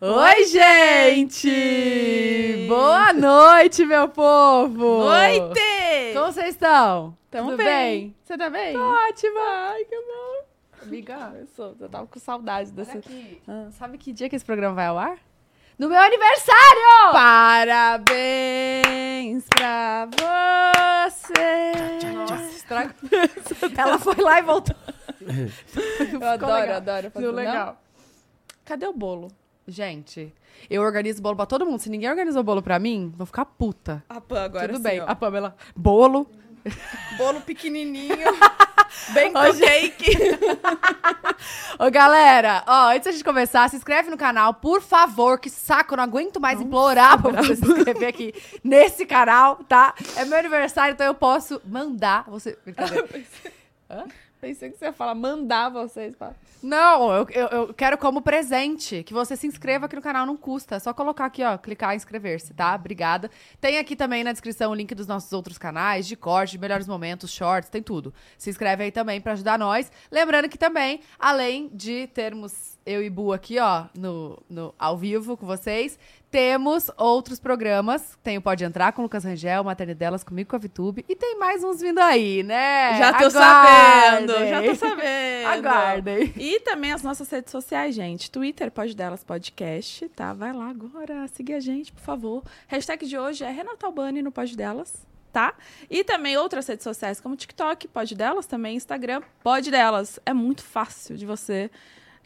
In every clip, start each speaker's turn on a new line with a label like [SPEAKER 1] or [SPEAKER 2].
[SPEAKER 1] Oi, gente! Boa noite, meu povo!
[SPEAKER 2] Noite!
[SPEAKER 1] Como vocês estão?
[SPEAKER 2] Tamo
[SPEAKER 1] Tudo
[SPEAKER 2] bem. Você tá bem?
[SPEAKER 1] Tô ótima!
[SPEAKER 2] Ai, que bom.
[SPEAKER 1] Amiga,
[SPEAKER 2] Eu, sou- eu tava com saudade desse...
[SPEAKER 1] olha aqui.
[SPEAKER 2] Ah.
[SPEAKER 1] Sabe que dia que esse programa vai ao ar? No meu aniversário!
[SPEAKER 2] Parabéns pra você!
[SPEAKER 1] Nossa, estraga. Ela foi lá e voltou. Ficou
[SPEAKER 2] Eu adoro,
[SPEAKER 1] legal.
[SPEAKER 2] adoro. fazer-
[SPEAKER 1] Ficou legal.
[SPEAKER 2] Não? Cadê o bolo?
[SPEAKER 1] Gente, eu organizo bolo pra todo mundo. Se ninguém organizou bolo pra mim, vou ficar puta.
[SPEAKER 2] A Pan agora
[SPEAKER 1] Tudo
[SPEAKER 2] sim,
[SPEAKER 1] bem.
[SPEAKER 2] ó.
[SPEAKER 1] A Pamela, bolo.
[SPEAKER 2] Bolo pequenininho, bem
[SPEAKER 1] Ó,
[SPEAKER 2] cupcake.
[SPEAKER 1] Ô, galera, ó, antes da gente começar, se inscreve no canal, por favor, que saco, eu não aguento mais implorar pra você se inscrever aqui nesse canal, tá? É meu aniversário, então eu posso mandar você... Brincadeira.
[SPEAKER 2] Pensei que você ia falar, mandar vocês pra...
[SPEAKER 1] Não, eu, eu, eu quero como presente que você se inscreva aqui no canal, não custa. É só colocar aqui, ó, clicar em inscrever-se, tá? Obrigada. Tem aqui também na descrição o link dos nossos outros canais, de corte, de melhores momentos, shorts, tem tudo. Se inscreve aí também pra ajudar nós. Lembrando que também, além de termos eu e Bu aqui, ó, no, no ao vivo com vocês, temos outros programas. Tem o Pode Entrar com o Lucas Rangel, Maternidelas comigo com a Vitube. E tem mais uns vindo aí, né?
[SPEAKER 2] já tô
[SPEAKER 1] Aguardem.
[SPEAKER 2] sabendo, já tô sabendo.
[SPEAKER 1] Aguardem.
[SPEAKER 2] E também as nossas redes sociais, gente. Twitter, Pode Delas Podcast, tá? Vai lá agora, seguir a gente, por favor. Hashtag de hoje é Renata Albani no Pode Delas, tá? E também outras redes sociais, como TikTok, Pode Delas, também Instagram, Pode Delas. É muito fácil de você...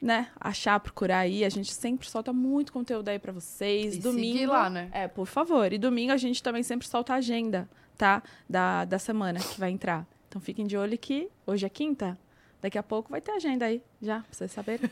[SPEAKER 2] Né? Achar, procurar aí. A gente sempre solta muito conteúdo aí pra vocês.
[SPEAKER 1] E
[SPEAKER 2] Domingo.
[SPEAKER 1] seguir lá, né?
[SPEAKER 2] É, por favor. E domingo a gente também sempre solta a agenda, tá? Da, da semana que vai entrar. Então fiquem de olho que hoje é quinta. Daqui a pouco vai ter agenda aí, já, pra vocês saberem.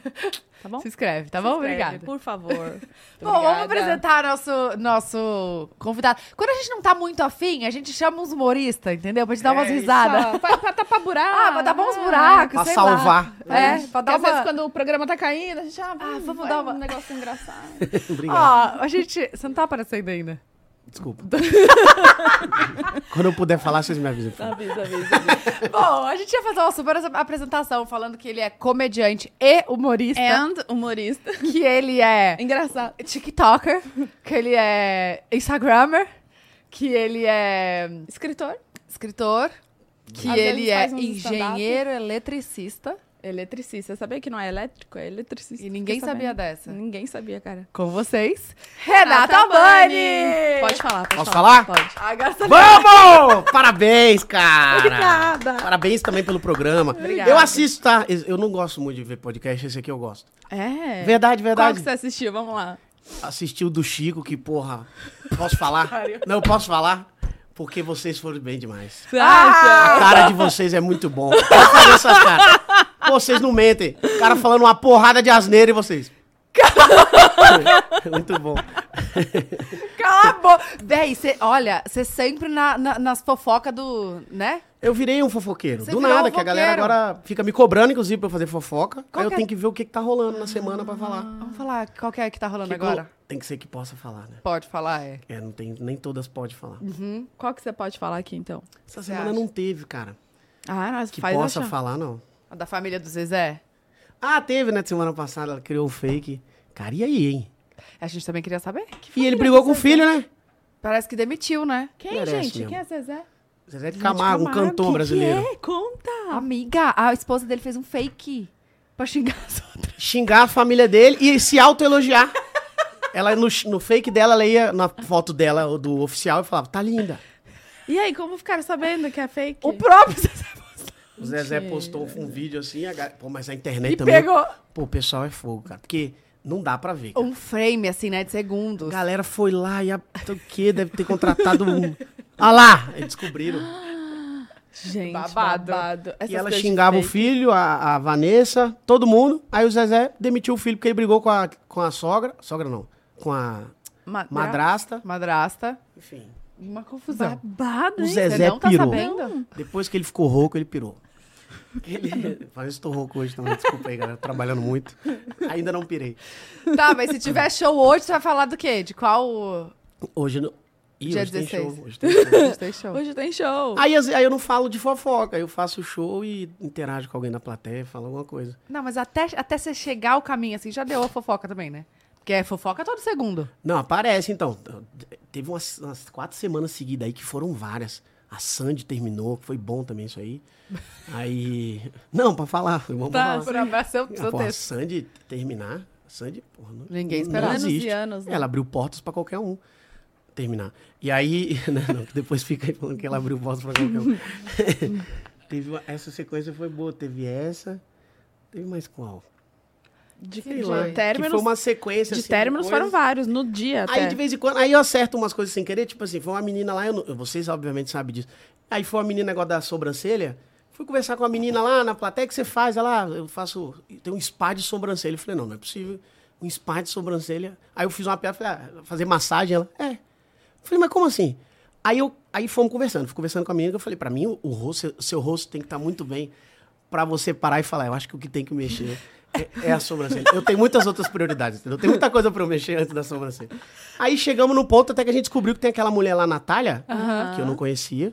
[SPEAKER 2] Tá bom?
[SPEAKER 1] Se inscreve, tá
[SPEAKER 2] Se
[SPEAKER 1] bom?
[SPEAKER 2] inscreve,
[SPEAKER 1] Obrigada.
[SPEAKER 2] Por favor.
[SPEAKER 1] Bom, vamos apresentar nosso, nosso convidado. Quando a gente não tá muito afim, a gente chama uns humoristas, entendeu? Pra gente dar umas risadas.
[SPEAKER 2] Pra, pra Ah, tapar buraco.
[SPEAKER 1] É Ah, pra dar bons buracos,
[SPEAKER 3] Pra
[SPEAKER 1] sei
[SPEAKER 3] salvar.
[SPEAKER 1] Lá. É, pra
[SPEAKER 2] Porque
[SPEAKER 1] dar
[SPEAKER 2] às vezes
[SPEAKER 1] uma...
[SPEAKER 2] quando o programa tá caindo, a gente, ah, vamos,
[SPEAKER 1] vamos
[SPEAKER 2] vai
[SPEAKER 1] dar uma-
[SPEAKER 2] um negócio engraçado.
[SPEAKER 3] Obrigado.
[SPEAKER 1] Ó, a gente... Você não tá aparecendo ainda.
[SPEAKER 3] Desculpa. Quando eu puder falar, vocês me avisam. por favor.
[SPEAKER 2] avisa, avisa. avisa.
[SPEAKER 1] Bom, a gente ia fazer uma super apresentação falando que ele é comediante e humorista.
[SPEAKER 2] And humorista.
[SPEAKER 1] Que ele é...
[SPEAKER 2] Engraçado.
[SPEAKER 1] TikToker. Que ele é Instagrammer. Que ele é...
[SPEAKER 2] Escritor.
[SPEAKER 1] escritor, que
[SPEAKER 2] Às vezes
[SPEAKER 1] ele é
[SPEAKER 2] faz uns stand-up.
[SPEAKER 1] engenheiro eletricista
[SPEAKER 2] Eletricista. Sabia que não é elétrico? É eletricista.
[SPEAKER 1] e ninguém
[SPEAKER 2] Fiquei sabendo.
[SPEAKER 1] sabia dessa.
[SPEAKER 2] Ninguém sabia, cara.
[SPEAKER 1] Hum. Com vocês, Renata Albani!
[SPEAKER 2] Albani! Pode falar, pode
[SPEAKER 3] Posso falar?
[SPEAKER 2] Pode.
[SPEAKER 1] Ah, graças a Deus.
[SPEAKER 3] Vamos! Parabéns, cara!
[SPEAKER 2] Obrigada.
[SPEAKER 3] Parabéns também pelo programa.
[SPEAKER 1] Obrigada.
[SPEAKER 3] Eu assisto, tá? Eu eu não gosto muito de ver podcast, esse aqui eu gosto.
[SPEAKER 2] É.
[SPEAKER 3] Verdade,
[SPEAKER 2] Qual que
[SPEAKER 3] verdade.
[SPEAKER 2] você assistiu? Vamos lá.
[SPEAKER 3] Assisti o do Chico, que porra. Posso falar? não, eu posso falar? Porque vocês foram bem demais.
[SPEAKER 2] Você Ah.
[SPEAKER 3] A cara de vocês é muito bom. Pode fazer essas caras. Vocês não mentem. O cara falando uma porrada de asneira e vocês. muito bom.
[SPEAKER 1] Cala a boca! Véi, cê, olha, você sempre na- na- nas fofocas do. né?
[SPEAKER 3] Eu virei um fofoqueiro.
[SPEAKER 1] Você
[SPEAKER 3] do
[SPEAKER 1] virou
[SPEAKER 3] nada,
[SPEAKER 1] um
[SPEAKER 3] que a galera
[SPEAKER 1] fofoqueiro.
[SPEAKER 3] agora fica me cobrando, inclusive, pra eu fazer fofoca.
[SPEAKER 1] Qual
[SPEAKER 3] aí eu
[SPEAKER 1] que é?
[SPEAKER 3] tenho que ver o que, que tá rolando na semana pra falar.
[SPEAKER 1] Vamos falar qual que é que tá rolando
[SPEAKER 3] Que
[SPEAKER 1] agora?
[SPEAKER 3] co- Tem que ser que possa falar, né?
[SPEAKER 1] Pode falar, é.
[SPEAKER 3] É, não tem, nem todas pode falar.
[SPEAKER 2] Qual que você pode falar aqui, então?
[SPEAKER 3] Essa
[SPEAKER 1] Uhum. Você
[SPEAKER 3] semana
[SPEAKER 1] acha?
[SPEAKER 3] não teve, cara.
[SPEAKER 2] Ah, nós
[SPEAKER 3] Que
[SPEAKER 2] faz
[SPEAKER 3] possa
[SPEAKER 2] achar.
[SPEAKER 3] falar, não.
[SPEAKER 1] A da família do Zezé?
[SPEAKER 3] Ah, teve, né? Semana passada ela criou um fake. Cara, e aí, hein?
[SPEAKER 1] A gente também queria saber.
[SPEAKER 3] E ele brigou com o filho, né?
[SPEAKER 1] Parece que demitiu, né?
[SPEAKER 2] Quem,
[SPEAKER 3] Merece
[SPEAKER 2] gente?
[SPEAKER 3] mesmo.
[SPEAKER 2] Quem é Zezé?
[SPEAKER 3] Zezé de Camargo, um cantor brasileiro.
[SPEAKER 2] é? Conta.
[SPEAKER 1] Ah. Amiga, a esposa dele fez um fake pra xingar as outras.
[SPEAKER 3] Xingar a família dele e se autoelogiar. ela, no, no fake dela, ela ia na foto dela, ou do oficial, e falava, tá linda.
[SPEAKER 2] E aí, como ficaram sabendo que é fake?
[SPEAKER 1] O próprio Zezé
[SPEAKER 3] O Zezé
[SPEAKER 2] Mentira.
[SPEAKER 3] postou um vídeo assim, a ga- pô, mas a internet
[SPEAKER 1] e
[SPEAKER 3] também.
[SPEAKER 1] pegou.
[SPEAKER 3] Pô, o pessoal é fogo, cara. Porque não dá pra ver. cara.
[SPEAKER 1] um frame, assim, né? De
[SPEAKER 3] A
[SPEAKER 1] segundos.
[SPEAKER 3] galera foi lá e a... o quê? Deve ter contratado um. Ah lá! Eles descobriram.
[SPEAKER 2] Gente,
[SPEAKER 1] Babado.
[SPEAKER 2] babado.
[SPEAKER 3] e
[SPEAKER 2] Essas
[SPEAKER 3] ela
[SPEAKER 2] coisas de
[SPEAKER 3] xingava o
[SPEAKER 2] fake.
[SPEAKER 3] filho, a, a Vanessa, todo mundo. Aí o Zezé demitiu o filho porque ele brigou com a, com a sogra. Sogra não. Com a
[SPEAKER 1] Madra-
[SPEAKER 3] madrasta.
[SPEAKER 1] Madrasta.
[SPEAKER 3] Enfim.
[SPEAKER 1] Uma confusão.
[SPEAKER 2] Babado,
[SPEAKER 3] O
[SPEAKER 2] hein?
[SPEAKER 3] Zezé
[SPEAKER 1] Você não tá
[SPEAKER 3] pirou.
[SPEAKER 1] sabendo?
[SPEAKER 3] Depois que ele ficou rouco, ele pirou. Ele... Parece que tô rouco hoje também. Desculpa aí, galera. Trabalhando muito. Ainda não pirei.
[SPEAKER 1] Tá, mas se tiver show hoje, você vai falar do quê? De qual...
[SPEAKER 3] Hoje não. Ih,
[SPEAKER 1] Dia
[SPEAKER 3] hoje tem
[SPEAKER 1] 16.
[SPEAKER 3] show. Hoje tem show.
[SPEAKER 1] Hoje tem show.
[SPEAKER 2] Hoje tem show.
[SPEAKER 3] Aí, às- aí eu não falo de fofoca, eu faço show e interajo com alguém da plateia, falo alguma coisa.
[SPEAKER 1] Não, mas até, até você chegar o caminho, assim, já deu a fofoca também, né? Que é fofoca todo segundo.
[SPEAKER 3] Não, aparece então. Teve umas, umas quatro semanas seguidas aí que foram várias. A Sandy terminou, que foi bom também isso aí. Aí. Não, pra falar.
[SPEAKER 1] Tá,
[SPEAKER 3] Vamos pra falar.
[SPEAKER 1] por abração,
[SPEAKER 3] Ah,
[SPEAKER 1] seu
[SPEAKER 3] porra, a
[SPEAKER 1] texto.
[SPEAKER 3] Sandy terminar. a Sandy, porra, não,
[SPEAKER 1] Ninguém
[SPEAKER 3] não
[SPEAKER 1] esperava.
[SPEAKER 4] Anos e
[SPEAKER 3] existe.
[SPEAKER 4] anos, né?
[SPEAKER 3] Ela abriu portas pra qualquer um terminar. E aí. né, não, que depois fica aí falando que ela abriu portas pra qualquer um. teve uma- essa sequência foi boa. Teve essa. Teve mais qual?
[SPEAKER 4] De,
[SPEAKER 1] Sei
[SPEAKER 4] de
[SPEAKER 1] lá, que
[SPEAKER 3] É, que
[SPEAKER 4] términos,
[SPEAKER 3] foi uma sequência.
[SPEAKER 4] de
[SPEAKER 3] assim,
[SPEAKER 4] términos
[SPEAKER 3] coisa.
[SPEAKER 4] foram vários, no dia até.
[SPEAKER 3] Aí de vez em quando, aí eu acerto umas coisas sem querer, tipo assim, foi uma menina lá, eu não- vocês obviamente sabem disso. Aí foi uma menina negócio da sobrancelha, fui conversar com a menina lá na plateia, "O que você faz? Ela, "Ah, eu faço, tem um spa de sobrancelha. Eu falei, não, não é possível, um spa de sobrancelha. Aí eu fiz uma piada, falei, ah, fazer massagem, ela, é. Eu falei, mas como assim? Aí eu, aí fomos conversando, fui conversando com a menina, que eu falei, pra mim, o, o rosto, o seu rosto tem que estar muito bem pra você parar e falar, eu acho que o que tem que mexer... é- É a sobrancelha. Eu tenho muitas outras prioridades, entendeu? Tem muita coisa pra eu mexer antes da sobrancelha. Aí chegamos no ponto até que a gente descobriu que tem aquela mulher lá, Natália, que eu não conhecia,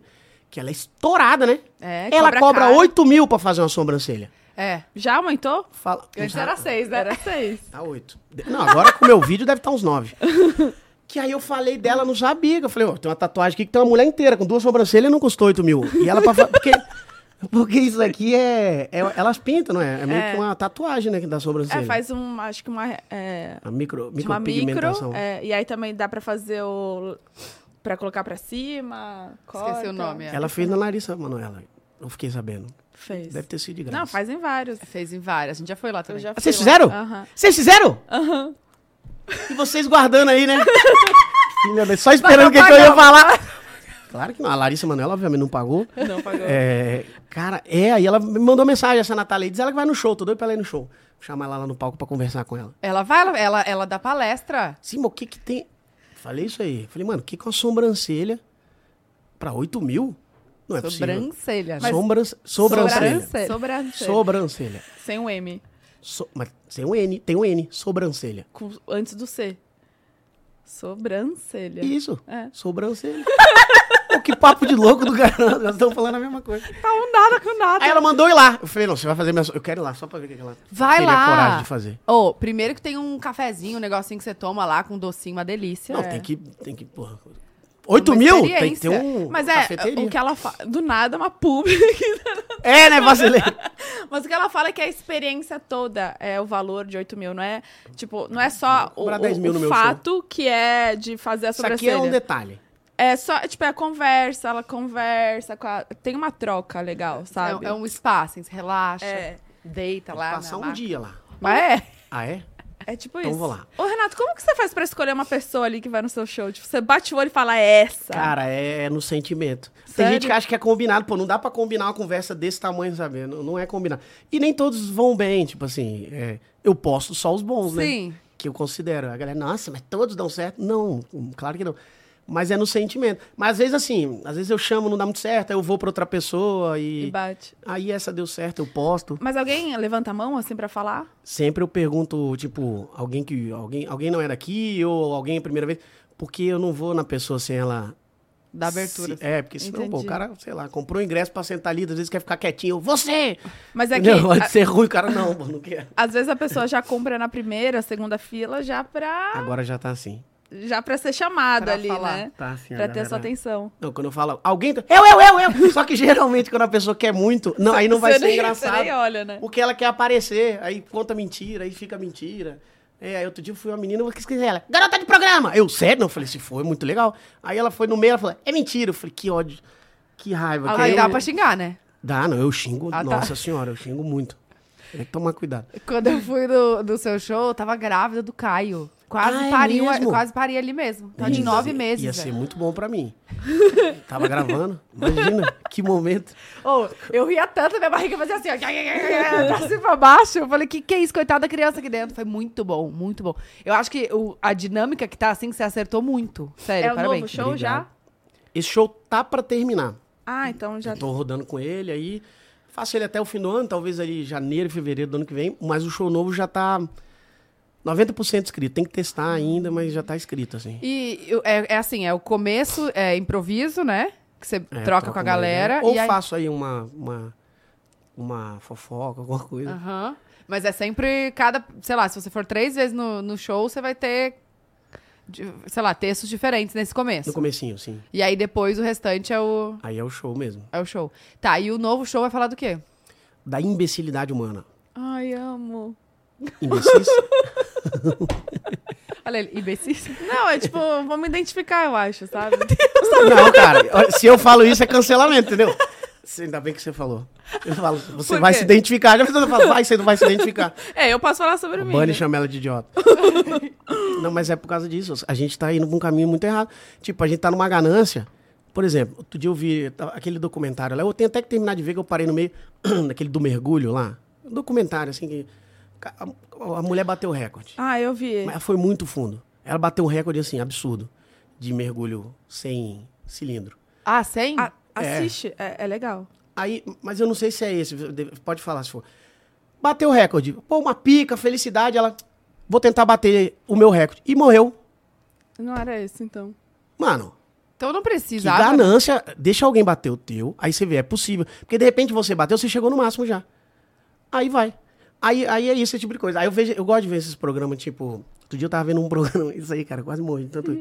[SPEAKER 3] que ela é estourada, né?
[SPEAKER 1] É,
[SPEAKER 3] ela cobra
[SPEAKER 1] caro.
[SPEAKER 3] 8 mil pra fazer uma sobrancelha.
[SPEAKER 1] É.
[SPEAKER 4] Já aumentou?
[SPEAKER 3] Fala.
[SPEAKER 1] Antes
[SPEAKER 3] Já-
[SPEAKER 1] era seis, né?
[SPEAKER 4] Era seis.
[SPEAKER 3] Tá 8. Não, agora com o meu vídeo deve estar uns 9. Que aí eu falei dela, não sabia. que Eu falei, ó, tem uma tatuagem aqui que tem uma mulher inteira, com duas sobrancelhas e não custou 8 mil. E ela pra fa- porque Porque isso aqui é, é- Elas pintam, não é? É meio que uma tatuagem, né, da sobrancelha.
[SPEAKER 4] É, faz um, acho que uma, é,
[SPEAKER 3] A micro,
[SPEAKER 4] uma
[SPEAKER 3] micropigmentação.
[SPEAKER 4] micro, é, e aí também dá pra fazer o... Pra colocar pra cima, corta.
[SPEAKER 1] Esqueci o nome, é.
[SPEAKER 3] Ela fez na Larissa Manoela. Não fiquei sabendo.
[SPEAKER 4] Fez.
[SPEAKER 3] Deve ter sido de graça. Ah,
[SPEAKER 4] Não, fazem vários.
[SPEAKER 1] Fez em várias. A gente já foi lá
[SPEAKER 4] Eu
[SPEAKER 1] também.
[SPEAKER 4] já fui
[SPEAKER 3] Vocês
[SPEAKER 4] lá.
[SPEAKER 3] fizeram?
[SPEAKER 4] Aham.
[SPEAKER 3] Vocês fizeram? Aham. E vocês guardando aí, né? Filha da- Só esperando o que, que eu ia falar. Claro que não. A Larissa Manoela, obviamente, não pagou.
[SPEAKER 4] Não pagou.
[SPEAKER 3] É, cara, é, aí ela me mandou mensagem, essa Natália, aí, diz ela que vai no show, tô doido pra ela ir no show. Vou chamar ela lá no palco pra conversar com ela.
[SPEAKER 1] Ela vai, ela, ela, ela dá palestra.
[SPEAKER 3] Sim, mas o que que tem? Falei isso aí. Falei, mano, o que com a sobrancelha pra 8 mil? Não é possível.
[SPEAKER 1] Sobrancelha. né?
[SPEAKER 3] Sobran... Sobrancelha.
[SPEAKER 1] Sobrancelha.
[SPEAKER 4] Sobrancelha.
[SPEAKER 3] Sobrancelha.
[SPEAKER 4] Sem o M.
[SPEAKER 3] So- Mas tem um N, tem um N, sobrancelha.
[SPEAKER 4] Com- antes do C. Sobrancelha.
[SPEAKER 3] Isso.
[SPEAKER 4] É.
[SPEAKER 3] Sobrancelha. Pô, que papo de louco do caramba. Elas estão falando a mesma coisa.
[SPEAKER 4] Tá um nada com nada.
[SPEAKER 3] Aí ela mandou ir lá. Eu falei, não, você vai fazer minha. so- Eu quero ir lá, só pra ver o que que ela
[SPEAKER 1] Vai
[SPEAKER 3] teria
[SPEAKER 1] lá.
[SPEAKER 3] coragem de fazer.
[SPEAKER 1] Ô, primeiro que tem um cafezinho, um negocinho que você toma lá com um docinho, uma delícia.
[SPEAKER 3] Não,
[SPEAKER 1] É.
[SPEAKER 3] tem que. Tem que porra. 8
[SPEAKER 1] Uma
[SPEAKER 3] mil? Tem que ter
[SPEAKER 1] experiência.
[SPEAKER 3] um.
[SPEAKER 4] Mas
[SPEAKER 3] uma
[SPEAKER 4] é,
[SPEAKER 3] cafeteria.
[SPEAKER 4] o que ela fala. Do nada, uma pub.
[SPEAKER 3] É, né, vacilei.
[SPEAKER 4] Mas o que ela fala é que a experiência toda é o valor de 8 mil, não é? Tipo, não é só o,
[SPEAKER 3] cobrar 10 mil
[SPEAKER 4] o-
[SPEAKER 3] no
[SPEAKER 4] o
[SPEAKER 3] meu
[SPEAKER 4] fato que é de fazer a
[SPEAKER 3] Isso aqui é um
[SPEAKER 4] sobrancelha.
[SPEAKER 3] detalhe.
[SPEAKER 4] É, só, tipo, é a conversa, ela conversa com a- Tem uma troca legal, sabe?
[SPEAKER 1] É, é um spa, assim, você relaxa,
[SPEAKER 3] um
[SPEAKER 4] É.
[SPEAKER 1] deita
[SPEAKER 3] Vou
[SPEAKER 1] lá. na
[SPEAKER 3] passar um
[SPEAKER 1] maca.
[SPEAKER 3] dia lá.
[SPEAKER 4] Mas é.
[SPEAKER 3] Ah, é?
[SPEAKER 4] É tipo
[SPEAKER 3] Então
[SPEAKER 4] isso.
[SPEAKER 3] vou lá.
[SPEAKER 4] Ô, Renato, como que você faz pra escolher uma pessoa ali que vai no seu show? Tipo, você bate o olho e fala, "É essa.
[SPEAKER 3] Cara, é no sentimento. Tem
[SPEAKER 4] Sério?
[SPEAKER 3] gente que acha que é combinado. Pô, não dá pra combinar uma conversa desse tamanho, sabe? Não, não é combinado. E nem todos vão bem. Tipo assim, é, eu posto só os bons, né?
[SPEAKER 1] Sim.
[SPEAKER 3] que eu considero. A galera, nossa, mas todos dão certo? Não, hum, claro que não. Mas é no sentimento. Mas às vezes, assim, às vezes eu chamo, não dá muito certo, aí eu vou pra outra pessoa
[SPEAKER 4] E
[SPEAKER 3] e.
[SPEAKER 4] bate.
[SPEAKER 3] Aí essa deu certo, eu posto.
[SPEAKER 4] Mas alguém levanta a mão assim pra falar?
[SPEAKER 3] Sempre eu pergunto, tipo, alguém que. Alguém, alguém não é daqui, ou alguém é a primeira vez. Porque eu não vou na pessoa sem ela.
[SPEAKER 1] Da abertura. assim.
[SPEAKER 3] se- é, porque senão, pô, o
[SPEAKER 4] Entendi.
[SPEAKER 3] cara, sei lá, comprou o ingresso pra sentar ali, às vezes quer ficar quietinho. Você!
[SPEAKER 4] Mas é que.
[SPEAKER 3] Entendeu? Pode
[SPEAKER 4] a-
[SPEAKER 3] ser ruim, o cara não, pô, não quer.
[SPEAKER 4] às vezes a pessoa já compra na primeira, segunda fila, já pra,
[SPEAKER 3] Agora já tá assim.
[SPEAKER 4] já pra ser chamada
[SPEAKER 1] Pra
[SPEAKER 4] ali,
[SPEAKER 1] falar.
[SPEAKER 4] né?
[SPEAKER 3] Tá assim, a
[SPEAKER 4] pra ter a sua
[SPEAKER 3] galera-
[SPEAKER 4] atenção.
[SPEAKER 3] Não, quando eu falo, alguém. tá- Eu, eu, eu, eu! Só que geralmente quando a pessoa quer muito, não, aí não vai
[SPEAKER 4] Você
[SPEAKER 3] ser
[SPEAKER 4] nem- Você nem
[SPEAKER 3] engraçado.
[SPEAKER 4] olha, né?
[SPEAKER 3] Porque ela quer aparecer, aí conta mentira, aí fica mentira. É, aí outro dia eu fui uma menina, eu esqueci ela, garota de programa! Eu, sério? Não, eu falei, se foi, muito legal. Aí ela foi no meio, ela falou, é mentira. Eu falei, que ódio, que raiva. que é
[SPEAKER 1] Aí
[SPEAKER 3] eu-
[SPEAKER 1] Ah, dá pra xingar, né?
[SPEAKER 3] Dá, não, eu xingo,
[SPEAKER 1] Ah, tá.
[SPEAKER 3] nossa senhora, eu xingo muito. Tem que tomar cuidado.
[SPEAKER 1] Quando eu fui no, no seu show, eu tava grávida do Caio. Quase
[SPEAKER 3] Ah, é
[SPEAKER 1] pariu,
[SPEAKER 3] mesmo?
[SPEAKER 1] quase paria ali mesmo. Tá de
[SPEAKER 3] Ia
[SPEAKER 1] nove
[SPEAKER 3] ser-
[SPEAKER 1] meses.
[SPEAKER 3] Ia
[SPEAKER 1] velho.
[SPEAKER 3] ser muito bom pra mim. Tava gravando, imagina, que momento.
[SPEAKER 1] Ô, eu ria tanto, minha barriga fazia assim, ó, pra cima pra baixo. Eu falei, que que é isso, coitada da criança aqui dentro. Foi muito bom, muito bom. Eu acho que o- a dinâmica que tá assim, que você acertou muito. Sério,
[SPEAKER 4] é o
[SPEAKER 1] parabéns.
[SPEAKER 4] novo show já?
[SPEAKER 3] Esse show tá pra terminar.
[SPEAKER 4] Ah, então já.
[SPEAKER 3] Eu tô rodando com ele aí. Faço ele até o fim do ano, talvez ali janeiro, fevereiro do ano que vem. Mas o show novo já tá 90% escrito. Tem que testar ainda, mas já tá escrito, assim.
[SPEAKER 1] E eu- é, é assim, é o começo, é improviso, né? Que você
[SPEAKER 3] É,
[SPEAKER 1] troca
[SPEAKER 3] troco
[SPEAKER 1] com a galera.
[SPEAKER 3] Ou
[SPEAKER 1] e aí-
[SPEAKER 3] faço aí uma, uma, uma fofoca, alguma coisa.
[SPEAKER 1] Aham. Mas é sempre cada. Sei lá, se você for três vezes no, no show, você vai ter. de- Sei lá, textos diferentes nesse começo.
[SPEAKER 3] No comecinho, sim.
[SPEAKER 1] E aí depois o restante é o,
[SPEAKER 3] Aí é o show mesmo.
[SPEAKER 1] é o show. Tá, e o novo show vai falar do quê?
[SPEAKER 3] Da imbecilidade humana.
[SPEAKER 4] Ai, amo.
[SPEAKER 3] Imbecis?
[SPEAKER 1] Olha ele, imbecil.
[SPEAKER 4] Não, é tipo, vou me identificar, eu acho, sabe?
[SPEAKER 3] Não, cara. olha, Se eu falo isso, é cancelamento, entendeu? Se- Ainda bem que você falou. Eu falo, você
[SPEAKER 4] Por
[SPEAKER 3] vai
[SPEAKER 4] quê?
[SPEAKER 3] se identificar. Já pensou, fala, vai, você não vai se identificar.
[SPEAKER 4] É, eu posso falar sobre
[SPEAKER 3] O
[SPEAKER 4] mim.
[SPEAKER 3] Bunny
[SPEAKER 4] né?
[SPEAKER 3] chama ela de idiota. não, mas é por causa disso. A gente tá indo pra um caminho muito errado. Tipo, a gente tá numa ganância. Por exemplo, outro dia eu vi tá, aquele documentário lá. Eu tenho até que terminar de ver que eu parei no meio daquele do mergulho lá. Um documentário, assim, que ca- a, a mulher bateu o recorde.
[SPEAKER 4] Ah, eu vi.
[SPEAKER 3] Mas foi muito fundo. Ela bateu um recorde, assim, absurdo. De mergulho sem cilindro.
[SPEAKER 1] Ah, sem?
[SPEAKER 3] assim,
[SPEAKER 4] A- assiste, é. É, legal.
[SPEAKER 3] Aí, mas eu não sei se é esse. Pode falar se for. Bateu o recorde. Pô, uma pica, felicidade. Ela, vou tentar bater o meu recorde. E morreu.
[SPEAKER 4] Não era esse, então.
[SPEAKER 3] Mano,
[SPEAKER 1] Então não
[SPEAKER 3] que
[SPEAKER 1] precisa. Ah,
[SPEAKER 3] ganância. Deixa alguém bater o teu. Aí você vê, é possível. Porque de repente você bateu, você chegou no máximo já. Aí vai. Aí, aí é isso, esse tipo de coisa. Aí eu vejo, eu gosto de ver esses programas, tipo. Outro dia eu tava vendo um programa, isso aí, cara, quase morri. de Tanto.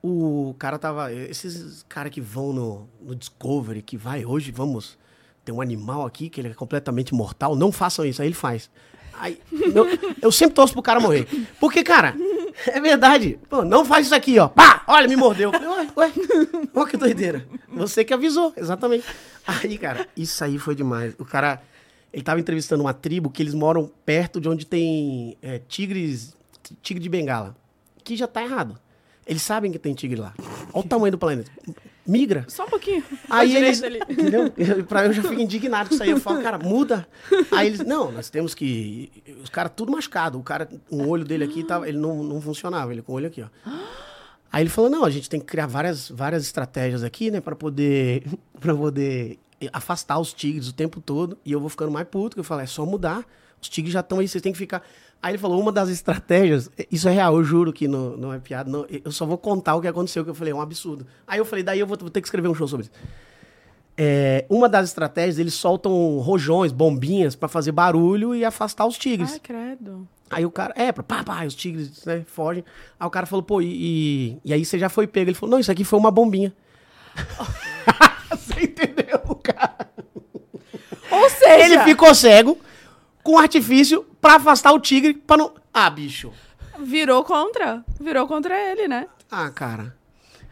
[SPEAKER 3] O cara tava. Esses caras que vão no, no Discovery, que vai hoje, vamos. Tem um animal aqui que ele é completamente mortal, não façam isso. Aí ele faz. Aí, eu, eu sempre torço pro cara morrer. Porque, cara, é verdade. Pô, não faz isso aqui, ó. Pá! Olha, me mordeu. Eu falei, Ué, ué, ó que doideira. Você que avisou, exatamente. Aí, cara, isso aí foi demais. O cara, ele tava entrevistando uma tribo que eles moram perto de onde tem é, tigres, tigre de bengala. Que já tá errado. Eles sabem que tem tigre lá. Olha o tamanho do planeta. Migra.
[SPEAKER 4] Só um pouquinho.
[SPEAKER 3] Aí
[SPEAKER 4] Pra
[SPEAKER 3] eles,
[SPEAKER 4] direita ali.
[SPEAKER 3] entendeu? Eu, pra eu já fico indignado com isso aí. Eu falo, cara, muda. Aí eles, não, nós temos que... Os caras tudo machucado. O cara, um olho dele aqui, tava, ele não, não funcionava. Ele com o olho aqui, ó. Aí ele falou, não, a gente tem que criar várias, várias estratégias aqui, né? Pra poder, pra poder afastar os tigres o tempo todo. E eu vou ficando mais puto, que eu falo, é só mudar. Os tigres já estão aí, vocês têm que ficar... Aí ele falou, uma das estratégias... Isso é real, eu juro que não, não é piada. não, eu só vou contar o que aconteceu, que eu falei, é um absurdo. Aí eu falei, daí eu vou, vou ter que escrever um show sobre isso. É, uma das estratégias, eles soltam rojões, bombinhas pra fazer barulho e afastar os tigres.
[SPEAKER 4] Ai, credo.
[SPEAKER 3] Aí o cara, é, pá, pá, os tigres né, fogem. Aí o cara falou, pô, e, e, e aí você já foi pego. Ele falou, não, isso aqui foi uma bombinha. você entendeu, cara?
[SPEAKER 4] Ou seja,
[SPEAKER 3] Ele ficou cego com artifício pra afastar o tigre pra não. Ah, bicho.
[SPEAKER 4] virou contra. Virou contra ele, né?
[SPEAKER 3] Ah, cara.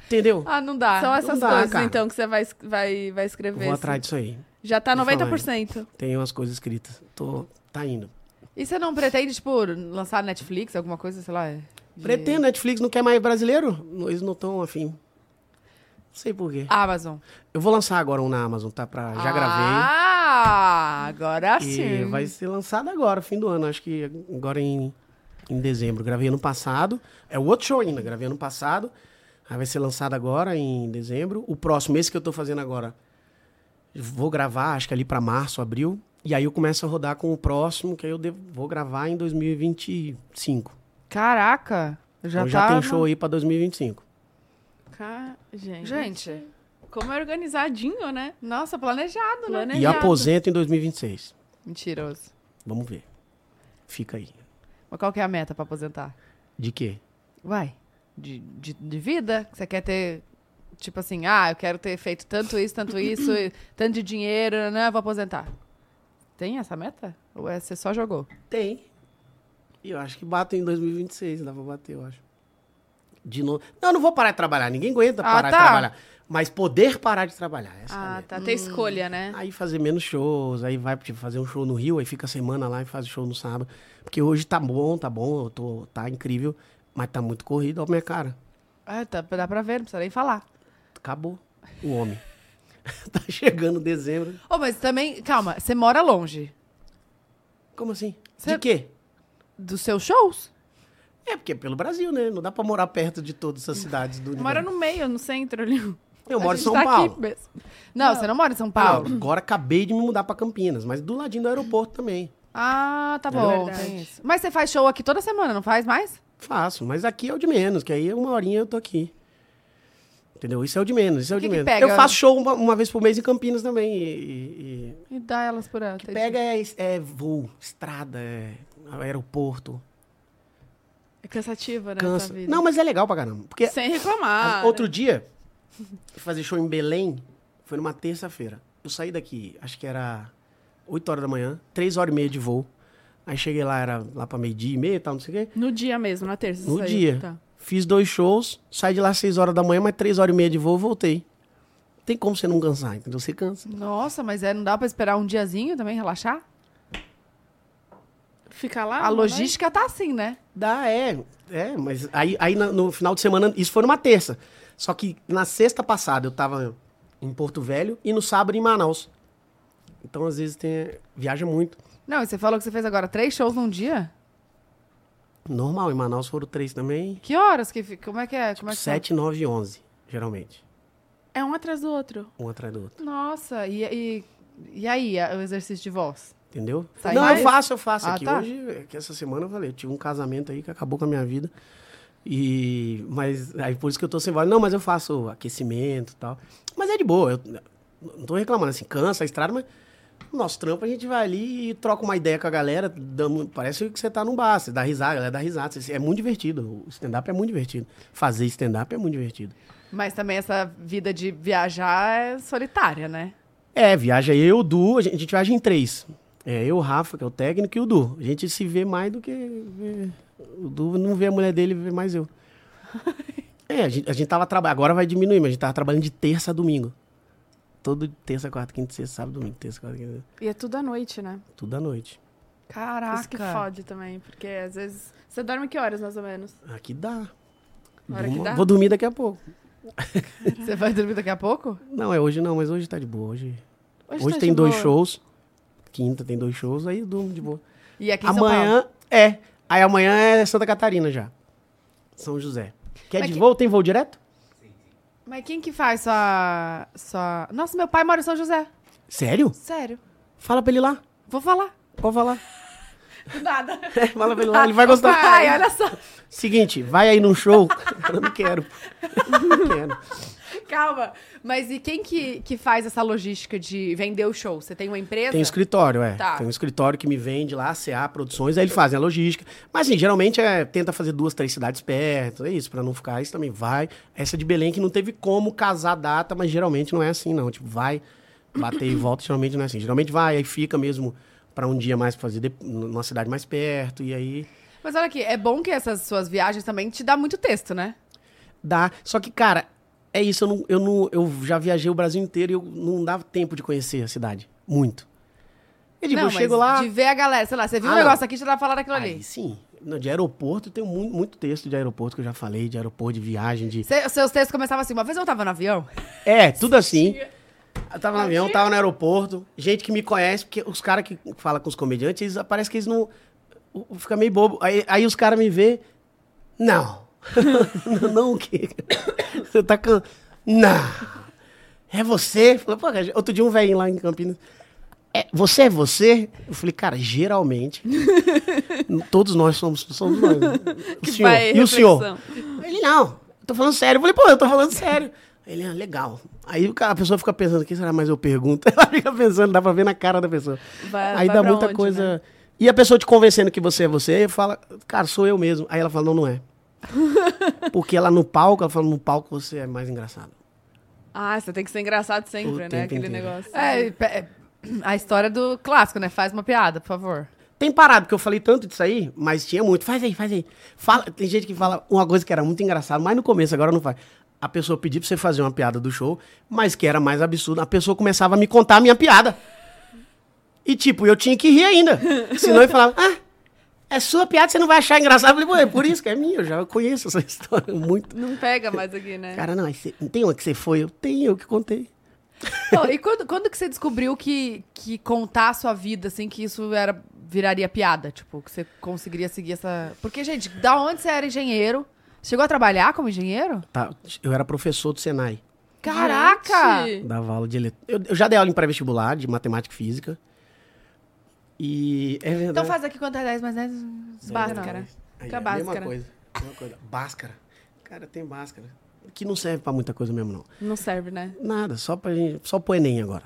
[SPEAKER 3] Entendeu?
[SPEAKER 1] Ah, não dá.
[SPEAKER 4] São essas
[SPEAKER 3] dá,
[SPEAKER 4] coisas,
[SPEAKER 3] cara.
[SPEAKER 4] então, que você vai, es- vai, vai escrever. assim.
[SPEAKER 3] Vou atrás disso aí.
[SPEAKER 4] Já tá
[SPEAKER 3] Vou falar, hein?
[SPEAKER 4] 90%.
[SPEAKER 3] Tem umas coisas escritas. Tô, tá indo.
[SPEAKER 1] E você não pretende, tipo, lançar Netflix, alguma coisa, sei lá? é, de-
[SPEAKER 3] Pretendo, Netflix não quer mais brasileiro? Eles não estão afim. Não sei por quê.
[SPEAKER 1] Amazon.
[SPEAKER 3] Eu vou lançar agora um na Amazon, tá? Pra... Já gravei.
[SPEAKER 1] Ah, agora
[SPEAKER 3] E
[SPEAKER 1] sim.
[SPEAKER 3] vai ser lançado agora, fim do ano. Acho que agora em, em dezembro. Gravei ano passado. É o outro show ainda. Gravei ano passado. Aí vai ser lançado agora em dezembro. O próximo, esse que eu tô fazendo agora, vou gravar, acho que é ali pra março, abril. E aí eu começo a rodar com o próximo, que aí eu devo- vou gravar em 2025.
[SPEAKER 1] Caraca. Já
[SPEAKER 3] Já então
[SPEAKER 1] tá.
[SPEAKER 3] já tem
[SPEAKER 1] na-
[SPEAKER 3] show aí pra 2025.
[SPEAKER 4] Ca- Gente.
[SPEAKER 1] Gente,
[SPEAKER 4] Como é organizadinho, é. né?
[SPEAKER 1] nossa, planejado, né?
[SPEAKER 4] Planejado.
[SPEAKER 3] E aposento em 2026.
[SPEAKER 1] Mentiroso.
[SPEAKER 3] Vamos ver. Fica aí.
[SPEAKER 1] Mas qual que é a meta pra aposentar?
[SPEAKER 3] De quê?
[SPEAKER 1] Uai, de, de, de vida? Você quer ter, tipo assim, ah, eu quero ter feito tanto isso, tanto isso, e tanto de dinheiro, né? Vou aposentar. Tem essa meta? Ou é você só jogou?
[SPEAKER 3] Tem. E eu acho que bato em 2026, dá pra bater, eu acho. De novo. Não, eu não vou parar de trabalhar, ninguém aguenta
[SPEAKER 1] Ah,
[SPEAKER 3] parar
[SPEAKER 1] tá.
[SPEAKER 3] de trabalhar. Mas poder parar de trabalhar, essa é a
[SPEAKER 4] Ah,
[SPEAKER 3] meta.
[SPEAKER 4] tá. Tem escolha, né?
[SPEAKER 3] Aí fazer menos shows, aí vai tipo, fazer um show no Rio, aí fica a semana lá e faz o show no sábado. Porque hoje tá bom, tá bom, eu tô, tá incrível, mas tá muito corrido, olha minha cara.
[SPEAKER 1] Ah, tá, dá pra ver, não precisa nem falar.
[SPEAKER 3] Acabou o homem. tá chegando dezembro.
[SPEAKER 1] Ô, Oh, mas também, calma, você mora longe
[SPEAKER 3] Como assim?
[SPEAKER 1] Cê-
[SPEAKER 3] De quê?
[SPEAKER 1] dos seus shows?
[SPEAKER 3] É porque é pelo Brasil, né? Não dá pra morar perto de todas essas cidades do
[SPEAKER 4] Mora
[SPEAKER 3] universo.
[SPEAKER 4] no meio, no centro ali.
[SPEAKER 3] Eu moro em São
[SPEAKER 4] tá
[SPEAKER 3] Paulo.
[SPEAKER 4] Aqui mesmo.
[SPEAKER 1] Não, você não mora em São Paulo.
[SPEAKER 3] Não, agora acabei de me mudar pra Campinas, mas do ladinho do aeroporto também.
[SPEAKER 1] Ah, tá
[SPEAKER 3] É
[SPEAKER 1] bom.
[SPEAKER 4] verdade.
[SPEAKER 1] tem isso. Mas você faz show aqui toda semana, não faz mais?
[SPEAKER 3] é Faço, mas aqui é o de menos, que aí uma horinha eu tô aqui. Entendeu? Isso é o de menos, isso é o
[SPEAKER 1] O que
[SPEAKER 3] de
[SPEAKER 1] que
[SPEAKER 3] menos.
[SPEAKER 1] pega?
[SPEAKER 3] Eu faço show uma, uma vez por mês em Campinas também. E, e- e-
[SPEAKER 1] E dá elas por ela.
[SPEAKER 3] que pega é, é voo, estrada, é aeroporto.
[SPEAKER 1] É cansativa, né?
[SPEAKER 3] Cansa.
[SPEAKER 1] essa vida. né?
[SPEAKER 3] Não, mas é legal pra caramba. Porque
[SPEAKER 4] Sem reclamar.
[SPEAKER 3] As- Outro dia, fui fazer show em Belém, foi numa terça-feira. Eu saí daqui, acho que era 8 horas da manhã, 3 horas e meia de voo. Aí cheguei lá, era lá pra meio-dia e meia e tal, não sei o quê.
[SPEAKER 4] No dia mesmo, na terça.
[SPEAKER 3] No
[SPEAKER 4] isso aí.
[SPEAKER 3] dia.
[SPEAKER 4] Tá.
[SPEAKER 3] Fiz dois shows, saí de lá às 6 horas da manhã, mas 3 horas e meia de voo, voltei. Tem como você não cansar, entendeu? Você cansa.
[SPEAKER 1] Nossa, mas é, não dá pra esperar um diazinho também, relaxar?
[SPEAKER 4] Ficar lá?
[SPEAKER 1] a
[SPEAKER 4] não
[SPEAKER 1] logística tá assim, né?
[SPEAKER 3] Dá, é. É, mas aí, aí na- no final de semana, isso foi numa terça. Só que na sexta passada eu tava em Porto Velho e no sábado em Manaus. Então, às vezes, tem, viaja muito.
[SPEAKER 1] Não, e você falou que você fez agora três shows num dia?
[SPEAKER 3] Normal, em Manaus foram três também.
[SPEAKER 1] Que horas que fica? Como é que é? Como é que
[SPEAKER 3] Sete, nove e onze, geralmente.
[SPEAKER 4] vai? É um atrás do outro.
[SPEAKER 3] Um atrás do outro.
[SPEAKER 1] tá? Nossa, e, e, e aí a- o exercício de voz?
[SPEAKER 3] Entendeu?
[SPEAKER 1] Sai
[SPEAKER 3] não,
[SPEAKER 1] Tá mais?
[SPEAKER 3] eu faço, eu faço
[SPEAKER 1] Ah,
[SPEAKER 3] aqui.
[SPEAKER 1] tá.
[SPEAKER 3] Hoje, é que essa semana eu falei, eu tive um casamento aí que acabou com a minha vida. E. Mas. Aí por isso que eu tô sem voz. Não, mas eu faço aquecimento e tal. Mas é de boa. Eu n- não tô reclamando, assim, cansa a estrada, mas. O nosso trampo, a gente vai ali e troca uma ideia com a galera. damos- parece que você tá num bar, você dá risada, a galera dá risada. você- é muito divertido. O stand-up é muito divertido. Fazer stand-up é muito divertido.
[SPEAKER 1] Mas também essa vida de viajar é solitária, né?
[SPEAKER 3] É, viaja eu, o Du, a gente, a gente viaja em três. É, eu, o Rafa, que é o técnico, e o Du. A gente se vê mais do que. vê- O Du não vê a mulher dele, vê mais eu. É, a gente, a gente tava trabalhando. Agora vai diminuir, mas a gente tava trabalhando de terça a domingo. Todo terça, quarta, quinta, sexta, sábado, domingo. Terça, quarta, quinta,
[SPEAKER 4] E é tudo à noite, né?
[SPEAKER 3] tudo à noite.
[SPEAKER 1] Caraca.
[SPEAKER 4] Isso Ah, que fode também, porque às vezes... Você dorme que horas, mais ou menos?
[SPEAKER 3] Aqui dá.
[SPEAKER 4] Na hora que
[SPEAKER 3] Durmo-
[SPEAKER 4] dá?
[SPEAKER 3] Vou dormir daqui a pouco.
[SPEAKER 1] Você vai dormir daqui a pouco?
[SPEAKER 3] Não, é hoje não, mas hoje tá de boa. Hoje, hoje
[SPEAKER 4] tá
[SPEAKER 3] tem
[SPEAKER 4] de
[SPEAKER 3] dois
[SPEAKER 4] boa.
[SPEAKER 3] shows. Quinta tem dois shows, aí eu durmo de boa.
[SPEAKER 1] E aqui em São Paulo?
[SPEAKER 3] Amanhã é. Aí amanhã é Santa Catarina já. São José. Quer
[SPEAKER 1] Mas
[SPEAKER 3] de
[SPEAKER 1] que-
[SPEAKER 3] voo? Tem voo direto?
[SPEAKER 1] Mas quem que faz sua, sua... Nossa, meu pai mora em São José.
[SPEAKER 3] Sério?
[SPEAKER 1] Sério.
[SPEAKER 3] Fala pra ele lá.
[SPEAKER 1] Vou falar. Ah,
[SPEAKER 3] Pode falar.
[SPEAKER 4] Do Nada.
[SPEAKER 3] É, Fala pra ele lá, ele vai gostar.
[SPEAKER 1] Ai, olha só.
[SPEAKER 3] Seguinte, vai aí num show. Eu não quero. Não quero.
[SPEAKER 1] Calma. Mas e quem que, que faz essa logística de vender o show? Você tem uma empresa?
[SPEAKER 3] Tem um escritório, é.
[SPEAKER 1] Tá.
[SPEAKER 3] Tem um escritório que me vende lá, CA Produções, aí eles fazem a logística. Mas assim, geralmente é, tenta fazer duas, três cidades perto, é isso, pra não ficar. Isso também vai. Essa de Belém que não teve como casar a data, mas geralmente não é assim, não. Tipo, vai, bater e volta, geralmente não é assim. Geralmente vai, aí fica mesmo pra um dia mais pra fazer dep- numa cidade mais perto, e aí
[SPEAKER 1] Mas olha aqui, é bom que essas suas viagens também te dá muito texto, né?
[SPEAKER 3] dá. Só que, cara, é isso, eu, não, eu, não, eu já viajei o Brasil inteiro e eu não dava tempo de conhecer a cidade. Muito. Tipo, Eu digo,
[SPEAKER 1] não,
[SPEAKER 3] eu chego lá.
[SPEAKER 1] de ver a galera, sei lá, você viu
[SPEAKER 3] Ah,
[SPEAKER 1] um
[SPEAKER 3] não.
[SPEAKER 1] negócio aqui, já tava falando aquilo
[SPEAKER 3] Aí
[SPEAKER 1] ali.
[SPEAKER 3] sim. Não, de aeroporto, tem muito, muito texto de aeroporto que eu já falei, de aeroporto, de viagem, de...
[SPEAKER 1] Cê- seus textos começavam assim, uma vez eu tava no avião.
[SPEAKER 3] É, tudo assim. Eu tava no avião, tava no aeroporto. Gente que me conhece, porque os caras que falam com os comediantes, eles, parece que eles não... o- o- Fica meio bobo. Aí, aí os caras me vê, não. não, não o quê? Você tá can... Não. É você? Falei, pô, cara, outro dia um velhinho lá em Campinas... É, você é você? Eu falei, cara, geralmente... todos nós somos, somos nós. né? O
[SPEAKER 4] Que
[SPEAKER 3] senhor.
[SPEAKER 4] vai
[SPEAKER 3] E o senhor?
[SPEAKER 4] reflexão.
[SPEAKER 3] Ele, não, eu tô falando sério. Eu falei, pô, eu tô falando sério. Ele, ah, legal. Aí o cara- a pessoa fica pensando, quem será mais eu pergunto? Ela fica pensando, dá pra ver na cara da pessoa.
[SPEAKER 4] Vai-
[SPEAKER 3] Aí
[SPEAKER 4] vai
[SPEAKER 3] dá
[SPEAKER 4] pra
[SPEAKER 3] muita
[SPEAKER 4] onde, né?
[SPEAKER 3] coisa. E a pessoa te convencendo que você é você, e fala, cara, sou eu mesmo. Aí ela fala, não, não é. Porque ela no palco, ela fala, no palco você é mais engraçado.
[SPEAKER 4] Ah, você tem que ser engraçado
[SPEAKER 3] O
[SPEAKER 4] sempre, né?
[SPEAKER 3] tempo
[SPEAKER 4] Aquele
[SPEAKER 3] inteiro.
[SPEAKER 4] negócio.
[SPEAKER 1] É, pe- é, a história do clássico, né? Faz uma piada, por favor.
[SPEAKER 3] Tem parado, porque eu falei tanto disso aí, mas tinha muito. Faz aí, faz aí. Fala, tem gente que fala uma coisa que era muito engraçada, mas no começo agora não faz. A pessoa pedia pra você fazer uma piada do show, mas que era mais absurda. A pessoa começava a me contar a minha piada. E tipo, eu tinha que rir ainda. Senão eu falava, ah, é sua piada, você não vai achar engraçado. Eu falei, pô, é por isso que é minha, eu já conheço essa história muito.
[SPEAKER 4] Não pega mais aqui, né?
[SPEAKER 3] Cara, não, aí você- não tem uma que você foi? Eu tenho, eu que contei.
[SPEAKER 1] Ô, e quando, quando que você descobriu que, que contar a sua vida, assim, que isso era, viraria piada? Tipo, que você conseguiria seguir essa... Porque, gente, da onde você era engenheiro? Chegou a trabalhar como engenheiro?
[SPEAKER 3] Tá, eu era professor do Senai.
[SPEAKER 1] Caraca!
[SPEAKER 4] Gente!
[SPEAKER 3] Dava aula de elet... eu, eu já dei aula em pré-vestibular de matemática e física. E é verdade.
[SPEAKER 1] Então faz aqui quanto é 10 mais 10, báscara.
[SPEAKER 4] Báscara.
[SPEAKER 3] Aí,
[SPEAKER 1] fica
[SPEAKER 3] é a
[SPEAKER 1] báscara.
[SPEAKER 3] Mesma coisa. Mesma coisa. Báscara. Cara, tem báscara. que não serve pra muita coisa mesmo, não.
[SPEAKER 4] Não serve, né?
[SPEAKER 3] Nada, só pra gente, só pro Enem agora.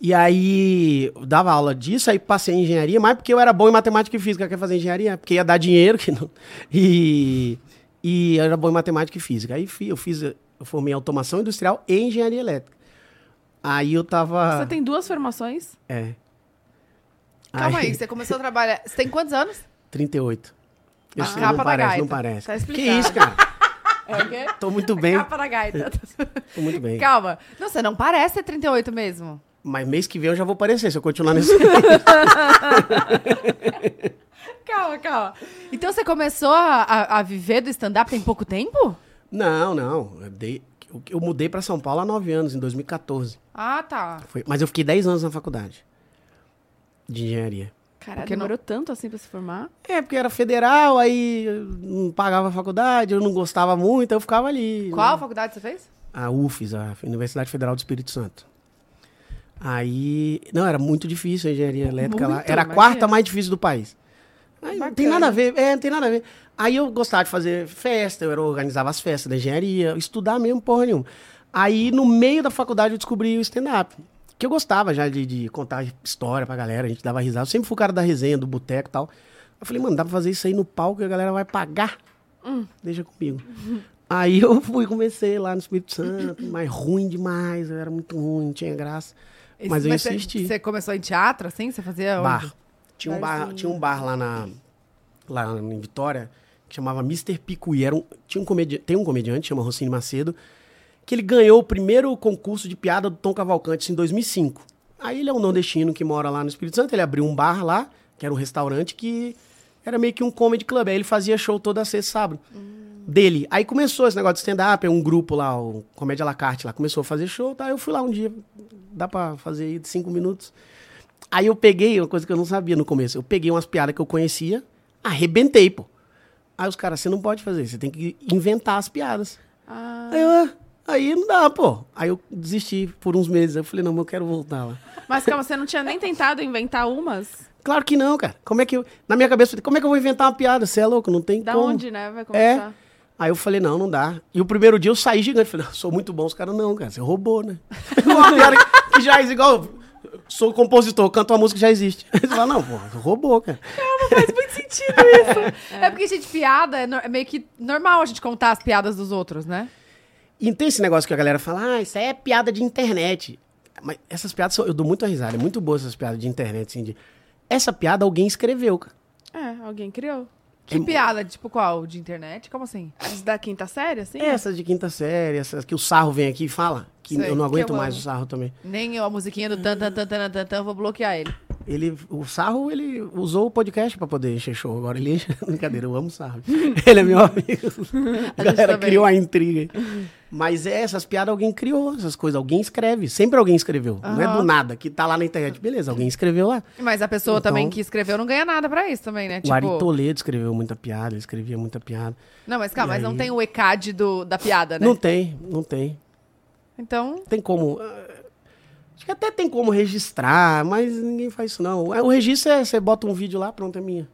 [SPEAKER 3] E aí, eu dava aula disso, aí passei em engenharia, mas porque eu era bom em matemática e física, quer fazer engenharia, porque ia dar dinheiro, que não. E, e eu era bom em matemática e física. Aí fi- eu fiz, eu formei automação industrial e engenharia elétrica. Aí eu tava.
[SPEAKER 4] Você tem duas formações?
[SPEAKER 3] É.
[SPEAKER 1] Calma aí, você começou a trabalhar. Você tem quantos anos?
[SPEAKER 3] 38. Eu
[SPEAKER 1] Ah,
[SPEAKER 3] sei,
[SPEAKER 1] capa
[SPEAKER 3] não
[SPEAKER 1] da
[SPEAKER 3] parece,
[SPEAKER 1] gaita.
[SPEAKER 3] não parece.
[SPEAKER 1] Tá
[SPEAKER 3] que
[SPEAKER 1] explicado.
[SPEAKER 3] isso, cara?
[SPEAKER 1] É o quê?
[SPEAKER 3] Tô muito bem,
[SPEAKER 1] Capa da gaita.
[SPEAKER 3] tô muito bem.
[SPEAKER 1] Calma. Não, você não parece ter 38 mesmo.
[SPEAKER 3] Mas mês que vem eu já vou aparecer, se eu continuar nesse...
[SPEAKER 1] Calma, calma. Então você começou a, a- a viver do stand-up tem pouco tempo?
[SPEAKER 3] não, não. Eu, dei- eu- eu mudei pra São Paulo há nove anos, em 2014.
[SPEAKER 1] Ah, tá.
[SPEAKER 3] Foi- Mas eu fiquei dez anos na faculdade de engenharia.
[SPEAKER 4] Caralho,
[SPEAKER 1] Porque não-
[SPEAKER 4] demorou tanto assim pra se formar?
[SPEAKER 3] É, porque era federal, aí eu não pagava a faculdade, eu não gostava muito, eu ficava ali.
[SPEAKER 1] Qual faculdade você fez?
[SPEAKER 3] a UFES, a Universidade Federal do Espírito Santo. Aí, não, era muito difícil a engenharia elétrica lá.
[SPEAKER 4] Muito,
[SPEAKER 3] Era a
[SPEAKER 4] imagina.
[SPEAKER 3] quarta mais difícil do país. Aí, não tem
[SPEAKER 4] Bacana.
[SPEAKER 3] nada a ver, é, não tem nada a ver. Aí eu gostava de fazer festa, eu era- organizava as festas da engenharia, estudar mesmo porra nenhuma. Aí, no meio da faculdade, eu descobri o stand-up. Que eu gostava já de, de contar história pra galera, a gente dava risada. Eu sempre fui o cara da resenha, do boteco e tal. Eu falei, mano, dá pra fazer isso aí no palco e a galera vai pagar. Deixa comigo. Aí eu fui, comecei lá no Espírito Santo, mas ruim demais, eu era muito ruim, não tinha graça.
[SPEAKER 1] Esse-
[SPEAKER 3] mas eu
[SPEAKER 1] você-
[SPEAKER 3] insisti.
[SPEAKER 1] Você, começou em teatro, assim? Você fazia... onde?
[SPEAKER 3] Bar. Tinha um bar,
[SPEAKER 4] Barzinho.
[SPEAKER 3] tinha um bar lá na lá em Vitória que chamava Mr. Picuí, era um, tinha um comediante, tem um comediante chama Rocine Macedo, que ele ganhou o primeiro concurso de piada do Tom Cavalcante isso em 2005. Aí ele é um nordestino que mora lá no Espírito Santo, ele abriu um bar lá, que era um restaurante que era meio que um comedy club, aí ele fazia show toda sexta e sábado. Dele. Aí começou esse negócio de stand-up, é um grupo lá, o Comédia à la carte lá, começou a fazer show, tá? Eu fui lá um dia, dá pra fazer aí de cinco minutos. Aí eu peguei uma coisa que eu não sabia no começo. Eu peguei umas piadas que eu conhecia, arrebentei, pô. Aí os caras, você não pode fazer, você tem que inventar as piadas.
[SPEAKER 4] Ah,
[SPEAKER 3] Aí, eu, "Ah, aí não dá, pô. Aí eu desisti por uns meses. Eu falei, não, mas eu quero voltar lá.
[SPEAKER 4] mas calma, você não tinha nem tentado inventar umas?
[SPEAKER 3] Claro que não, cara. Como é que eu. Na minha cabeça, eu falei, como é que eu vou inventar uma piada? Você é louco, não tem
[SPEAKER 4] Da
[SPEAKER 3] como. É.
[SPEAKER 4] onde, né? Vai começar.
[SPEAKER 3] Aí eu falei, não, não dá. E o primeiro dia eu saí gigante. Falei, "Ah, sou muito bom. Os caras, não, cara, você roubou, né? Uma piada que já é igual. Sou compositor, canto uma música que já existe. Aí você fala, não, pô, você roubou, cara.
[SPEAKER 1] Faz muito sentido isso. é. porque, gente, piada é, no- é meio que normal a gente contar as piadas dos outros, né?
[SPEAKER 3] E tem esse negócio que a galera fala, ah, isso aí é piada de internet. Mas essas piadas, são, eu dou muita risada, é muito boa essas piadas de internet, assim, de... Essa piada alguém escreveu, cara.
[SPEAKER 4] É, alguém criou.
[SPEAKER 1] Que piada, tipo qual? De internet? Como assim?
[SPEAKER 4] As da quinta série, assim?
[SPEAKER 1] É.
[SPEAKER 3] Essas de quinta série, essas que o Sarro vem aqui e fala, que
[SPEAKER 1] Sei,
[SPEAKER 3] eu não
[SPEAKER 1] que
[SPEAKER 3] aguento
[SPEAKER 1] eu
[SPEAKER 3] mais
[SPEAKER 1] amo.
[SPEAKER 3] o Sarro também.
[SPEAKER 1] Nem eu, a musiquinha do tan tan tan tan tan, tan vou bloquear ele.
[SPEAKER 3] Ele, o Sarro, ele usou o podcast pra poder encher show. Agora ele enche... Brincadeira, eu amo o Sarro. ele é meu amigo. A galera
[SPEAKER 1] também.
[SPEAKER 3] criou a intriga. aí. Mas é, essas piadas alguém criou, essas coisas. Alguém escreve. Sempre alguém escreveu. Não é do nada, que tá lá na internet. Beleza, alguém escreveu lá.
[SPEAKER 1] Mas a pessoa
[SPEAKER 3] Então-
[SPEAKER 1] também que escreveu não ganha nada pra isso também, né?
[SPEAKER 3] O Ari Toledo escreveu muita piada, ele escrevia muita piada.
[SPEAKER 1] Não, mas calma,
[SPEAKER 3] E
[SPEAKER 1] mas não
[SPEAKER 3] aí?
[SPEAKER 1] tem o ECAD do, da piada, né?
[SPEAKER 3] Não tem, não tem.
[SPEAKER 1] Então,
[SPEAKER 3] Tem como. ah, Acho que até tem como registrar, mas ninguém faz isso, não. O registro é você bota um vídeo lá, pronto, é minha.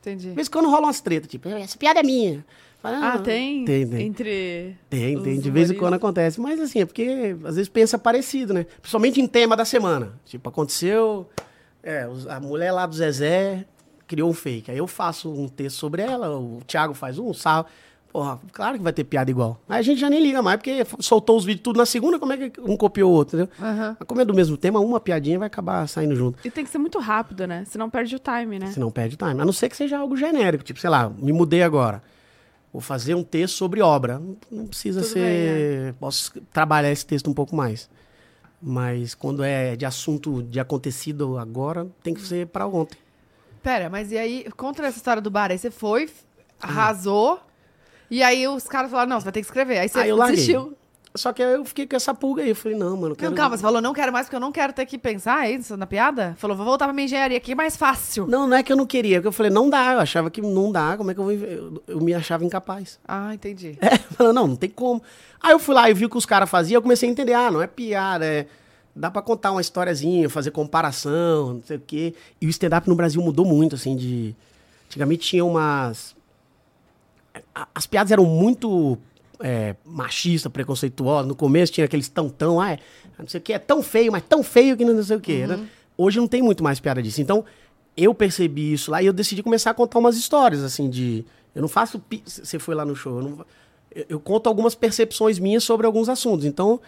[SPEAKER 1] entendi.
[SPEAKER 3] De vez em quando rola umas tretas, tipo, essa piada é minha. Fala,
[SPEAKER 4] Ah, tem?
[SPEAKER 3] Tem, tem.
[SPEAKER 4] Entre.
[SPEAKER 3] Tem,
[SPEAKER 4] Os
[SPEAKER 3] tem. De vez em
[SPEAKER 4] humoristas.
[SPEAKER 3] quando acontece. Mas assim, é porque às vezes pensa parecido, né? Principalmente em tema da semana. Tipo, aconteceu. é, os- a mulher lá do Zezé criou um fake. Aí eu faço um texto sobre ela, o Thiago faz um, o Sarro. Porra, claro que vai ter piada igual. Aí a gente já nem liga mais, porque f- soltou os vídeos tudo na segunda, como é que um copiou o outro, entendeu?
[SPEAKER 1] Aham.
[SPEAKER 3] Mas como é do mesmo tema, uma piadinha vai acabar saindo junto.
[SPEAKER 4] E tem que ser muito rápido, né? Senão perde o time, né?
[SPEAKER 3] Você não perde time. A não ser que seja algo genérico, tipo, sei lá, me mudei agora. Vou fazer um texto sobre obra. Não- Não precisa
[SPEAKER 4] Tudo
[SPEAKER 3] ser. Posso es- trabalhar esse texto um pouco mais. Mas quando é de assunto de acontecido agora, tem que ser pra ontem.
[SPEAKER 1] Pera, mas e aí, conta essa história do bar. Aí você foi,
[SPEAKER 3] Hum.
[SPEAKER 1] f- arrasou, e aí os caras falaram, não, você vai ter que escrever. Aí você
[SPEAKER 3] Aí eu larguei.
[SPEAKER 1] desistiu.
[SPEAKER 3] Só que aí eu fiquei com essa pulga aí. Eu falei, não, mano, eu quero.
[SPEAKER 1] Não, calma, você falou, não quero mais, porque eu não quero ter que pensar é isso na piada. Falou, vou voltar pra minha engenharia, que é mais fácil.
[SPEAKER 3] Não, não é que eu não queria. é que Eu falei, não dá. Eu achava que não dá. Como é que eu vou. inve- Eu, eu me achava incapaz.
[SPEAKER 1] Ah, entendi.
[SPEAKER 3] É, falando, não, não tem como. Aí eu fui lá e vi o que os caras faziam, eu comecei a entender, ah, não é piada, é... Dá pra contar uma historiazinha, fazer comparação, não sei o quê. E o stand-up no Brasil mudou muito, assim, de... Antigamente tinha umas... a- As piadas eram muito é, machista, preconceituosa. No começo tinha aqueles tão tão, ah, é, não sei o que, é tão feio, mas tão feio que não sei o que. Né? Hoje não tem muito mais piada disso. Então, eu percebi isso lá e eu decidi começar a contar umas histórias, assim, de. Eu não faço. pi- Você foi lá no show. Eu, não- eu- eu conto algumas percepções minhas sobre alguns assuntos. Então,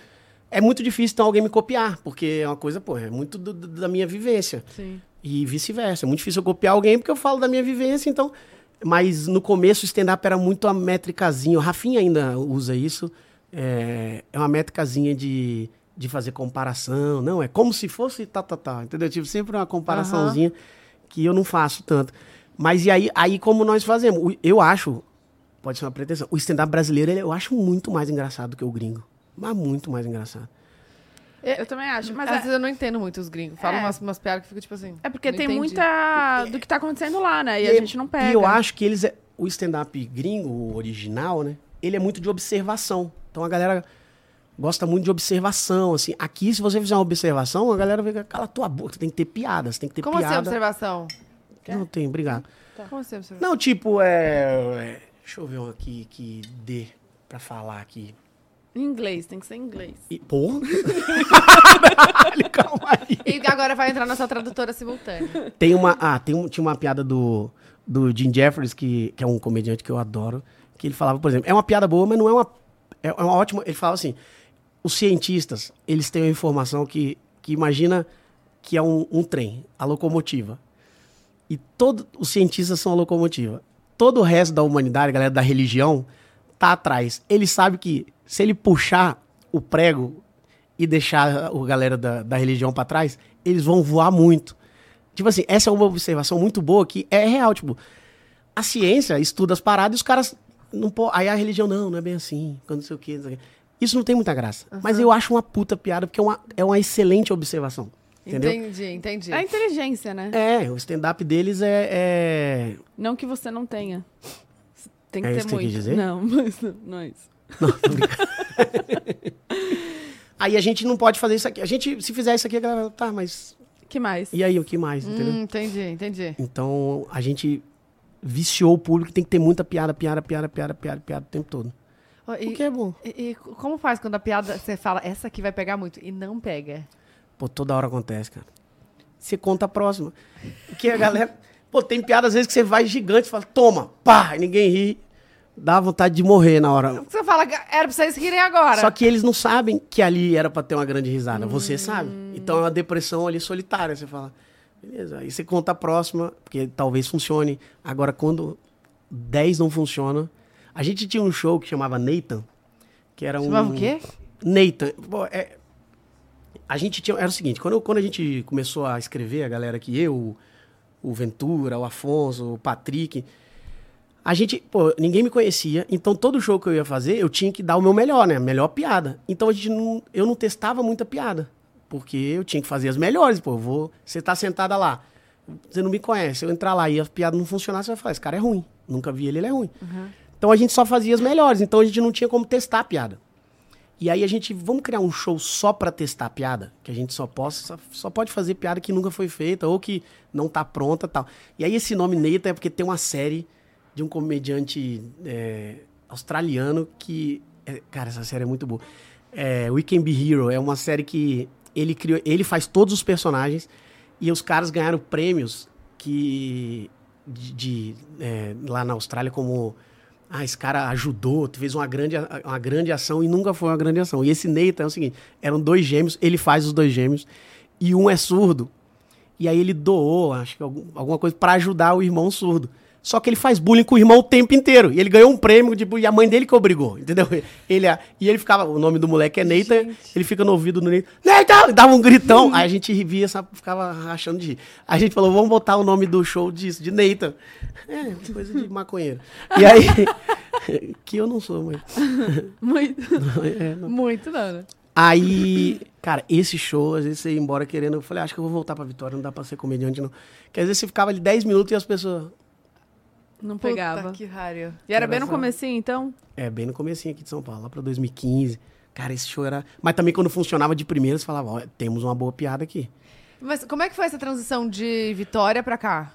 [SPEAKER 3] é muito difícil então, alguém me copiar, porque é uma coisa, pô, é muito do- do- da minha vivência.
[SPEAKER 1] Sim.
[SPEAKER 3] E vice-versa. É muito difícil eu copiar alguém porque eu falo da minha vivência, então. Mas no começo o stand-up era muito a métricazinha. O Rafinha ainda usa isso. É, é uma métricazinha de, de fazer comparação. Não, é como se fosse tá, tá, tá. Entendeu? Eu tive sempre uma comparaçãozinha que eu não faço tanto. Mas e aí, aí como nós fazemos? O- Eu acho, pode ser uma pretensão, o stand-up brasileiro ele- eu acho muito mais engraçado que o gringo. Mas muito mais engraçado.
[SPEAKER 4] Eu também acho, mas
[SPEAKER 1] Às
[SPEAKER 4] é,
[SPEAKER 1] vezes eu não entendo muito os gringos. Falam
[SPEAKER 4] É.
[SPEAKER 1] umas, umas piadas que fica tipo assim.
[SPEAKER 4] é porque
[SPEAKER 1] não
[SPEAKER 4] tem
[SPEAKER 1] entendi.
[SPEAKER 4] muita do que tá acontecendo lá, né? E, a
[SPEAKER 3] E- é
[SPEAKER 4] gente não pega.
[SPEAKER 3] E eu acho que eles. é- O stand-up gringo, o original, né? Ele é muito de observação. Então a galera gosta muito de observação. Assim, aqui, se você fizer uma observação, a galera vai cala tua boca, tem que ter piada, você tem que ter
[SPEAKER 1] Como assim,
[SPEAKER 3] piada.
[SPEAKER 1] observação?
[SPEAKER 4] é?
[SPEAKER 3] Não tem, obrigado.
[SPEAKER 1] Como assim, observação?
[SPEAKER 3] Não, tipo, é. é, Deixa eu ver um aqui que dê pra falar aqui.
[SPEAKER 4] Em inglês, tem que ser em inglês.
[SPEAKER 3] E, porra! Caralho, calma aí.
[SPEAKER 1] E agora vai entrar nossa tradutora simultânea.
[SPEAKER 3] Tem uma. Ah, tem um- tinha uma piada do, do Jim Jeffries, que, que é um comediante que eu adoro, que ele falava, por exemplo, é uma piada boa, mas não é uma. É, é uma ótima. Ele falava assim: os cientistas, eles têm uma informação que, que imagina que é um, um trem, a locomotiva. E todos os cientistas são a locomotiva. Todo o resto da humanidade, a galera da religião, tá atrás. Ele sabe que se ele puxar o prego e deixar o galera da, da religião pra trás, eles vão voar muito. Tipo assim, essa é uma observação muito boa que é real, tipo, a ciência estuda as paradas e os caras não po- aí a religião não, não é bem assim, quando não sei o quê, não sei o quê. Isso não tem muita graça. Mas eu acho uma puta piada porque é uma, é uma excelente observação. Entendeu?
[SPEAKER 1] Entendi, entendi.
[SPEAKER 4] É a inteligência, né?
[SPEAKER 3] É, o stand-up deles é. é...
[SPEAKER 4] Não que você não tenha. Tem que
[SPEAKER 3] É
[SPEAKER 4] ter
[SPEAKER 3] isso que eu
[SPEAKER 4] muito.
[SPEAKER 3] quis dizer?
[SPEAKER 4] Não, mas não, não é isso.
[SPEAKER 3] Aí a gente não pode fazer isso aqui. A gente, se fizer isso aqui, a galera, tá, mas.
[SPEAKER 4] que mais?
[SPEAKER 3] E aí, o que mais? Entendeu?
[SPEAKER 1] Hum, entendi, entendi.
[SPEAKER 3] Então a gente viciou o público, tem que ter muita piada, piada, piada, piada, piada, piada o tempo todo.
[SPEAKER 1] Ó,
[SPEAKER 3] O
[SPEAKER 1] E,
[SPEAKER 3] que é bom.
[SPEAKER 1] e- e como faz quando a piada você fala, essa aqui vai pegar muito, e não pega?
[SPEAKER 3] Pô, toda hora acontece, cara. Você conta a próxima. Porque a galera. Pô, tem piada às vezes que você vai gigante e fala, toma, pá, e ninguém ri. Dá vontade de morrer na hora.
[SPEAKER 1] Você fala, era pra vocês rirem agora. Hum.
[SPEAKER 3] Só que eles não sabem que ali era pra ter uma grande risada. Você sabe. Então é uma depressão ali solitária. Você fala, beleza. Aí você conta a próxima, porque talvez funcione. Agora, quando 10 não funciona. A gente tinha um show que chamava Nathan, que era um.
[SPEAKER 1] Chamava o quê?
[SPEAKER 3] Nathan. Pô, é- a gente tinha. Era o seguinte, quando, eu- quando a gente começou a escrever, a galera que eu, o Ventura, o Afonso, o Patrick. A gente, pô, ninguém me conhecia, então todo show que eu ia fazer, eu tinha que dar o meu melhor, né? A melhor piada. Então a gente não, eu não testava muita piada, porque eu tinha que fazer as melhores, pô. eu Vou, você tá sentada lá, você não me conhece, eu entrar lá e a piada não funcionar, você vai falar, esse cara é ruim. Nunca vi ele, ele é ruim. Então a gente só fazia as melhores, então a gente não tinha como testar a piada. E aí a gente, vamos criar um show só pra testar a piada? Que a gente só, possa, só pode fazer piada que nunca foi feita ou que não tá pronta e tal. E aí esse nome Neita é porque tem uma série de um comediante é, australiano que... é, cara, essa série é muito boa. É, We Can Be Hero é uma série que ele criou, ele faz todos os personagens e os caras ganharam prêmios que de, de, é, lá na Austrália como ah, esse cara ajudou, fez uma grande, a- uma grande ação e nunca foi uma grande ação. E esse Nathan é o seguinte: eram dois gêmeos, ele faz os dois gêmeos, e um é surdo. E aí ele doou, acho que algum- alguma coisa, pra ajudar o irmão surdo. Só que ele faz bullying com o irmão o tempo inteiro. E ele ganhou um prêmio, tipo, e a mãe dele que obrigou, entendeu? Ele, e ele ficava, o nome do moleque é Nathan, ele fica no ouvido do Nathan, Nathan! Dava um gritão. aí a gente via, sabe, ficava rachando de rir. Aí a gente falou, vamos botar o nome do show disso, de Nathan. É, coisa de maconheiro. E aí, que eu não sou, mas...
[SPEAKER 4] Muito.
[SPEAKER 3] é, não.
[SPEAKER 1] Muito, não, né?
[SPEAKER 3] Aí, cara, esse show, às vezes você ia embora querendo, eu falei, "Ah, acho que eu vou voltar pra Vitória, não dá pra ser comediante, não. Porque às vezes você ficava ali 10 minutos e as pessoas...
[SPEAKER 4] Não
[SPEAKER 1] Puta
[SPEAKER 4] pegava.
[SPEAKER 1] que raio.
[SPEAKER 4] E era bem no
[SPEAKER 3] Engraçado.
[SPEAKER 4] comecinho, então?
[SPEAKER 3] É, bem no comecinho aqui de São Paulo, lá pra 2015. Cara, esse show era... Mas também quando funcionava de primeira, você falava, ó, temos uma boa piada aqui.
[SPEAKER 1] Mas como é que foi essa transição de Vitória pra cá?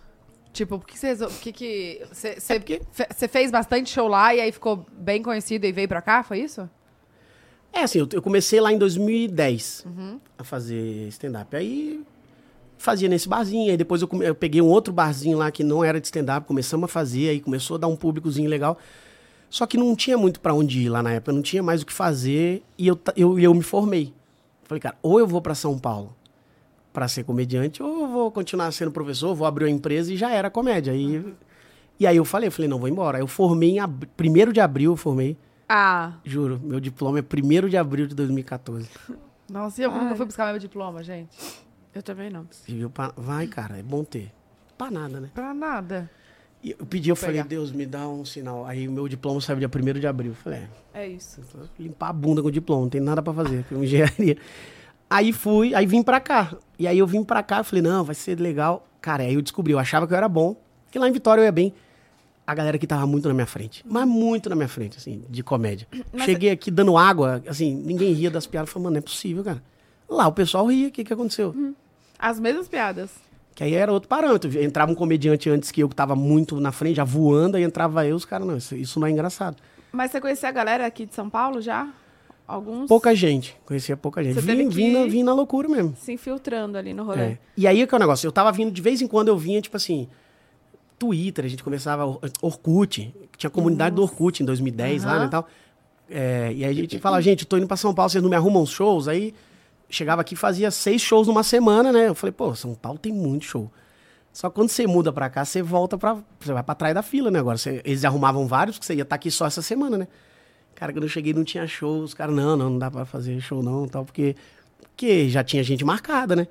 [SPEAKER 1] Tipo, por que você resol- por que que você você-
[SPEAKER 3] É porque-
[SPEAKER 1] fe- você fez bastante show lá e aí ficou bem conhecido e veio pra cá, foi isso?
[SPEAKER 3] É assim, eu, eu comecei lá em 2010 a fazer stand-up. Aí fazia nesse barzinho, aí depois eu, come- eu peguei um outro barzinho lá que não era de stand-up, começamos a fazer, aí começou a dar um públicozinho legal. Só que não tinha muito pra onde ir lá na época, não tinha mais o que fazer e eu, ta- eu, e eu me formei. Falei, cara, ou eu vou pra São Paulo pra ser comediante, ou eu vou continuar sendo professor, vou abrir uma empresa e já era comédia. E, e aí eu falei, eu falei, não, vou embora. Aí Eu formei em abri- primeiro de abril, eu formei.
[SPEAKER 4] Ah,
[SPEAKER 3] Juro, meu diploma é 1 de abril de 2014.
[SPEAKER 1] Nossa, e eu nunca fui buscar meu diploma, gente.
[SPEAKER 4] eu também não.
[SPEAKER 3] Você viu? Pra- Vai, cara, é bom ter. Pra nada, né?
[SPEAKER 1] Pra nada.
[SPEAKER 3] E eu pedi, eu falei,
[SPEAKER 1] pegar.
[SPEAKER 3] Deus, me dá um sinal. Aí o meu diploma saiu dia 1 de abril. Eu falei, é,
[SPEAKER 4] É isso.
[SPEAKER 3] Vou limpar a bunda com o diploma, não tem nada pra fazer, com engenharia. Aí fui, aí vim pra cá. E aí eu vim pra cá, eu falei, não, vai ser legal. Cara, aí eu descobri, eu achava que eu era bom, que lá em Vitória eu ia bem. A galera que tava muito na minha frente, mas muito na minha frente, assim, de comédia. Cheguei aqui dando água, assim, ninguém ria das piadas, eu falei, mano, não é possível, cara. Lá o pessoal ria, o que que aconteceu?
[SPEAKER 4] As mesmas piadas.
[SPEAKER 3] Que aí era outro parâmetro. Entrava um comediante antes que eu, que tava muito na frente, já voando, aí entrava eu, os caras, não, isso- isso não é engraçado.
[SPEAKER 4] Mas você conhecia a galera aqui de São Paulo já? Alguns
[SPEAKER 3] Pouca gente, conhecia pouca gente.
[SPEAKER 4] Você teve
[SPEAKER 3] Vim,
[SPEAKER 4] que-
[SPEAKER 3] vim, na, vim na loucura mesmo.
[SPEAKER 4] se infiltrando ali no
[SPEAKER 3] É.
[SPEAKER 4] rolê.
[SPEAKER 3] E aí que é o negócio, eu tava vindo, de vez em quando eu vinha, tipo assim, Twitter, a gente começava Or- Orkut, tinha comunidade do Orkut em 2010 lá, né, e tal. É, e aí a gente falava, gente, eu tô indo pra São Paulo, vocês não me arrumam uns shows? Aí chegava aqui e fazia seis shows numa semana, né? Eu falei, pô, São Paulo tem muito show. Só que quando você muda pra cá, você volta pra. Você vai pra trás da fila, né? Agora, Você- eles arrumavam vários, porque você ia estar aqui só essa semana, né? Cara, quando eu cheguei não tinha show, os caras, não, não, não dá pra fazer show não, tal, porque, porque já tinha gente marcada, né?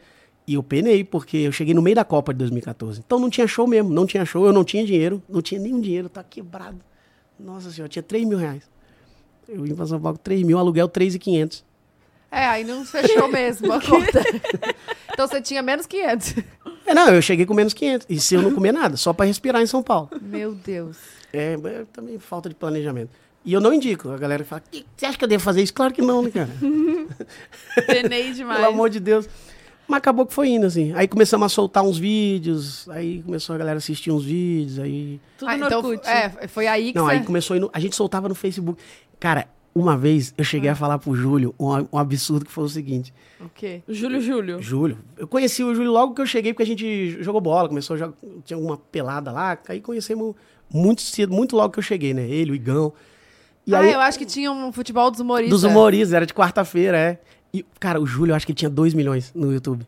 [SPEAKER 3] E eu penei, porque eu cheguei no meio da Copa de 2014. Então não tinha show mesmo, não tinha show, eu não tinha dinheiro, não tinha nenhum dinheiro, tá quebrado. Nossa senhora, tinha 3 mil reais. Eu vim pra São Paulo com 3 mil, aluguel 3,500.
[SPEAKER 1] É, aí não fechou mesmo a conta. então você tinha menos 500.
[SPEAKER 3] É, não, eu cheguei com menos 500. E se eu não comer nada, só pra respirar em São Paulo.
[SPEAKER 1] Meu Deus.
[SPEAKER 3] É, mas é também falta de planejamento. E eu não indico. A galera fala, "Que- você acha que eu devo fazer isso? Claro que não, né, cara?
[SPEAKER 4] Penei demais.
[SPEAKER 3] Pelo amor de Deus. Mas acabou que foi indo, assim. Aí começamos a soltar uns vídeos, aí começou a galera assistir uns vídeos, aí...
[SPEAKER 4] Tudo
[SPEAKER 1] Ah,
[SPEAKER 4] no
[SPEAKER 1] então,
[SPEAKER 4] Orkut.
[SPEAKER 1] é, foi aí que
[SPEAKER 3] Não,
[SPEAKER 1] você...
[SPEAKER 3] aí começou a ir no... A gente soltava no Facebook. Cara, uma vez eu
[SPEAKER 1] Ah.
[SPEAKER 3] cheguei a falar pro Júlio um, a- um absurdo que foi o seguinte.
[SPEAKER 1] O quê?
[SPEAKER 4] Júlio, Júlio.
[SPEAKER 3] Júlio, eu conheci o Júlio logo que eu cheguei, porque a gente jogou bola, começou a jogar... Tinha uma pelada lá, aí conhecemos muito cedo, muito logo que eu cheguei, né? Ele, o Igão. E
[SPEAKER 1] ah,
[SPEAKER 3] aí,
[SPEAKER 1] eu acho que tinha um futebol dos humoristas.
[SPEAKER 3] Dos humoristas, era de quarta-feira, é. E, cara, o Júlio, eu acho que ele tinha 2 milhões no YouTube.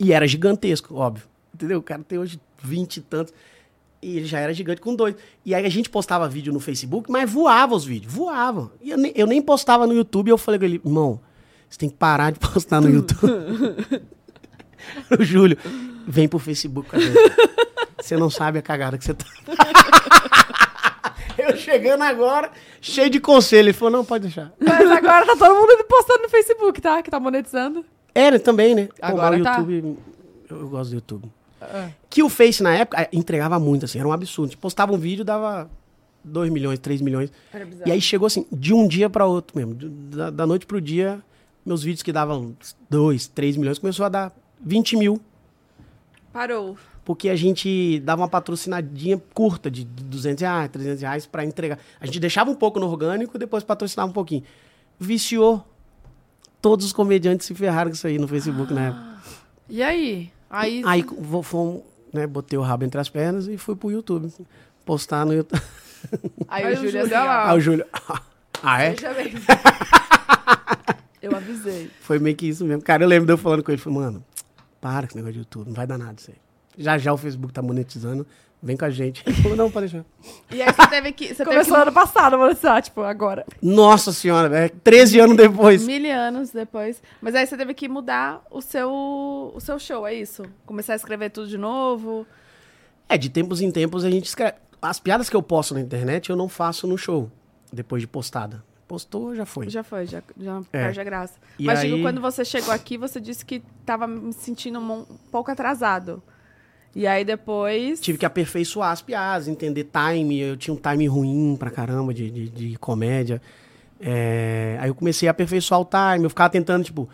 [SPEAKER 3] E era gigantesco, óbvio. Entendeu? O cara tem hoje 20 e tantos. E ele já era gigante com dois. E aí a gente postava vídeo no Facebook, mas voava os vídeos, voava. E eu nem, eu nem postava no YouTube, eu falei com ele, irmão, você tem que parar de postar no YouTube. o Júlio, vem pro Facebook com a gente. Você não sabe a cagada que você tá. eu chegando agora, cheio de conselho. Ele falou, não, pode deixar.
[SPEAKER 1] Mas agora tá todo mundo postando no Facebook, tá? Que tá monetizando.
[SPEAKER 3] Era também, né? Pô,
[SPEAKER 1] Agora
[SPEAKER 3] mas
[SPEAKER 1] tá. Ah.
[SPEAKER 3] o YouTube. Eu, eu gosto do YouTube. Que o Face na época ah, entregava muito, assim, era um absurdo. Tipo, Postava um vídeo, dava 2 milhões, 3 milhões. E aí chegou assim, de um dia pra outro mesmo. de- Da, da noite pro dia, meus vídeos que davam 2, 3 milhões, começou a dar 20 mil.
[SPEAKER 4] Parou.
[SPEAKER 3] Porque a gente dava uma patrocinadinha curta de 200 reais, 300 reais pra entregar. A gente deixava um pouco no orgânico, depois patrocinava um pouquinho. Viciou. Todos os comediantes se ferraram com isso aí no Facebook na época.
[SPEAKER 1] E aí? Aí,
[SPEAKER 3] Aí vou, fom- né, botei o rabo entre as pernas e fui pro YouTube. Postar no YouTube.
[SPEAKER 1] aí,
[SPEAKER 4] Aí
[SPEAKER 1] o
[SPEAKER 4] o
[SPEAKER 1] Júlio,
[SPEAKER 4] Júlio,
[SPEAKER 1] olha lá.
[SPEAKER 3] Ah, o Júlio. Ah, é?
[SPEAKER 4] Veja bem. Eu avisei.
[SPEAKER 3] Foi meio que isso mesmo. Cara, eu lembro de eu falando com ele. Falei, mano, para com esse negócio de YouTube, não vai dar nada isso aí. Já já o Facebook tá monetizando, vem com a gente. Ele falou, não, pode deixar.
[SPEAKER 4] E aí você teve que. Você
[SPEAKER 1] Começou
[SPEAKER 4] teve
[SPEAKER 1] ano passado, mano, sei lá, tipo, agora.
[SPEAKER 3] Nossa senhora, velho, 13 anos
[SPEAKER 4] que...
[SPEAKER 3] depois.
[SPEAKER 4] Mil anos depois. Mas aí você teve que mudar o seu, o seu show, é isso? Começar a escrever tudo de novo.
[SPEAKER 3] É, de tempos em tempos a gente escreve. As piadas que eu posto na internet eu não faço no show, depois de postada. Postou, já foi.
[SPEAKER 4] Já foi, já, já
[SPEAKER 3] É.
[SPEAKER 4] perde a graça.
[SPEAKER 3] E
[SPEAKER 4] Mas
[SPEAKER 3] aí-
[SPEAKER 4] digo, quando você chegou aqui, você disse que tava me sentindo um um pouco atrasado. E aí depois.
[SPEAKER 3] Tive que aperfeiçoar as piadas, entender time. Eu tinha um time ruim pra caramba de, de, de comédia. É, aí eu comecei a aperfeiçoar o time. Eu ficava tentando, tipo,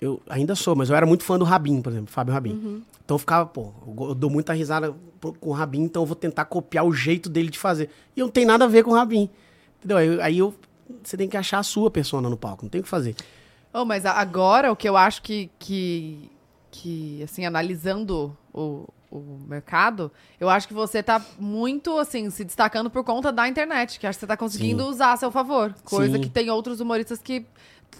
[SPEAKER 3] Eu ainda sou, mas eu era muito fã do Rabin, por exemplo, Fábio Rabin. Então eu ficava, pô, eu go- eu dou muita risada pro- com o Rabin, então eu vou tentar copiar o jeito dele de fazer. E eu não tenho nada a ver com o Rabin. Entendeu? Aí, eu- aí eu, você tem que achar a sua persona no palco, não tem o que fazer.
[SPEAKER 1] Oh, mas a- agora o que eu acho que, que, que assim, analisando o, o mercado, eu acho que você tá muito, assim, se destacando por conta da internet, que eu acho que você tá conseguindo usar a seu favor. Coisa
[SPEAKER 3] Sim.
[SPEAKER 1] que tem outros humoristas que,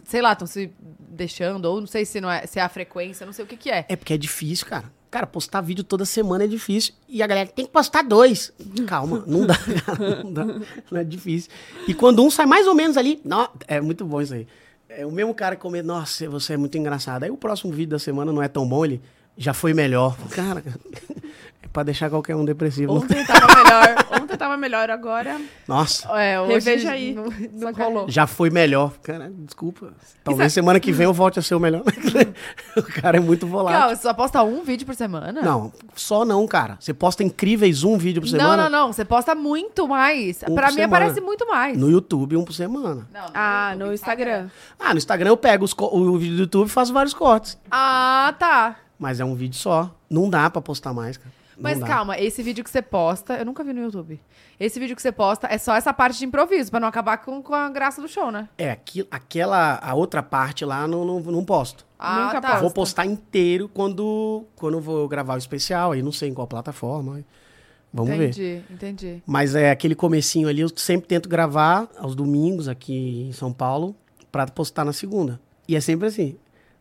[SPEAKER 1] sei lá, estão se deixando, ou não sei se, não é, se é a frequência, não sei o que que é.
[SPEAKER 3] É porque é difícil, cara. Cara, postar vídeo toda semana é difícil. E a galera tem que postar dois. Calma, não dá, cara, não dá. Não é difícil. E quando um sai mais ou menos ali. Não, é muito bom isso aí. É o mesmo cara que comenta, nossa, você é muito engraçado. Aí o próximo vídeo da semana não é tão bom, ele já foi melhor. Cara, é pra deixar qualquer um depressivo.
[SPEAKER 4] Ontem tava melhor, ontem tava melhor, agora
[SPEAKER 3] Nossa,
[SPEAKER 1] É, hoje
[SPEAKER 4] Reveja aí.
[SPEAKER 1] Não, não
[SPEAKER 4] Saca-
[SPEAKER 1] rolou.
[SPEAKER 3] já foi melhor. Cara, desculpa. Talvez semana que vem eu volte a ser o melhor. né? o cara é muito volátil.
[SPEAKER 1] Não, você só posta um vídeo por semana?
[SPEAKER 3] Não, só não, cara. Você posta incríveis um vídeo por semana.
[SPEAKER 1] Não, não, não. Você posta muito mais.
[SPEAKER 3] Um
[SPEAKER 1] pra
[SPEAKER 3] por
[SPEAKER 1] mim
[SPEAKER 3] semana.
[SPEAKER 1] aparece muito mais.
[SPEAKER 3] No YouTube, um por semana.
[SPEAKER 1] Não, no
[SPEAKER 4] Ah,
[SPEAKER 1] YouTube,
[SPEAKER 4] no Instagram.
[SPEAKER 3] Ah, no Instagram eu pego os co- o vídeo do YouTube e faço vários cortes.
[SPEAKER 1] Ah, tá.
[SPEAKER 3] Mas é um vídeo só. Não dá pra postar mais, cara. Não
[SPEAKER 1] Mas
[SPEAKER 3] dá.
[SPEAKER 1] calma, esse vídeo que você posta, eu nunca vi no YouTube. Esse vídeo que você posta é só essa parte de improviso, pra não acabar com, com a graça do show, né?
[SPEAKER 3] É, aqui, aquela, a outra parte lá não, não, não posto.
[SPEAKER 1] Ah,
[SPEAKER 4] Nunca
[SPEAKER 1] tá.
[SPEAKER 3] Vou postar inteiro quando, quando eu vou gravar o especial, aí não sei em qual plataforma. aí Vamos ver.
[SPEAKER 1] Entendi, entendi.
[SPEAKER 3] Mas é aquele comecinho ali, eu sempre tento gravar aos domingos aqui em São Paulo pra postar na segunda. E é sempre assim.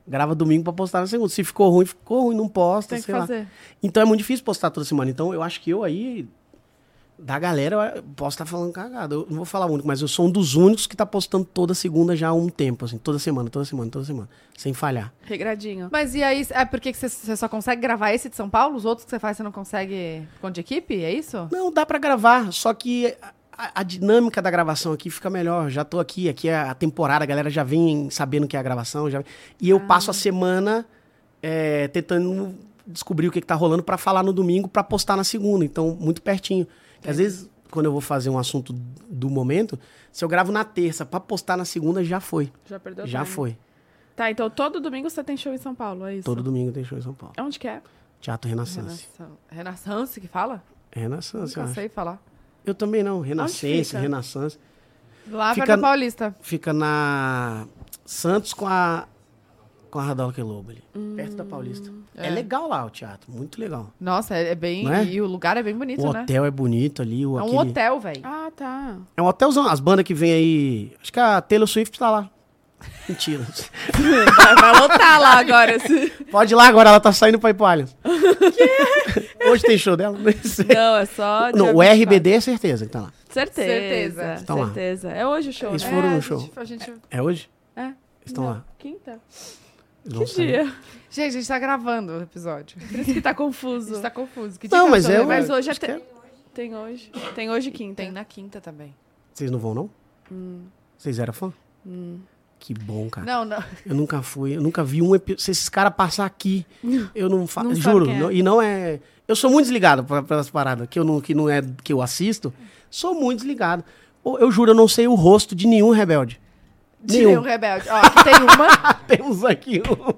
[SPEAKER 3] Grava domingo pra postar na segunda. Se ficou ruim, ficou ruim, não posta,
[SPEAKER 4] Tem que
[SPEAKER 3] sei lá.
[SPEAKER 4] fazer.
[SPEAKER 3] Então é muito difícil postar toda semana. Então eu acho que eu aí, da galera, eu posso estar falando cagada. Eu não vou falar único, mas eu sou um dos únicos que tá postando toda segunda já há um tempo, assim, toda semana, toda semana, toda semana, sem falhar.
[SPEAKER 4] Regradinho.
[SPEAKER 1] Mas e aí, é por que que você, você só consegue gravar esse de São Paulo? Os outros que você faz, você não consegue por conta de equipe? É isso?
[SPEAKER 3] Não, dá pra gravar, só que a, a dinâmica da gravação aqui fica melhor. Já tô aqui, aqui é a temporada, a galera já vem sabendo que é a gravação. Já... E eu passo a semana é, tentando descobrir o que, que tá rolando pra falar no domingo, pra postar na segunda. Então, muito pertinho. Às vezes, quando eu vou fazer um assunto do momento, se eu gravo na terça pra postar na segunda, já foi.
[SPEAKER 4] Já perdeu
[SPEAKER 3] já
[SPEAKER 4] time.
[SPEAKER 3] foi.
[SPEAKER 4] Tá, então todo domingo você tem show em São Paulo, é isso?
[SPEAKER 3] Todo domingo tem show em São Paulo.
[SPEAKER 4] Onde que é?
[SPEAKER 3] Teatro Renascença.
[SPEAKER 1] Renascence. Renascence que fala?
[SPEAKER 3] Renascença, eu
[SPEAKER 1] Nunca
[SPEAKER 3] acho.
[SPEAKER 1] sei falar.
[SPEAKER 3] Eu também não. Renascença,
[SPEAKER 4] fica?
[SPEAKER 3] Renascença.
[SPEAKER 1] Lá
[SPEAKER 3] Fica
[SPEAKER 1] Fica...
[SPEAKER 3] no-
[SPEAKER 1] Paulista.
[SPEAKER 3] fica na Santos com a com a Radol Lobo ali, perto da Paulista. É. legal lá o teatro, muito legal.
[SPEAKER 1] Nossa, é, é bem.
[SPEAKER 3] Não é?
[SPEAKER 1] E o lugar é bem bonito,
[SPEAKER 3] o
[SPEAKER 1] né?
[SPEAKER 3] hotel é bonito ali, o
[SPEAKER 1] É um
[SPEAKER 3] aquele-
[SPEAKER 1] hotel, velho.
[SPEAKER 4] Ah, tá.
[SPEAKER 3] É um hotelzão, as bandas que vem aí, acho que a Taylor Swift tá lá. Mentira.
[SPEAKER 4] Vai, vai lotar lá agora. esse-
[SPEAKER 3] Pode ir lá agora, ela tá saindo pra ir pro Allianz. Hoje tem show dela, não sei.
[SPEAKER 4] Não, é só.
[SPEAKER 3] Não,
[SPEAKER 4] dia
[SPEAKER 3] o
[SPEAKER 4] 24.
[SPEAKER 3] RBD é certeza que tá lá.
[SPEAKER 4] Certeza.
[SPEAKER 1] Certeza.
[SPEAKER 4] Certeza.
[SPEAKER 3] Então lá.
[SPEAKER 4] É hoje o show,
[SPEAKER 3] Eles
[SPEAKER 4] né?
[SPEAKER 3] foram
[SPEAKER 1] É,
[SPEAKER 3] no
[SPEAKER 1] a
[SPEAKER 3] show.
[SPEAKER 1] gente- a gente...
[SPEAKER 3] É hoje?
[SPEAKER 4] É.
[SPEAKER 3] Estão
[SPEAKER 4] Não,
[SPEAKER 3] lá.
[SPEAKER 4] Quinta?
[SPEAKER 3] Eles vão
[SPEAKER 4] Que
[SPEAKER 3] sair.
[SPEAKER 4] dia?
[SPEAKER 1] gente, a gente tá gravando o episódio.
[SPEAKER 4] Por isso que tá
[SPEAKER 1] A gente
[SPEAKER 4] confuso.
[SPEAKER 1] tá confuso. Que
[SPEAKER 3] Não,
[SPEAKER 1] dia
[SPEAKER 3] mas
[SPEAKER 1] que eu
[SPEAKER 3] é
[SPEAKER 1] tô
[SPEAKER 3] hoje.
[SPEAKER 1] lembrando?
[SPEAKER 4] Mas hoje
[SPEAKER 3] Acho
[SPEAKER 4] até. Tem hoje. Tem hoje e quinta.
[SPEAKER 1] Tem na quinta também.
[SPEAKER 3] Vocês não vão não? Vocês eram fã? Que bom, cara.
[SPEAKER 1] Não, não.
[SPEAKER 3] Eu nunca fui, eu nunca vi um episódio. Se esses caras passar aqui, eu não faço.
[SPEAKER 4] Não sabe
[SPEAKER 3] Juro,
[SPEAKER 4] quem é.
[SPEAKER 3] não- e não é. Eu sou muito desligado pra, pra essas paradas que eu não, que não é que eu assisto. Sou muito desligado. Eu, eu juro, eu não sei o rosto de nenhum rebelde.
[SPEAKER 1] Tirei
[SPEAKER 3] Nenhum.
[SPEAKER 1] um rebelde. Ó, aqui tem uma.
[SPEAKER 3] Temos aqui um.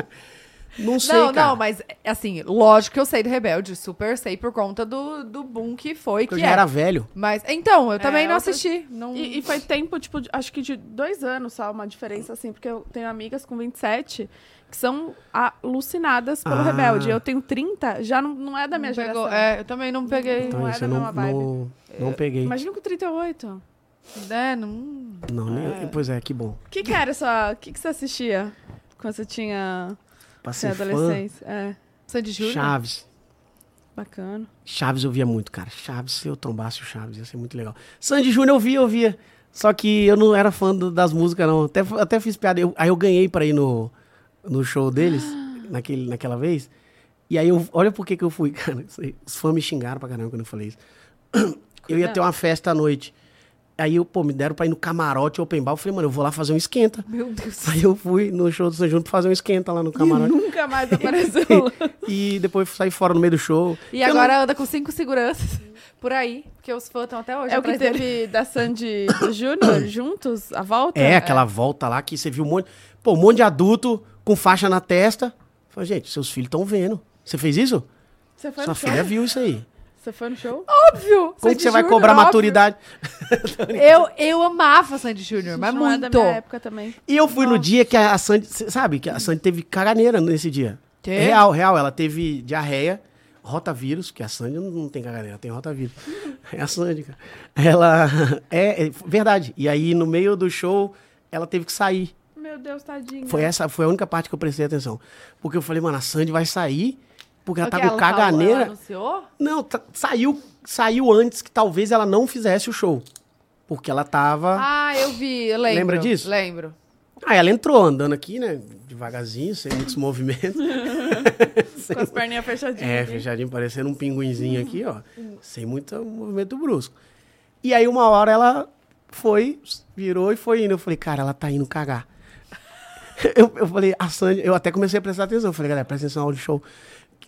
[SPEAKER 3] não sei,
[SPEAKER 1] não,
[SPEAKER 3] cara.
[SPEAKER 1] não, mas assim, lógico que eu sei do rebelde. Super sei por conta do, do boom que foi,
[SPEAKER 3] Porque eu
[SPEAKER 1] que
[SPEAKER 3] já
[SPEAKER 1] é.
[SPEAKER 3] era velho.
[SPEAKER 1] Mas, então, eu também não
[SPEAKER 4] outra-
[SPEAKER 1] assisti. Não...
[SPEAKER 4] E, e foi tempo, tipo, de- acho que de dois anos só, uma diferença, assim, porque eu tenho amigas com 27 que são alucinadas pelo
[SPEAKER 3] Ah.
[SPEAKER 4] Rebelde. Eu tenho 30, já não, não é da minha
[SPEAKER 1] não pegou-
[SPEAKER 4] geração.
[SPEAKER 1] É, eu também não peguei.
[SPEAKER 3] Então
[SPEAKER 4] não é
[SPEAKER 3] isso
[SPEAKER 4] da
[SPEAKER 3] eu não,
[SPEAKER 4] mesma vibe. É,
[SPEAKER 3] não, não peguei.
[SPEAKER 4] Imagina com 38.
[SPEAKER 1] É, não...
[SPEAKER 3] Não, nem- Pois é, que bom.
[SPEAKER 4] O que, que era só. O que, que você assistia quando você tinha
[SPEAKER 3] Pra
[SPEAKER 4] você
[SPEAKER 3] ser
[SPEAKER 4] era
[SPEAKER 3] Assim, fã,
[SPEAKER 4] adolescência? É,
[SPEAKER 1] Sandy Júnior?
[SPEAKER 3] Chaves.
[SPEAKER 4] bacana.
[SPEAKER 3] Chaves eu via muito, cara. Chaves, se eu trombasse o Chaves, ia ser muito legal. Sandy Júnior eu via, eu via. Só que eu não era fã do- das músicas, não. Até, até fiz piada. Eu- aí eu ganhei pra ir no, no show deles,
[SPEAKER 1] Ah.
[SPEAKER 3] naquele, naquela vez. E aí eu. Olha por que que eu fui, cara. Isso aí, Os fãs me xingaram pra caramba quando eu falei isso. Eu ia ter uma festa à noite. Aí eu, pô, me deram pra ir no camarote open bar. Eu falei, mano, eu vou lá fazer um esquenta.
[SPEAKER 1] Meu Deus.
[SPEAKER 3] Aí eu fui no show do Sandy Júnior pra fazer um esquenta lá no camarote.
[SPEAKER 4] Nunca mais
[SPEAKER 1] tá
[SPEAKER 4] apareceu.
[SPEAKER 3] e depois saí fora no meio do show.
[SPEAKER 1] E agora anda com cinco seguranças por aí, porque os fãs estão até hoje.
[SPEAKER 4] é o que
[SPEAKER 1] atrás dele.
[SPEAKER 4] teve da Sandy e do Júnior juntos, a volta?
[SPEAKER 1] É.
[SPEAKER 4] É.
[SPEAKER 3] É, aquela volta lá que você viu um monte. Pô, um monte de adulto com faixa na testa. Falei, gente, seus filhos estão vendo. Você fez isso?
[SPEAKER 4] Você foi
[SPEAKER 3] Sua
[SPEAKER 1] é.
[SPEAKER 4] no show?
[SPEAKER 3] filha é viu isso aí.
[SPEAKER 4] Você foi no show?
[SPEAKER 1] Óbvio!
[SPEAKER 3] Como
[SPEAKER 1] Sandy
[SPEAKER 3] que você vai
[SPEAKER 1] Júnior,
[SPEAKER 3] cobrar
[SPEAKER 1] óbvio.
[SPEAKER 3] maturidade?
[SPEAKER 1] Eu, eu amava Sandy Júnior, mas
[SPEAKER 4] Não é da
[SPEAKER 1] muito.
[SPEAKER 4] minha época também.
[SPEAKER 3] E eu fui no dia que a Sandy, cê sabe, que a Sandy teve caganeira nesse dia. É
[SPEAKER 1] Teve?
[SPEAKER 3] Real, real. Ela teve diarreia, rotavírus, que a Sandy não- não tem caganeira, ela tem rotavírus.
[SPEAKER 1] Uhum.
[SPEAKER 3] É a Sandy, cara. Ela. É, é verdade. E aí, no meio do show, ela teve que sair.
[SPEAKER 4] Meu Deus, tadinha.
[SPEAKER 3] Foi essa foi a única parte que eu prestei atenção. Porque eu falei, mano, a Sandy vai sair, porque ela
[SPEAKER 1] Porque
[SPEAKER 3] tá
[SPEAKER 1] falou-
[SPEAKER 3] com caganeira.
[SPEAKER 1] ela anunciou?
[SPEAKER 3] Não, tá- saiu, saiu antes que talvez ela não fizesse o show. Porque ela tava.
[SPEAKER 1] Ah, eu vi, eu lembro.
[SPEAKER 3] Lembra disso?
[SPEAKER 1] Lembro.
[SPEAKER 3] Ah, ela entrou andando aqui, né? Devagarzinho, sem muitos movimentos.
[SPEAKER 4] Com as perninhas fechadinhas.
[SPEAKER 3] É, fechadinho, parecendo um pinguinzinho aqui, ó. Sem muito movimento brusco. E aí, uma hora, ela foi, virou e foi indo. Eu falei, cara, ela tá indo cagar. Eu, eu falei, a Sandy, eu até comecei a prestar atenção. Eu falei, galera, presta atenção ao show.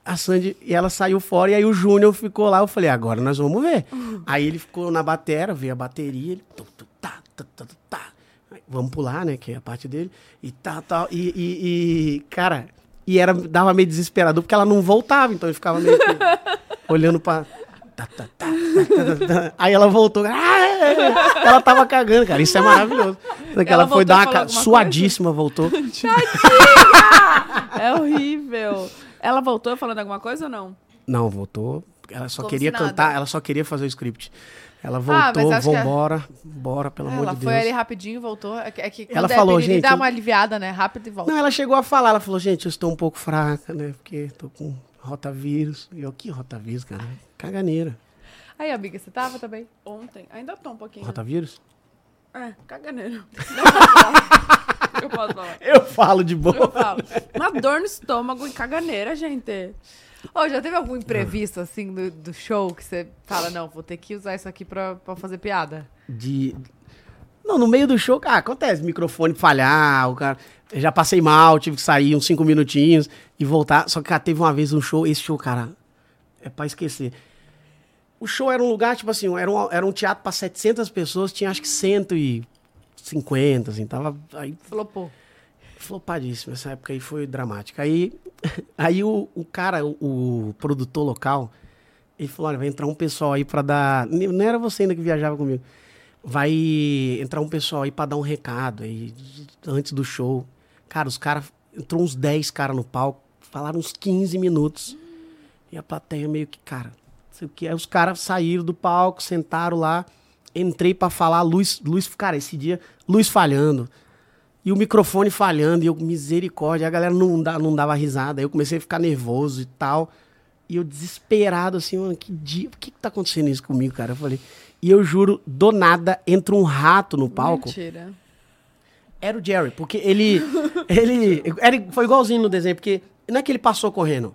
[SPEAKER 3] A Sandy, e ela saiu fora, e aí o Júnior ficou lá. Eu falei, agora nós vamos ver.
[SPEAKER 4] Uhum.
[SPEAKER 3] Aí ele ficou na batera, veio a bateria, ele. tu, tu, tá, tá, tá, tá, tá. Aí, Vamos pular, né? Que é a parte dele. E tal, tal. E, e- e, cara, e era, dava meio desesperador, porque ela não voltava, então ele ficava meio que olhando pra. tá, tá, tá, tá, tá, tá, tá. Aí ela voltou. ah, Ela tava cagando, cara. Isso é maravilhoso. Ela,
[SPEAKER 4] Ela voltou
[SPEAKER 3] foi dar
[SPEAKER 4] e
[SPEAKER 3] uma
[SPEAKER 4] falou
[SPEAKER 3] ca-
[SPEAKER 4] alguma
[SPEAKER 3] suadíssima, voltou.
[SPEAKER 4] É horrível. Ela voltou falando alguma coisa ou não?
[SPEAKER 3] Não, voltou. Ela só
[SPEAKER 1] Como
[SPEAKER 3] queria
[SPEAKER 1] se nada.
[SPEAKER 3] cantar, ela só queria fazer o script. Ela
[SPEAKER 1] Ah, mas
[SPEAKER 3] voltou,
[SPEAKER 1] acho que é-
[SPEAKER 3] vambora, bora, pelo amor
[SPEAKER 1] ela
[SPEAKER 3] de Deus.
[SPEAKER 1] foi ali rapidinho, voltou. É que, é que quando
[SPEAKER 3] Ela
[SPEAKER 1] é
[SPEAKER 3] falou,
[SPEAKER 1] piriri,
[SPEAKER 3] gente,
[SPEAKER 1] dá
[SPEAKER 3] eu-
[SPEAKER 1] uma aliviada, né? Rápido e volta.
[SPEAKER 3] Não, ela chegou a falar, ela falou, gente, eu estou um pouco fraca, né? Porque tô com rotavírus. E eu, que rotavírus, cara? Caganeira.
[SPEAKER 1] Aí, amiga, você tava também?
[SPEAKER 4] Ontem. Ainda tô um pouquinho.
[SPEAKER 3] Rotavírus?
[SPEAKER 4] É, caganeiro. Não posso falar. Eu posso falar.
[SPEAKER 3] Eu falo de boa.
[SPEAKER 4] Eu falo. Uma dor no estômago e caganeira, gente.
[SPEAKER 1] Ô, já teve algum imprevisto, assim, do, do show que você fala, não, vou ter que usar isso aqui pra, pra fazer piada?
[SPEAKER 3] de. Não, no meio do show, ah, acontece, microfone falhar, o cara. eu já passei mal, tive que sair uns cinco minutinhos e voltar. Só que, cara, teve uma vez um show, esse show, cara, é pra esquecer. O show era um lugar, tipo assim, era um, era um teatro pra 700 pessoas, tinha acho que 150, assim, tava. Aí
[SPEAKER 1] Falou, pô.
[SPEAKER 3] Flopadíssimo, essa época aí foi dramática. Aí, aí o, o cara, o, o produtor local, ele falou: olha, vai entrar um pessoal aí pra dar. N- Não era você ainda que viajava comigo. Vai entrar um pessoal aí pra dar um recado aí, antes do show. Cara, os caras. Entrou uns 10 caras no palco, falaram uns 15 minutos. E a plateia meio que, cara, não sei o que. Aí os caras saíram do palco, sentaram lá. Entrei pra falar, luz, luz, cara, esse dia, luz falhando. E o microfone falhando, e eu, misericórdia, a galera não, dá, não dava risada. Aí eu comecei a ficar nervoso e tal. E eu desesperado, assim, mano, que dia, o que que tá acontecendo isso comigo, cara? Eu falei, e eu juro, do nada, entra um rato no palco.
[SPEAKER 4] Mentira.
[SPEAKER 3] Era o Jerry, porque ele. ele era, foi igualzinho no desenho, porque não é que ele passou correndo.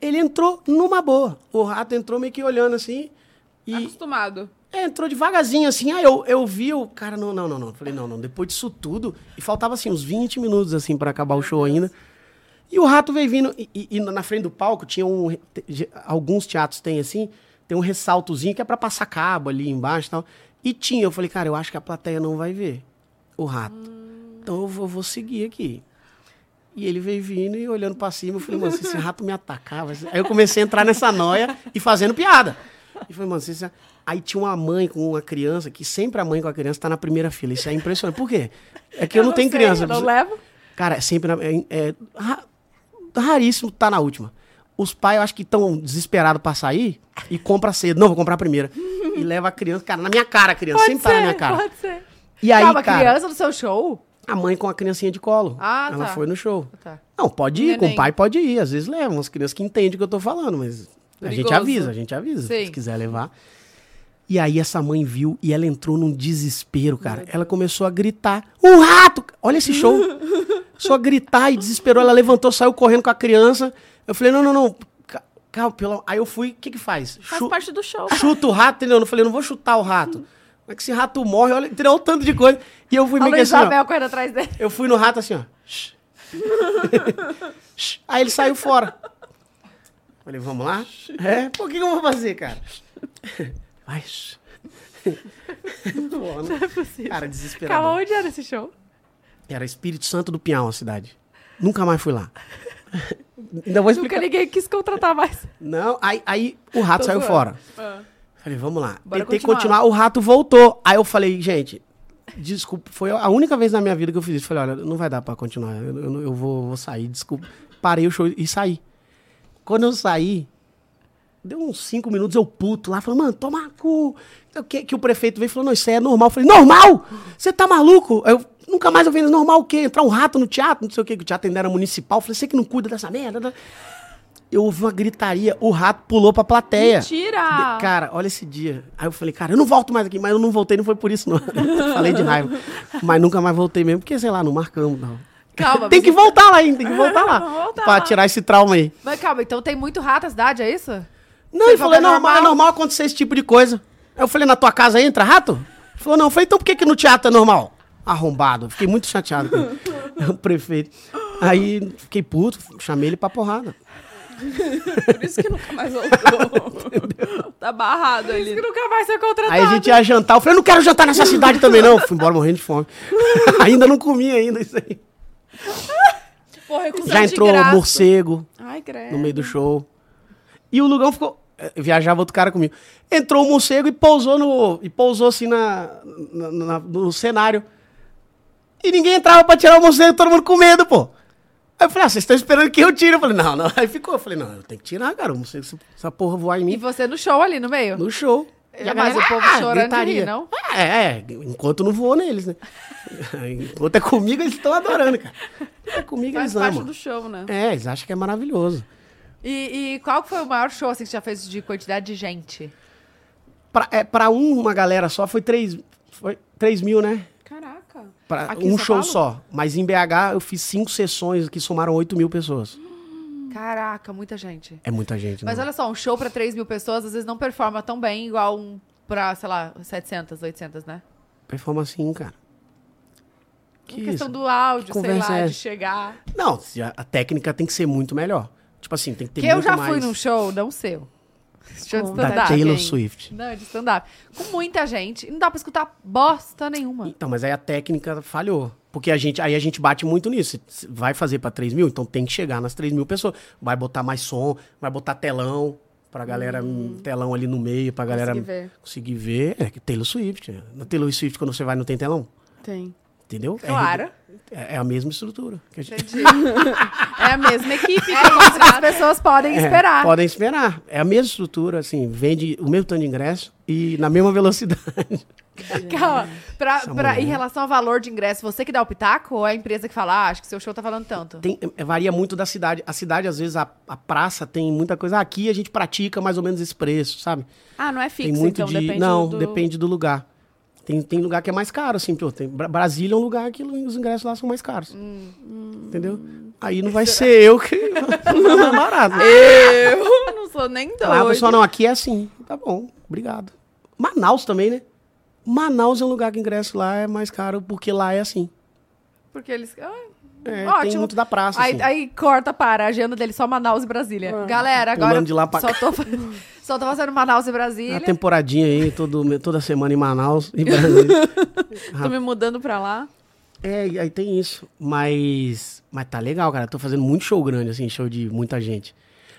[SPEAKER 3] Ele entrou numa boa. O rato entrou meio que olhando assim. E
[SPEAKER 4] Acostumado.
[SPEAKER 3] é, entrou devagarzinho assim. Aí eu, eu vi o cara, não, não, não, não. Falei, não, não. Depois disso tudo. E faltava assim uns 20 minutos assim pra acabar o show ainda. E o rato veio vindo. E, e- e na frente do palco tinha um. re- te- ge- Alguns teatros tem assim. Tem um ressaltozinho que é pra passar cabo ali embaixo e tal. E tinha. Eu falei, cara, eu acho que a plateia não vai ver o rato. Então eu vou, vou seguir aqui. E ele veio vindo e olhando pra cima. Eu falei, mano, se esse rato me atacar. vai ser-" Aí eu comecei a entrar nessa noia e fazendo piada. E falei, mano, se esse... Aí tinha uma mãe com uma criança, que sempre a mãe com a criança tá na primeira fila. Isso é impressionante. Por quê? É que eu, não, tenho
[SPEAKER 4] sei,
[SPEAKER 3] criança.
[SPEAKER 4] eu Não levo.
[SPEAKER 3] Cara, é sempre. na- é, é ra- raríssimo tá na última. Os pais, eu acho que estão desesperados pra sair e compra cedo. Não, vou comprar a primeira. E leva a criança, cara, na minha cara, a criança.
[SPEAKER 4] Pode
[SPEAKER 3] sempre
[SPEAKER 4] ser,
[SPEAKER 3] tá na minha cara.
[SPEAKER 4] pode ser.
[SPEAKER 3] E aí,
[SPEAKER 1] Calma,
[SPEAKER 3] cara,
[SPEAKER 1] criança no seu show?
[SPEAKER 3] a mãe com a criancinha de colo.
[SPEAKER 1] Ah,
[SPEAKER 3] ela
[SPEAKER 1] tá.
[SPEAKER 3] foi no show.
[SPEAKER 1] Tá.
[SPEAKER 3] Não, pode ir, com
[SPEAKER 4] Neném.
[SPEAKER 3] o pai pode ir. Às vezes leva umas crianças que entendem o que eu tô falando, mas a gente
[SPEAKER 4] Perigoso.
[SPEAKER 3] avisa, a gente avisa,
[SPEAKER 1] Sim.
[SPEAKER 3] se quiser levar. E aí essa mãe viu e ela entrou num desespero, cara. Ela começou a gritar: "Um rato!" Olha esse show. Só gritar e desesperou, ela levantou, saiu correndo com a criança. Eu falei: "Não, não, não. ca- Calma, pelo... Aí eu fui, o que que faz?
[SPEAKER 4] Faz
[SPEAKER 3] Chu-
[SPEAKER 4] parte do show.
[SPEAKER 3] Chuta o rato, entendeu? Eu falei, eu não vou chutar o rato. Como é que esse rato morre? Olha, entendeu? Olha o tanto de coisa. E eu fui
[SPEAKER 1] A
[SPEAKER 3] meio que assim, ó.
[SPEAKER 1] Isabel correndo atrás dele.
[SPEAKER 3] Eu fui no rato assim, ó. Shh. Shh. Aí ele saiu fora. Falei, vamos lá? É? Pô, o que, que eu vou fazer, cara? Vai. shh. Pô,
[SPEAKER 1] é
[SPEAKER 3] não- Cara, desesperado.
[SPEAKER 1] Calma, onde era esse show?
[SPEAKER 3] Era Espírito Santo do Pinhal, a cidade. Nunca mais fui lá. Ainda
[SPEAKER 4] Nunca
[SPEAKER 3] vou explicar.
[SPEAKER 4] ninguém quis contratar mais.
[SPEAKER 3] Não, aí, aí o rato
[SPEAKER 4] Tô
[SPEAKER 3] saiu
[SPEAKER 4] zoando.
[SPEAKER 3] fora.
[SPEAKER 4] Ah.
[SPEAKER 3] Falei, vamos lá.
[SPEAKER 1] Bora
[SPEAKER 3] Tentei
[SPEAKER 1] continuar.
[SPEAKER 3] continuar. o rato voltou. Aí eu falei, gente, desculpa, foi a única vez na minha vida que eu fiz isso. Falei, olha, não vai dar pra continuar, eu, eu- eu vou, vou sair, desculpa. Parei o show e saí. Quando eu saí, deu uns cinco minutos, eu puto lá, falei, mano, toma cu. O Que, que o prefeito veio e falou, não, isso aí é normal. Eu falei, normal? Você tá maluco? Eu nunca mais eu vi normal o quê? Entrar um rato no teatro, não sei o quê, que o teatro ainda era municipal. Eu falei, você que não cuida dessa merda. né?" Eu ouvi uma gritaria, o rato pulou pra plateia.
[SPEAKER 4] Mentira!
[SPEAKER 3] É. De- Cara, olha esse dia. Aí eu falei, cara, eu não volto mais aqui, mas eu não voltei, não foi por isso, não. falei de raiva. Mas nunca mais voltei mesmo, porque, sei lá, não marcamos, não.
[SPEAKER 1] Calma,
[SPEAKER 3] tem
[SPEAKER 1] mas-
[SPEAKER 3] que voltar lá, hein? Tem que voltar lá.
[SPEAKER 4] Vamos voltar
[SPEAKER 3] pra
[SPEAKER 4] lá.
[SPEAKER 3] tirar esse trauma aí.
[SPEAKER 1] Mas calma, então tem muito rato na cidade, é isso?
[SPEAKER 3] Não,
[SPEAKER 1] Você
[SPEAKER 3] ele falou,
[SPEAKER 1] falou,
[SPEAKER 3] é
[SPEAKER 1] é
[SPEAKER 3] normal, é
[SPEAKER 1] normal?
[SPEAKER 3] normal acontecer esse tipo de coisa. Aí eu falei, na tua casa entra rato? Ele falou, não. Eu falei, então por que, que no teatro é normal? Arrombado. Fiquei muito chateado com ele. o prefeito. Aí fiquei puto, chamei ele pra porrada.
[SPEAKER 4] Por isso que nunca mais voltou. tá barrado ali.
[SPEAKER 1] Que nunca vai ser contratado.
[SPEAKER 3] Aí a gente ia jantar. Eu falei, eu não quero jantar nessa cidade também, não. Fui embora morrendo de fome. ainda não comi ainda isso aí.
[SPEAKER 4] Porra, recusou
[SPEAKER 3] Já
[SPEAKER 4] de
[SPEAKER 3] entrou
[SPEAKER 4] graça.
[SPEAKER 3] morcego
[SPEAKER 4] Ai, credo.
[SPEAKER 3] no meio do show. E o Lugão ficou. eh, Viajava outro cara comigo. Entrou o morcego e pousou no. E pousou assim na, na- na- no cenário. E ninguém entrava pra tirar o morcego, todo mundo com medo, pô. Aí eu falei, ah, vocês estão esperando que eu tire. Eu falei, não, não. Aí ficou. Eu falei, não, eu tenho que tirar, cara. O morcego, se essa porra voar em
[SPEAKER 1] E
[SPEAKER 3] mim.
[SPEAKER 1] você no show ali, no meio?
[SPEAKER 3] No show.
[SPEAKER 1] É,
[SPEAKER 3] E a
[SPEAKER 1] mas
[SPEAKER 3] galera, "Ah,
[SPEAKER 1] o povo chorando de rir, não?
[SPEAKER 3] É, é, enquanto não voou neles, né? enquanto é comigo, eles estão adorando, cara. É comigo,
[SPEAKER 4] Faz
[SPEAKER 3] eles
[SPEAKER 4] parte
[SPEAKER 3] amam.
[SPEAKER 4] do show, né?
[SPEAKER 3] É, eles acham que é maravilhoso.
[SPEAKER 1] E, e qual que foi o maior show assim, que você já fez de quantidade de gente?
[SPEAKER 3] Pra, é, pra um, uma galera só, foi 3, foi 3 mil, né?
[SPEAKER 4] Caraca.
[SPEAKER 3] Pra
[SPEAKER 4] Aqui em
[SPEAKER 3] um
[SPEAKER 4] São
[SPEAKER 3] show
[SPEAKER 4] Paulo?
[SPEAKER 3] só. Mas em BH eu fiz cinco sessões que somaram 8 mil pessoas.
[SPEAKER 1] Caraca, muita gente.
[SPEAKER 3] É muita gente,
[SPEAKER 1] Mas
[SPEAKER 3] né?
[SPEAKER 1] olha só, um show pra 3 mil pessoas às vezes não performa tão bem igual um pra, sei lá, 700, 800, né?
[SPEAKER 3] Performance assim, cara.
[SPEAKER 1] Que questão
[SPEAKER 3] isso?
[SPEAKER 1] do áudio,
[SPEAKER 3] Que
[SPEAKER 1] sei
[SPEAKER 3] conversa
[SPEAKER 1] lá,
[SPEAKER 3] é
[SPEAKER 1] de
[SPEAKER 3] essa?
[SPEAKER 1] chegar.
[SPEAKER 3] Não, se a, a técnica tem que ser muito melhor. Tipo assim, tem que ter
[SPEAKER 1] que eu
[SPEAKER 3] muito
[SPEAKER 1] já
[SPEAKER 3] mais...
[SPEAKER 1] fui num show, não seu. Show de
[SPEAKER 4] Com-
[SPEAKER 1] stand-up.
[SPEAKER 3] Da Taylor
[SPEAKER 4] hein?
[SPEAKER 3] Swift.
[SPEAKER 1] Não, é de stand-up. Com muita gente. Não dá pra escutar bosta nenhuma.
[SPEAKER 3] Então, mas aí a técnica falhou. Porque a gente, aí a gente bate muito nisso. Se Vai fazer pra 3 mil, então tem que chegar nas 3 mil pessoas. Vai botar mais som, vai botar telão pra galera,
[SPEAKER 1] Hum.
[SPEAKER 3] um telão ali no meio, pra galera
[SPEAKER 4] Consegui ver.
[SPEAKER 3] conseguir ver. É que Taylor Swift. né? Na Taylor Swift, quando você vai, não tem telão.
[SPEAKER 4] Tem.
[SPEAKER 3] Entendeu? É-
[SPEAKER 1] Claro.
[SPEAKER 3] É, é a mesma estrutura. que a gente-
[SPEAKER 4] É a mesma equipe.
[SPEAKER 1] É isso que as pessoas podem
[SPEAKER 3] É,
[SPEAKER 1] esperar.
[SPEAKER 3] podem esperar. É a mesma estrutura, assim, vende o mesmo tanto de ingresso e na mesma velocidade.
[SPEAKER 1] Calma. Pra,
[SPEAKER 3] Essa
[SPEAKER 1] pra-
[SPEAKER 3] mulher.
[SPEAKER 1] em relação ao valor de ingresso, você que dá o pitaco ou é a empresa que fala, ah, acho que seu show tá valendo tanto?
[SPEAKER 3] Tem- é, varia muito da cidade. A cidade, às vezes, a, a praça tem muita coisa. Aqui a gente pratica mais ou menos esse preço, sabe?
[SPEAKER 4] Ah, não é fixo,
[SPEAKER 3] tem muito
[SPEAKER 4] então
[SPEAKER 3] de.
[SPEAKER 4] depende
[SPEAKER 3] não,
[SPEAKER 4] do...
[SPEAKER 3] depende do lugar. Tem, tem lugar que é mais caro, assim. Pô, tem, Bra- Brasília é um lugar que os ingressos lá são mais caros.
[SPEAKER 4] Hum,
[SPEAKER 3] Entendeu? Aí não vai ser eu que. mais barato.
[SPEAKER 4] Eu não sou nem doido.
[SPEAKER 3] Lá o pessoal, não, aqui é assim. Tá bom, obrigado. Manaus também, né? Manaus é um lugar que ingresso lá é mais caro, porque lá é assim.
[SPEAKER 1] Porque eles. Ah,
[SPEAKER 3] É, tem
[SPEAKER 1] Ótimo.
[SPEAKER 3] muito da praça.
[SPEAKER 1] aí,
[SPEAKER 3] assim.
[SPEAKER 1] aí corta, para. A agenda dele é só Manaus e Brasília. Galera,
[SPEAKER 3] Pulando
[SPEAKER 1] agora.
[SPEAKER 3] de lá pra
[SPEAKER 1] só, tô, fa- só tô fazendo Manaus e
[SPEAKER 3] Tem
[SPEAKER 1] Brasília.
[SPEAKER 3] uma temporadinha aí, todo, toda semana em Manaus e Brasília.
[SPEAKER 4] Tô me mudando pra lá.
[SPEAKER 3] é, e aí tem isso. Mas, mas tá legal, cara. Tô fazendo muito show grande, assim, show de muita gente.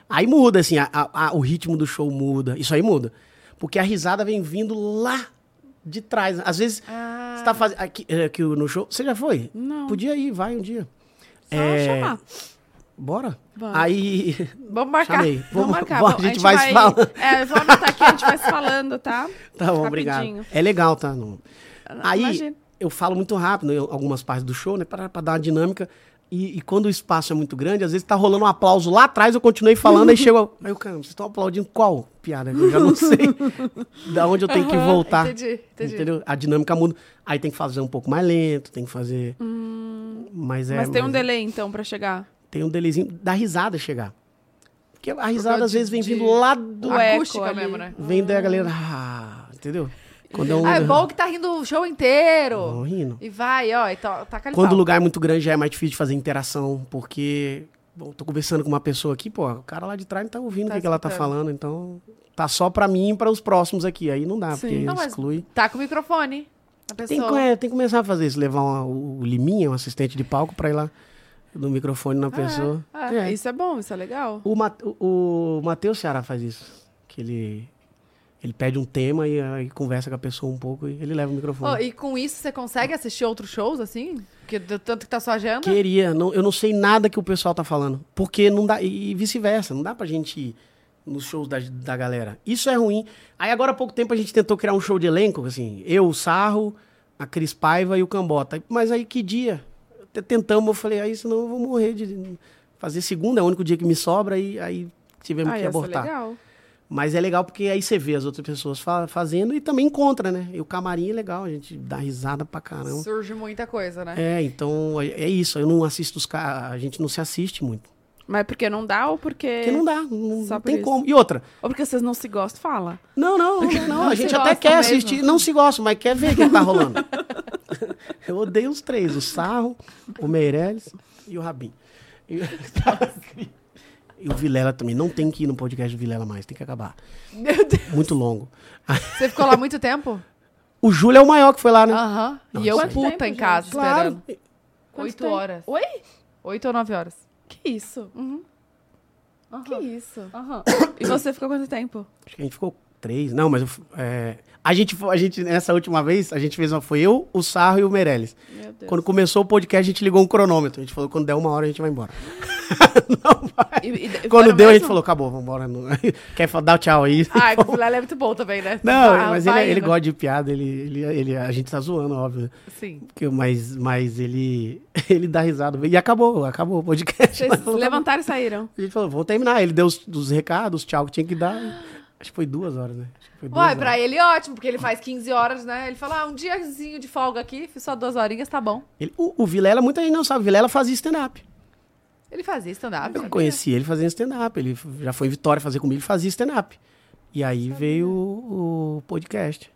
[SPEAKER 3] Aí muda, assim, a- a- a- o ritmo do show muda. Isso aí muda. Porque a risada vem vindo lá de trás. Às vezes, você tá fazendo. Aqui, é, aqui no show. Você já foi?
[SPEAKER 4] Não.
[SPEAKER 3] Podia ir, vai um dia.
[SPEAKER 4] Só
[SPEAKER 3] É,
[SPEAKER 4] chamar.
[SPEAKER 3] Bora?
[SPEAKER 4] Vamos.
[SPEAKER 3] Aí.
[SPEAKER 1] Vamos marcar.
[SPEAKER 3] Chamei.
[SPEAKER 4] Vamos
[SPEAKER 3] Vamos-
[SPEAKER 4] marcar.
[SPEAKER 3] vamos,
[SPEAKER 4] Bom,
[SPEAKER 3] a gente vai se falando.
[SPEAKER 4] É, eu vou anotar aqui, a gente vai se falando, tá?
[SPEAKER 3] Tá bom,
[SPEAKER 4] Rapidinho.
[SPEAKER 3] obrigado. É legal, tá? Não-
[SPEAKER 1] Ah,
[SPEAKER 3] Aí
[SPEAKER 4] Imagina.
[SPEAKER 3] eu falo muito rápido em algumas partes do show, né? Pra, pra dar uma dinâmica. E, e quando o espaço é muito grande, às vezes tá rolando um aplauso lá atrás, eu continuei falando, aí chega. Aí eu, cara, vocês estão aplaudindo qual piada? Eu já não sei da onde eu tenho que voltar.
[SPEAKER 1] Entendi, entendi.
[SPEAKER 3] Entendeu? A dinâmica muda. Aí tem que fazer um pouco mais lento, tem que fazer.
[SPEAKER 1] Hum,
[SPEAKER 3] Mas é.
[SPEAKER 4] Mas tem um delay, então, pra chegar.
[SPEAKER 3] Tem um delayzinho da risada chegar. Porque a risada às
[SPEAKER 1] de-
[SPEAKER 3] vezes vem
[SPEAKER 1] de-
[SPEAKER 3] vindo lá do.
[SPEAKER 4] Ué. eco
[SPEAKER 1] Acústica
[SPEAKER 4] ali.
[SPEAKER 1] mesmo, né?
[SPEAKER 3] Vem da galera. "Ah", entendeu? Quando um-
[SPEAKER 1] Ah, é bom que tá rindo o show inteiro.
[SPEAKER 3] Vão rindo.
[SPEAKER 1] E vai, ó, então tá
[SPEAKER 3] Quando o
[SPEAKER 1] calipau.
[SPEAKER 3] lugar é muito grande, já é mais difícil de fazer interação, porque. Bom, tô conversando com uma pessoa aqui, pô, o cara lá de trás não tá ouvindo
[SPEAKER 1] Tá
[SPEAKER 3] o que, que ela tá
[SPEAKER 1] escutando.
[SPEAKER 3] falando, então. Tá só pra mim e pra os próximos aqui. Aí não dá,
[SPEAKER 4] Sim.
[SPEAKER 3] porque
[SPEAKER 1] Não, mas
[SPEAKER 3] exclui.
[SPEAKER 1] Tá com o microfone. A
[SPEAKER 3] Tem,
[SPEAKER 1] pessoa.
[SPEAKER 3] que- é, tem que começar a fazer isso, levar uma- o Liminha, um assistente de palco, pra ir lá. do microfone na pessoa.
[SPEAKER 4] Ah,
[SPEAKER 3] É.
[SPEAKER 4] Isso é bom, isso é legal.
[SPEAKER 3] O, Mat o, o Matheus Ceará faz isso. Que ele, ele pede um tema e aí conversa com a pessoa um pouco e ele leva o
[SPEAKER 1] Ô,
[SPEAKER 3] microfone.
[SPEAKER 1] e com isso, você consegue assistir outros shows, assim? Porque do tanto que tá sua agenda?
[SPEAKER 3] Queria, não, eu não sei nada que o pessoal tá falando. Porque não dá. E e vice-versa, não dá pra gente ir nos shows da, da galera. Isso é ruim. Aí agora há pouco tempo a gente tentou criar um show de elenco, assim, eu, o Sarro, a Cris Paiva e o Cambota. Mas aí que dia? T- Tentamos, eu falei, aí senão eu vou morrer de. Fazer segunda, é o único dia que me sobra, e aí tivemos
[SPEAKER 4] Ah,
[SPEAKER 3] que
[SPEAKER 4] isso é
[SPEAKER 3] abortar.
[SPEAKER 4] legal.
[SPEAKER 3] Mas é legal porque aí você vê as outras pessoas fa- fazendo e também encontra, né? E o camarim é legal, a gente dá risada pra caramba.
[SPEAKER 1] Surge muita coisa, né?
[SPEAKER 3] É, então é é isso. Eu não assisto os caras, a gente não se assiste muito.
[SPEAKER 4] Mas é porque não dá ou porque...
[SPEAKER 3] Porque não dá, não,
[SPEAKER 4] É. Só
[SPEAKER 3] não
[SPEAKER 4] por
[SPEAKER 3] tem
[SPEAKER 4] isso.
[SPEAKER 3] como. E outra,
[SPEAKER 4] Ou porque vocês não se gostam, fala.
[SPEAKER 3] não, não, não, não,
[SPEAKER 1] Não
[SPEAKER 3] a
[SPEAKER 1] se
[SPEAKER 3] gente até
[SPEAKER 1] gosta
[SPEAKER 3] quer
[SPEAKER 1] mesmo.
[SPEAKER 3] assistir, não se gosta, mas quer ver o que tá rolando. Eu odeio os três, o Sarro, o Meirelles e o Rabin. E, e o Vilela também, não tem que ir no podcast do Vilela mais, tem que acabar.
[SPEAKER 1] Meu Deus.
[SPEAKER 3] Muito longo.
[SPEAKER 1] Você ficou lá muito tempo?
[SPEAKER 3] O Júlio é o maior que foi lá, né?
[SPEAKER 1] Aham.
[SPEAKER 3] Não,
[SPEAKER 1] E eu
[SPEAKER 3] isso aí.
[SPEAKER 1] puta
[SPEAKER 4] Quanto tempo,
[SPEAKER 1] em casa
[SPEAKER 4] gente?
[SPEAKER 1] esperando.
[SPEAKER 4] Quanto
[SPEAKER 1] Oito
[SPEAKER 4] tem?
[SPEAKER 1] horas.
[SPEAKER 4] Oi?
[SPEAKER 1] Oito ou nove horas.
[SPEAKER 4] Que isso?
[SPEAKER 1] Aham.
[SPEAKER 4] Que isso?
[SPEAKER 1] Aham.
[SPEAKER 4] E você ficou quanto tempo?
[SPEAKER 3] Acho que a gente ficou três. Não, mas eu f- é, a gente fo- a gente nessa última vez a gente fez uma foi eu, o Sarro e o Meirelles.
[SPEAKER 4] Meu Deus.
[SPEAKER 3] Quando começou o podcast a gente ligou um cronômetro. A gente falou quando der uma hora a gente vai embora.
[SPEAKER 4] E- e- e
[SPEAKER 3] Quando
[SPEAKER 4] foram
[SPEAKER 3] deu
[SPEAKER 1] um.
[SPEAKER 3] a gente
[SPEAKER 4] mesmo?
[SPEAKER 3] falou acabou, vamos embora. não- Quer fa- dar o tchau aí?
[SPEAKER 1] Ai, o Vilela é muito bom também, né?
[SPEAKER 3] Então, Não,
[SPEAKER 1] Vai-
[SPEAKER 3] mas ele, é-
[SPEAKER 1] vai
[SPEAKER 3] ele
[SPEAKER 1] indo.
[SPEAKER 3] gosta de piada. Ele, ele, ele a gente tá zoando óbvio.
[SPEAKER 1] Sim.
[SPEAKER 3] Que- Mas mas ele ele dá risada e acabou acabou o podcast.
[SPEAKER 4] Vocês levantaram e saíram.
[SPEAKER 3] A gente falou vamos terminar. Ele deu os, os recados, os tchau que tinha que dar. Acho que foi duas horas, né? Acho que foi duas
[SPEAKER 1] Uai,
[SPEAKER 3] horas.
[SPEAKER 1] pra ele é ótimo, porque ele faz 15 horas, né? Ele fala, ah, um diazinho de folga aqui, fiz só duas horinhas, tá bom.
[SPEAKER 3] Ele- o, o Vilela, muita gente não sabe. O Vilela fazia stand-up.
[SPEAKER 1] Ele fazia stand-up.
[SPEAKER 3] Eu conheci ele fazendo stand-up. Ele f- já foi em Vitória fazer comigo, ele fazia stand-up. E aí veio o, o podcast.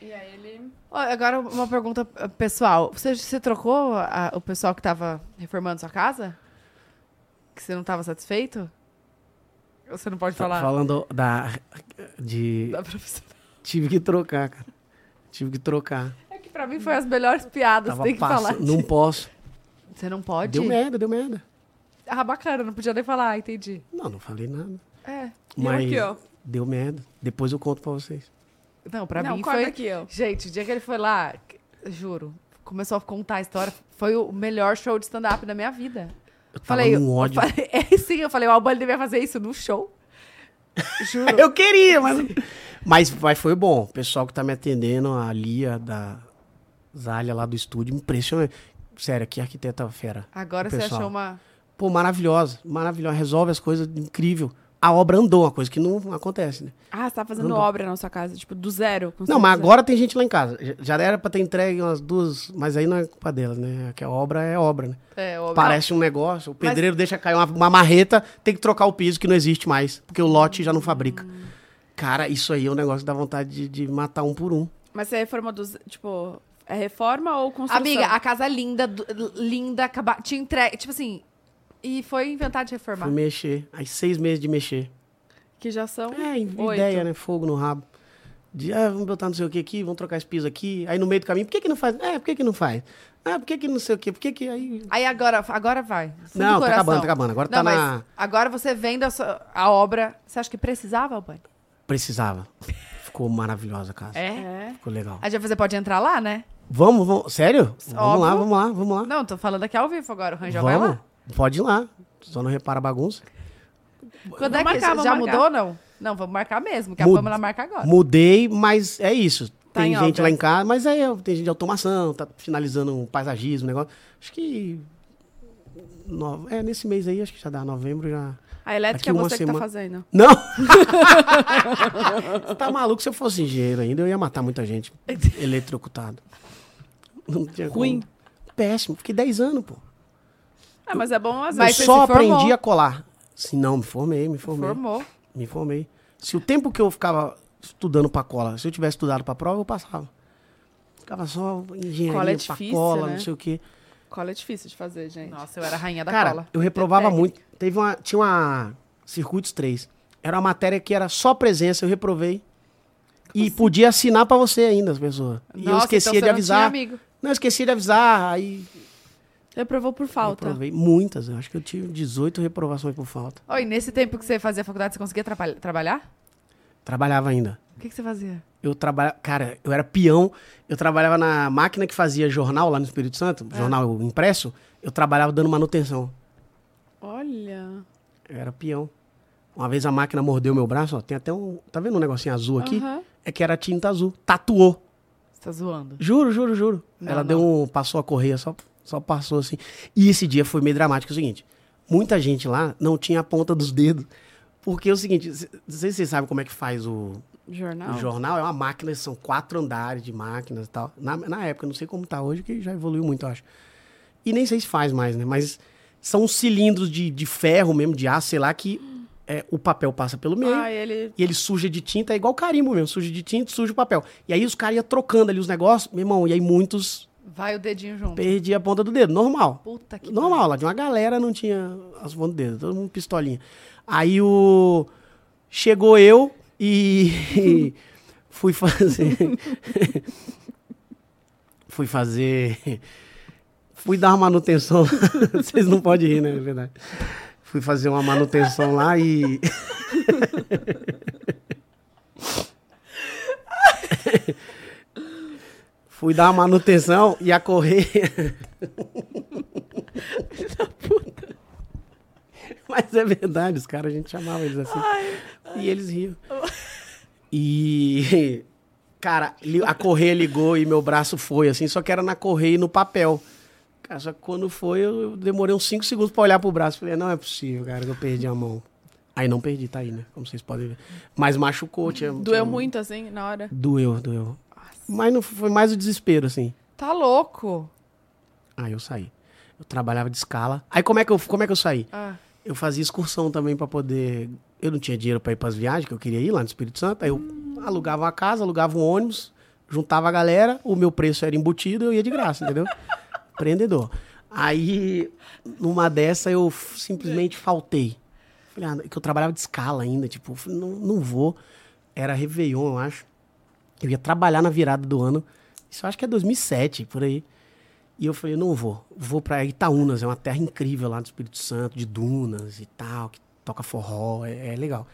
[SPEAKER 4] E aí ele...
[SPEAKER 1] Ó, Agora, uma pergunta eh, pessoal. Você, você trocou a- o pessoal que tava reformando sua casa? Que você não tava satisfeito? Você não pode falar
[SPEAKER 3] Falando da. De.
[SPEAKER 1] da profissão.
[SPEAKER 3] Tive que trocar, cara. Tive que trocar.
[SPEAKER 1] É que pra mim foi as melhores piadas,
[SPEAKER 3] Tava
[SPEAKER 1] tem que
[SPEAKER 3] passo-
[SPEAKER 1] falar.
[SPEAKER 3] Não posso.
[SPEAKER 1] Você não pode?
[SPEAKER 3] Deu merda, deu merda.
[SPEAKER 1] Ah, bacana, não podia nem falar, entendi.
[SPEAKER 3] Não, não falei nada.
[SPEAKER 1] É.
[SPEAKER 3] Mas
[SPEAKER 4] aqui, ó.
[SPEAKER 3] deu merda. Depois eu conto pra vocês.
[SPEAKER 1] Não, pra
[SPEAKER 4] não,
[SPEAKER 1] mim
[SPEAKER 4] corta
[SPEAKER 1] foi.
[SPEAKER 4] aqui, ó.
[SPEAKER 1] Gente, o dia que ele foi lá, que- juro, começou a contar a história, foi o melhor show de stand-up da minha vida.
[SPEAKER 3] Eu tava
[SPEAKER 1] Falei,
[SPEAKER 3] num
[SPEAKER 1] eu
[SPEAKER 3] ódio. Eu,
[SPEAKER 1] falei- é, sim, eu falei, o Albani devia fazer isso no show. Juro.
[SPEAKER 3] queria, mas... mas. mas foi bom. O pessoal que tá me atendendo, a Lia da Zalha lá do estúdio, impressionante. Sério, que arquiteta fera.
[SPEAKER 1] Agora
[SPEAKER 3] O
[SPEAKER 1] você
[SPEAKER 3] pessoal.
[SPEAKER 1] achou uma.
[SPEAKER 3] Pô, maravilhosa, maravilhosa, resolve as coisas, incrível. A obra andou, uma coisa que não acontece, né?
[SPEAKER 4] Ah, você tá fazendo
[SPEAKER 3] Não dá.
[SPEAKER 4] obra na sua casa, tipo, do zero.
[SPEAKER 3] Não, mas agora tem gente lá em casa. Já- Já era pra ter entregue umas duas, mas aí não é culpa delas, né? Que a obra é obra, né?
[SPEAKER 1] É, o-
[SPEAKER 3] Parece um negócio, o pedreiro deixa cair uma, uma marreta, tem que trocar o piso que não existe mais, porque o lote já não fabrica. Cara, isso aí é um negócio que dá vontade de, de matar um por um.
[SPEAKER 4] Mas você reforma do... ze- Tipo, é reforma ou construção?
[SPEAKER 1] Amiga, a casa é linda, do- linda, acaba... te entrega. Tipo assim. E foi inventar de reformar.
[SPEAKER 3] Fui mexer, aí seis meses de mexer.
[SPEAKER 4] Que já são...
[SPEAKER 3] É, i-
[SPEAKER 4] Oito.
[SPEAKER 3] ideia, né? Fogo no rabo. De, ah, vamos botar não sei o que aqui, vamos trocar esse piso aqui. Aí no meio do caminho, por que que não faz? É, por que que não faz? Ah, por que que não sei o que? Por que que aí...
[SPEAKER 1] Aí agora, agora vai. fundo
[SPEAKER 3] Não,
[SPEAKER 1] do
[SPEAKER 3] tá
[SPEAKER 1] coração.
[SPEAKER 3] acabando, tá acabando. Agora tá
[SPEAKER 1] Não, mas
[SPEAKER 3] na...
[SPEAKER 1] Agora você vendo a, sua- a obra. Você acha que precisava, Albani?
[SPEAKER 3] Precisava. Ficou maravilhosa a casa.
[SPEAKER 4] É.
[SPEAKER 3] Ficou legal.
[SPEAKER 1] A gente você pode entrar lá, né?
[SPEAKER 3] Vamos, vamos... Sério? Vamos lá,
[SPEAKER 1] Óbvio.
[SPEAKER 3] vamos lá, vamos lá.
[SPEAKER 1] Não, tô falando aqui ao vivo agora. O Rangel vai
[SPEAKER 3] vamos?
[SPEAKER 1] lá.
[SPEAKER 3] Pode ir lá. Só não repara a bagunça.
[SPEAKER 1] Quando
[SPEAKER 4] Vamos
[SPEAKER 1] é que
[SPEAKER 4] marcar, vamos
[SPEAKER 1] já
[SPEAKER 4] marcar.
[SPEAKER 1] mudou ou não? Não, vamos marcar mesmo, que a
[SPEAKER 3] Muda.
[SPEAKER 1] Pamela marca agora.
[SPEAKER 3] Mudei, mas é isso.
[SPEAKER 4] Tá
[SPEAKER 3] tem
[SPEAKER 4] em
[SPEAKER 3] gente
[SPEAKER 4] obra.
[SPEAKER 3] lá em casa, mas é, tem gente de automação, tá finalizando um paisagismo, um negócio. Acho que. no- É, nesse mês aí, acho que já dá novembro já.
[SPEAKER 4] A elétrica
[SPEAKER 3] Daqui
[SPEAKER 4] é
[SPEAKER 3] uma
[SPEAKER 4] você que
[SPEAKER 3] semana-
[SPEAKER 4] tá fazendo.
[SPEAKER 3] Não! Você tá maluco? Se eu fosse engenheiro ainda, eu ia matar muita gente. Eletrocutado. Não tinha como.
[SPEAKER 4] Ruim.
[SPEAKER 3] Péssimo. Fiquei 10 anos, pô.
[SPEAKER 4] Ah, mas é bom às
[SPEAKER 1] Mas
[SPEAKER 4] vezes.
[SPEAKER 1] você
[SPEAKER 3] Só
[SPEAKER 1] se formou?
[SPEAKER 3] aprendi a colar. Se não, me formei, me formei.
[SPEAKER 1] Formou.
[SPEAKER 3] Me formei. Se o tempo que eu ficava estudando pra cola, se eu tivesse estudado pra prova, eu passava. Ficava só engenharia,
[SPEAKER 4] Cola
[SPEAKER 3] cola
[SPEAKER 4] é difícil,
[SPEAKER 3] cola,
[SPEAKER 4] né?
[SPEAKER 3] não sei o quê.
[SPEAKER 4] Cola é difícil de fazer, gente.
[SPEAKER 1] Nossa, eu era a rainha da
[SPEAKER 3] Cara,
[SPEAKER 1] cola.
[SPEAKER 3] eu reprovava
[SPEAKER 4] Técnica.
[SPEAKER 3] muito. Teve uma, tinha uma Circuitos 3. Era uma matéria que era só presença, eu reprovei. E podia assinar pra você ainda, as pessoas. E eu
[SPEAKER 1] Nossa,
[SPEAKER 3] esquecia
[SPEAKER 1] então você
[SPEAKER 3] de
[SPEAKER 1] não tinha
[SPEAKER 3] avisar. Não,
[SPEAKER 1] amigo.
[SPEAKER 3] eu esquecia de avisar, aí
[SPEAKER 4] Reprovou por falta.
[SPEAKER 3] Reprovei muitas. Eu acho que eu tive 18 reprovações por falta.
[SPEAKER 1] Oi, nesse tempo que você fazia faculdade, você conseguia trapa- trabalhar?
[SPEAKER 3] Trabalhava ainda.
[SPEAKER 1] O que, que você fazia?
[SPEAKER 3] Eu trabalhava, cara, eu era peão, eu trabalhava na máquina que fazia jornal lá no Espírito Santo,
[SPEAKER 1] Ah.
[SPEAKER 3] jornal impresso, eu trabalhava dando manutenção.
[SPEAKER 4] Olha.
[SPEAKER 3] Eu era peão. Uma vez a máquina mordeu meu braço, ó, tem até um, tá vendo um negocinho azul aqui?
[SPEAKER 4] Aham.
[SPEAKER 3] É que era tinta azul, tatuou.
[SPEAKER 1] Você tá zoando.
[SPEAKER 3] Juro, juro, juro.
[SPEAKER 1] Não,
[SPEAKER 3] Ela
[SPEAKER 1] não.
[SPEAKER 3] deu um, passou a correia, só, só passou assim. E esse dia foi meio dramático, é o seguinte, muita gente lá não tinha a ponta dos dedos, porque é o seguinte, c- não sei se vocês sabem como é que faz o,
[SPEAKER 4] Jornal?
[SPEAKER 3] O jornal é uma máquina, são quatro andares de máquinas e tal. Na, na época, não sei como tá hoje, que já evoluiu muito, eu acho. E nem sei se faz mais, né? Mas são cilindros de, de ferro mesmo, de aço, sei lá, que é, o papel passa pelo meio.
[SPEAKER 4] Ah, ele.
[SPEAKER 3] E ele suja de tinta, é igual carimbo mesmo, suja de tinta, suja o papel. E aí os caras iam trocando ali os negócios, meu irmão, e aí muitos
[SPEAKER 1] Vai o dedinho junto.
[SPEAKER 3] perdiam a ponta do dedo, normal.
[SPEAKER 1] Puta que
[SPEAKER 3] Normal, lá de uma galera não tinha as pontas do dedo, todo mundo pistolinha. Aí o. Chegou eu e. fui fazer. fui fazer. Fui dar uma manutenção. Vocês não podem rir, né? É verdade. Fui fazer uma manutenção lá e. Fui dar uma manutenção e a correia. Mas é verdade, os caras a gente chamava eles assim. E eles riam.
[SPEAKER 4] Oh.
[SPEAKER 3] E. Cara, li- a correia ligou e meu braço foi, assim, só que era na correia e no papel. Cara, só que quando foi, eu eu demorei uns 5 segundos pra olhar pro braço. Falei, não é possível, cara, que eu perdi a mão. Aí não perdi, tá aí, né? Como vocês podem ver. Mas machucou, tinha. tinha- um
[SPEAKER 4] Doeu muito assim na hora?
[SPEAKER 3] Doeu, doeu. Mas não foi mais o desespero, assim.
[SPEAKER 1] Tá louco.
[SPEAKER 3] Aí Ah, eu saí. Eu trabalhava de escala. Aí como é que eu, como é que eu saí?
[SPEAKER 1] Ah,
[SPEAKER 3] Eu fazia excursão também pra poder. Eu não tinha dinheiro pra ir pras viagens que eu queria ir lá no Espírito Santo. Aí eu alugava uma casa, alugava um ônibus, juntava a galera, o meu preço era embutido, eu ia de graça, entendeu? Empreendedor. Aí, numa dessa, eu f- simplesmente faltei. Falei, ah, que eu trabalhava de escala ainda, tipo, falei, não, não vou. Era Réveillon, eu acho. Eu ia trabalhar na virada do ano. Isso eu acho que é 2007, por aí. E eu falei, não vou. Vou pra Itaúnas, é uma terra incrível lá do Espírito Santo, de dunas e tal, que toca forró, é, é legal.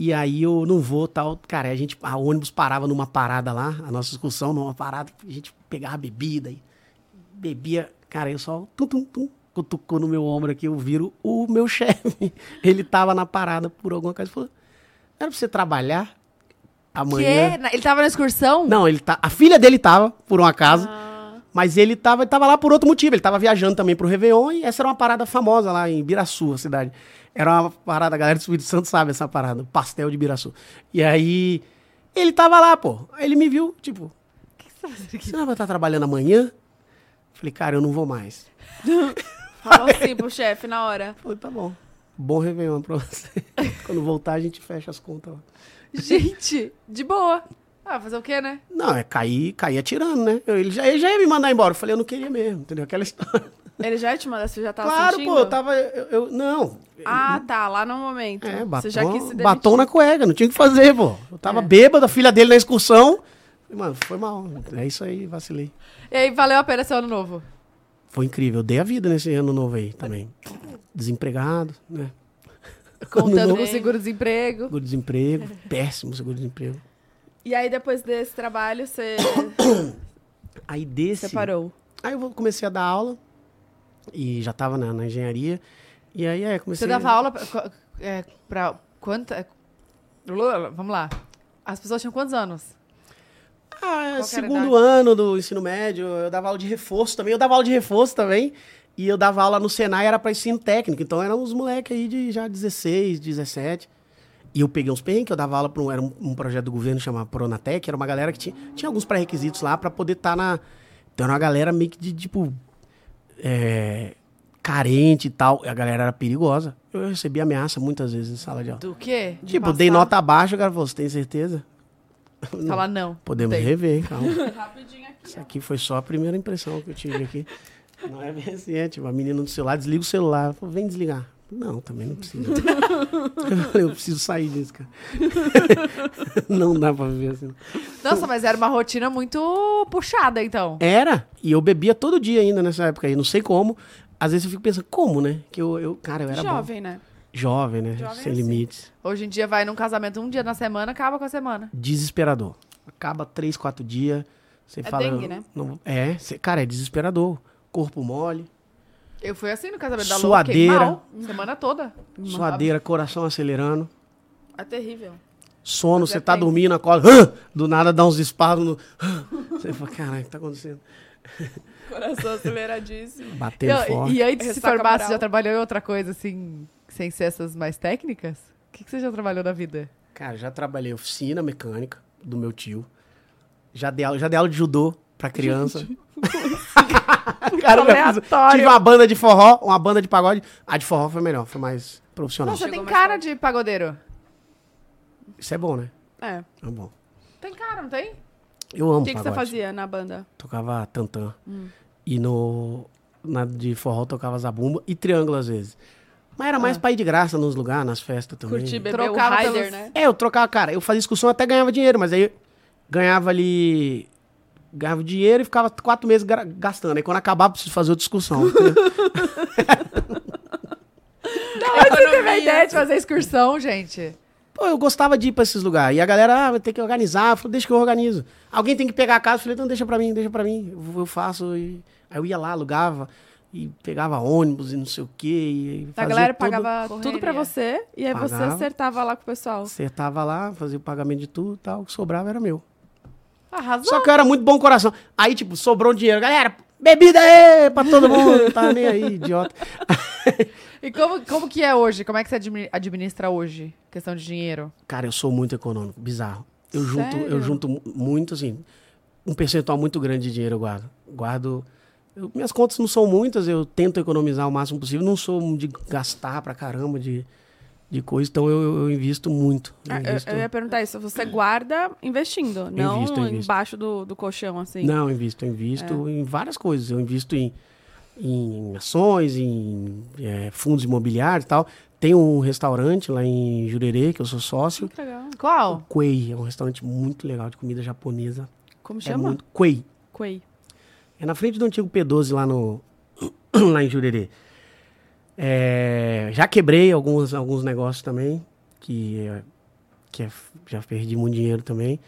[SPEAKER 3] E aí eu não vou, tal. Cara, a gente, a ônibus parava numa parada lá, a nossa excursão numa parada, a gente pegava bebida e bebia. Cara, eu só tum, tum, tum, cutucou no meu ombro aqui, eu viro o meu chefe. Ele tava na parada por alguma coisa, falou, não era pra você trabalhar amanhã?
[SPEAKER 1] quê? Na- Ele tava na excursão?
[SPEAKER 3] Não, ele tá. A filha dele tava, por um acaso.
[SPEAKER 1] Ah.
[SPEAKER 3] Mas ele tava, ele tava lá por outro motivo. Ele tava viajando também pro Réveillon e essa era uma parada famosa lá em Biraçu, a cidade. Era uma parada, a galera do Espírito Santo sabe essa parada, o pastel de Biraçu. E aí. Ele tava lá, pô. Aí ele me viu, tipo,
[SPEAKER 1] O que que você tá fazendo aqui?
[SPEAKER 3] você não vai estar trabalhando amanhã? Falei, cara, eu não vou mais.
[SPEAKER 4] Falou assim pro chefe na hora.
[SPEAKER 3] Falei, tá bom. Bom Réveillon pra você. Quando voltar, a gente fecha as contas lá.
[SPEAKER 1] Gente, de boa. Ah, fazer o quê, né?
[SPEAKER 3] Não, é cair, cair atirando, né? Eu- Ele já, ele já ia me mandar embora. Eu falei, eu não queria mesmo, entendeu? Aquela história.
[SPEAKER 4] Ele já é te mandou, você já tava
[SPEAKER 3] claro,
[SPEAKER 4] Tá sentindo?
[SPEAKER 3] pô, eu tava. Eu, eu- não.
[SPEAKER 4] Ah, tá, lá no momento.
[SPEAKER 3] É,
[SPEAKER 4] você
[SPEAKER 3] batom,
[SPEAKER 4] já quis se demitir. É.
[SPEAKER 3] batom na cueca, não tinha o que fazer, pô. Eu tava bêbado, a filha dele na excursão. Falei, Mano, foi mal. É isso aí, vacilei.
[SPEAKER 1] E aí, valeu a pena seu ano novo.
[SPEAKER 3] Foi incrível. Eu dei a vida nesse ano novo aí também. Desempregado, né?
[SPEAKER 1] Contando
[SPEAKER 3] Ano
[SPEAKER 1] com o
[SPEAKER 3] novo,
[SPEAKER 1] seguro-desemprego.
[SPEAKER 3] seguro-desemprego. Péssimo seguro-desemprego.
[SPEAKER 4] E aí, depois desse trabalho, você
[SPEAKER 3] Aí desse...
[SPEAKER 4] separou.
[SPEAKER 3] Aí eu comecei a dar aula. E já tava na, na engenharia. E aí, é, comecei...
[SPEAKER 1] Você dava aula pra, co- é, pra quanto? é, lula, Vamos lá. As pessoas tinham quantos anos?
[SPEAKER 3] Ah,
[SPEAKER 1] Qual que era a
[SPEAKER 3] segundo ano do ensino médio, eu dava aula de reforço também. Eu dava aula de reforço também. E eu dava aula no Senai, era para ensino técnico. Então eram uns moleques aí de já 16, 17. E eu peguei uns perrengues, que eu dava aula para um, era um, um projeto do governo chamado Pronatec. Era uma galera que tinha, tinha alguns pré-requisitos lá para poder estar na. Então era uma galera meio que de tipo. é, carente e tal. E a galera era perigosa. Eu recebi ameaça muitas vezes em sala de aula.
[SPEAKER 1] Do quê? De
[SPEAKER 3] Tipo, dei
[SPEAKER 1] passar?
[SPEAKER 3] nota abaixo, o cara falou: Você tem certeza?
[SPEAKER 1] Falar não.
[SPEAKER 3] Podemos
[SPEAKER 1] Tem.
[SPEAKER 3] rever, calma.
[SPEAKER 4] Rapidinho aqui.
[SPEAKER 3] Isso aqui foi só a primeira impressão que eu tive aqui. Não é bem assim, é tipo, a menina no celular, desliga o celular. Ela falou, vem desligar. Não, também não precisa. eu falei, eu preciso sair disso, cara. não dá pra viver assim.
[SPEAKER 1] Nossa, mas era uma rotina muito puxada, então.
[SPEAKER 3] Era, e eu bebia todo dia ainda nessa época aí, não sei como. Às vezes eu fico pensando, como, né? Que eu, eu cara, eu era bom.
[SPEAKER 4] Jovem, né?
[SPEAKER 3] Jovem, né?
[SPEAKER 4] Jovem
[SPEAKER 3] Sem
[SPEAKER 4] assim.
[SPEAKER 3] limites.
[SPEAKER 1] Hoje em dia vai num casamento um dia na semana, acaba com a semana.
[SPEAKER 3] Desesperador. Acaba três, quatro dias. Você
[SPEAKER 4] É
[SPEAKER 3] fala.
[SPEAKER 4] dengue, né?
[SPEAKER 3] não- é, você- cara, é desesperador. Corpo mole,
[SPEAKER 1] Eu fui assim no casamento da Lua,
[SPEAKER 3] Suadeira.
[SPEAKER 1] fiquei mal. Semana toda.
[SPEAKER 3] suadeira, coração acelerando.
[SPEAKER 4] É terrível.
[SPEAKER 3] Sono,
[SPEAKER 1] Mas é
[SPEAKER 3] você tá
[SPEAKER 1] bem.
[SPEAKER 3] dormindo, acorda. "Hã!" Do nada dá uns disparos no. "Hã!" Você fala, caralho, o que tá acontecendo?
[SPEAKER 4] Coração aceleradíssimo.
[SPEAKER 3] Batendo
[SPEAKER 1] Eu,
[SPEAKER 3] forte.
[SPEAKER 1] e antes de se
[SPEAKER 4] Ressaca
[SPEAKER 1] formar,
[SPEAKER 4] moral.
[SPEAKER 1] você já trabalhou em outra coisa, assim, sem ser essas mais técnicas? O que, que você já trabalhou na vida?
[SPEAKER 3] Cara, já trabalhei oficina mecânica do meu tio. Já dei aula, já dei aula de judô pra criança. Cara, eu já fiz-
[SPEAKER 1] aleatório.
[SPEAKER 3] tive uma banda de forró, uma banda de pagode. A de forró foi melhor, foi mais profissional.
[SPEAKER 1] Nossa,
[SPEAKER 4] Chegou
[SPEAKER 1] tem
[SPEAKER 4] mais
[SPEAKER 1] cara de pagodeiro.
[SPEAKER 3] Isso é bom, né?
[SPEAKER 4] É.
[SPEAKER 3] É bom.
[SPEAKER 1] Tem cara, não tem?
[SPEAKER 3] Eu amo
[SPEAKER 4] O que, que você
[SPEAKER 3] pagode.
[SPEAKER 4] fazia na banda?
[SPEAKER 3] Tocava tantã. E no na de forró tocava zabumba e triângulo às vezes. Mas era mais pra ir de graça nos lugares, nas festas também.
[SPEAKER 4] Curtir beber
[SPEAKER 1] Trocava
[SPEAKER 4] o Rider,
[SPEAKER 1] pelos-
[SPEAKER 4] né?
[SPEAKER 3] É, eu trocava, cara, eu fazia excursão até ganhava dinheiro, mas aí eu ganhava ali. Ganhava dinheiro e ficava quatro meses gra- gastando. Aí quando acabava, preciso fazer outra excursão. entendeu?
[SPEAKER 1] Onde você teve a
[SPEAKER 4] Economia.
[SPEAKER 1] ideia de fazer excursão, gente?
[SPEAKER 3] Pô, eu gostava de ir pra esses lugares. E a galera, ah, vai ter que organizar. Eu falei, deixa que eu organizo. Alguém tem que pegar a casa. Eu falei, não, deixa pra mim, deixa pra mim. Eu, eu faço. E... Aí eu ia lá, alugava. E pegava ônibus e não sei o quê. E
[SPEAKER 1] A
[SPEAKER 3] fazia
[SPEAKER 1] galera
[SPEAKER 3] todo-
[SPEAKER 1] pagava
[SPEAKER 4] Tudo pra
[SPEAKER 1] você.
[SPEAKER 4] você, e aí você
[SPEAKER 3] Pagava.
[SPEAKER 4] acertava lá com o pessoal.
[SPEAKER 3] Acertava lá, fazia o pagamento de tudo e tal. O que sobrava era meu.
[SPEAKER 1] Arrasou.
[SPEAKER 3] Só que eu era muito bom coração. Aí, tipo, sobrou um dinheiro. Galera, bebida aí pra todo mundo. Não tava nem aí, idiota.
[SPEAKER 1] E como, como que é hoje? Como é que você admi- administra hoje? Questão de dinheiro.
[SPEAKER 3] Cara, eu sou muito econômico, bizarro. Eu junto,
[SPEAKER 4] Sério?
[SPEAKER 3] eu junto mu- muito, assim, um percentual muito grande de dinheiro eu guardo. Guardo. eu- minhas contas não são muitas, eu tento economizar o máximo possível. Não sou um de gastar pra caramba de, de coisa, então eu, eu invisto muito. Eu
[SPEAKER 4] Ah,
[SPEAKER 3] invisto-
[SPEAKER 4] Eu, eu ia perguntar isso. Você guarda investindo, não
[SPEAKER 3] Invisto, invisto.
[SPEAKER 4] embaixo do, do colchão, assim. É.
[SPEAKER 3] Não, eu invisto. Eu invisto em várias coisas. Eu invisto em, em ações, em eh, fundos imobiliários e tal. Tem um restaurante lá em Jurerê, que eu sou sócio.
[SPEAKER 4] Que legal.
[SPEAKER 1] Qual?
[SPEAKER 3] Kuei, é um restaurante muito legal de comida japonesa.
[SPEAKER 4] Como
[SPEAKER 3] É
[SPEAKER 4] chama?
[SPEAKER 3] muito Kuei.
[SPEAKER 4] Quei.
[SPEAKER 3] É na frente do antigo P12 lá no lá em Jurerê. É, já quebrei alguns, alguns negócios também, que, é- que é- já perdi muito dinheiro também.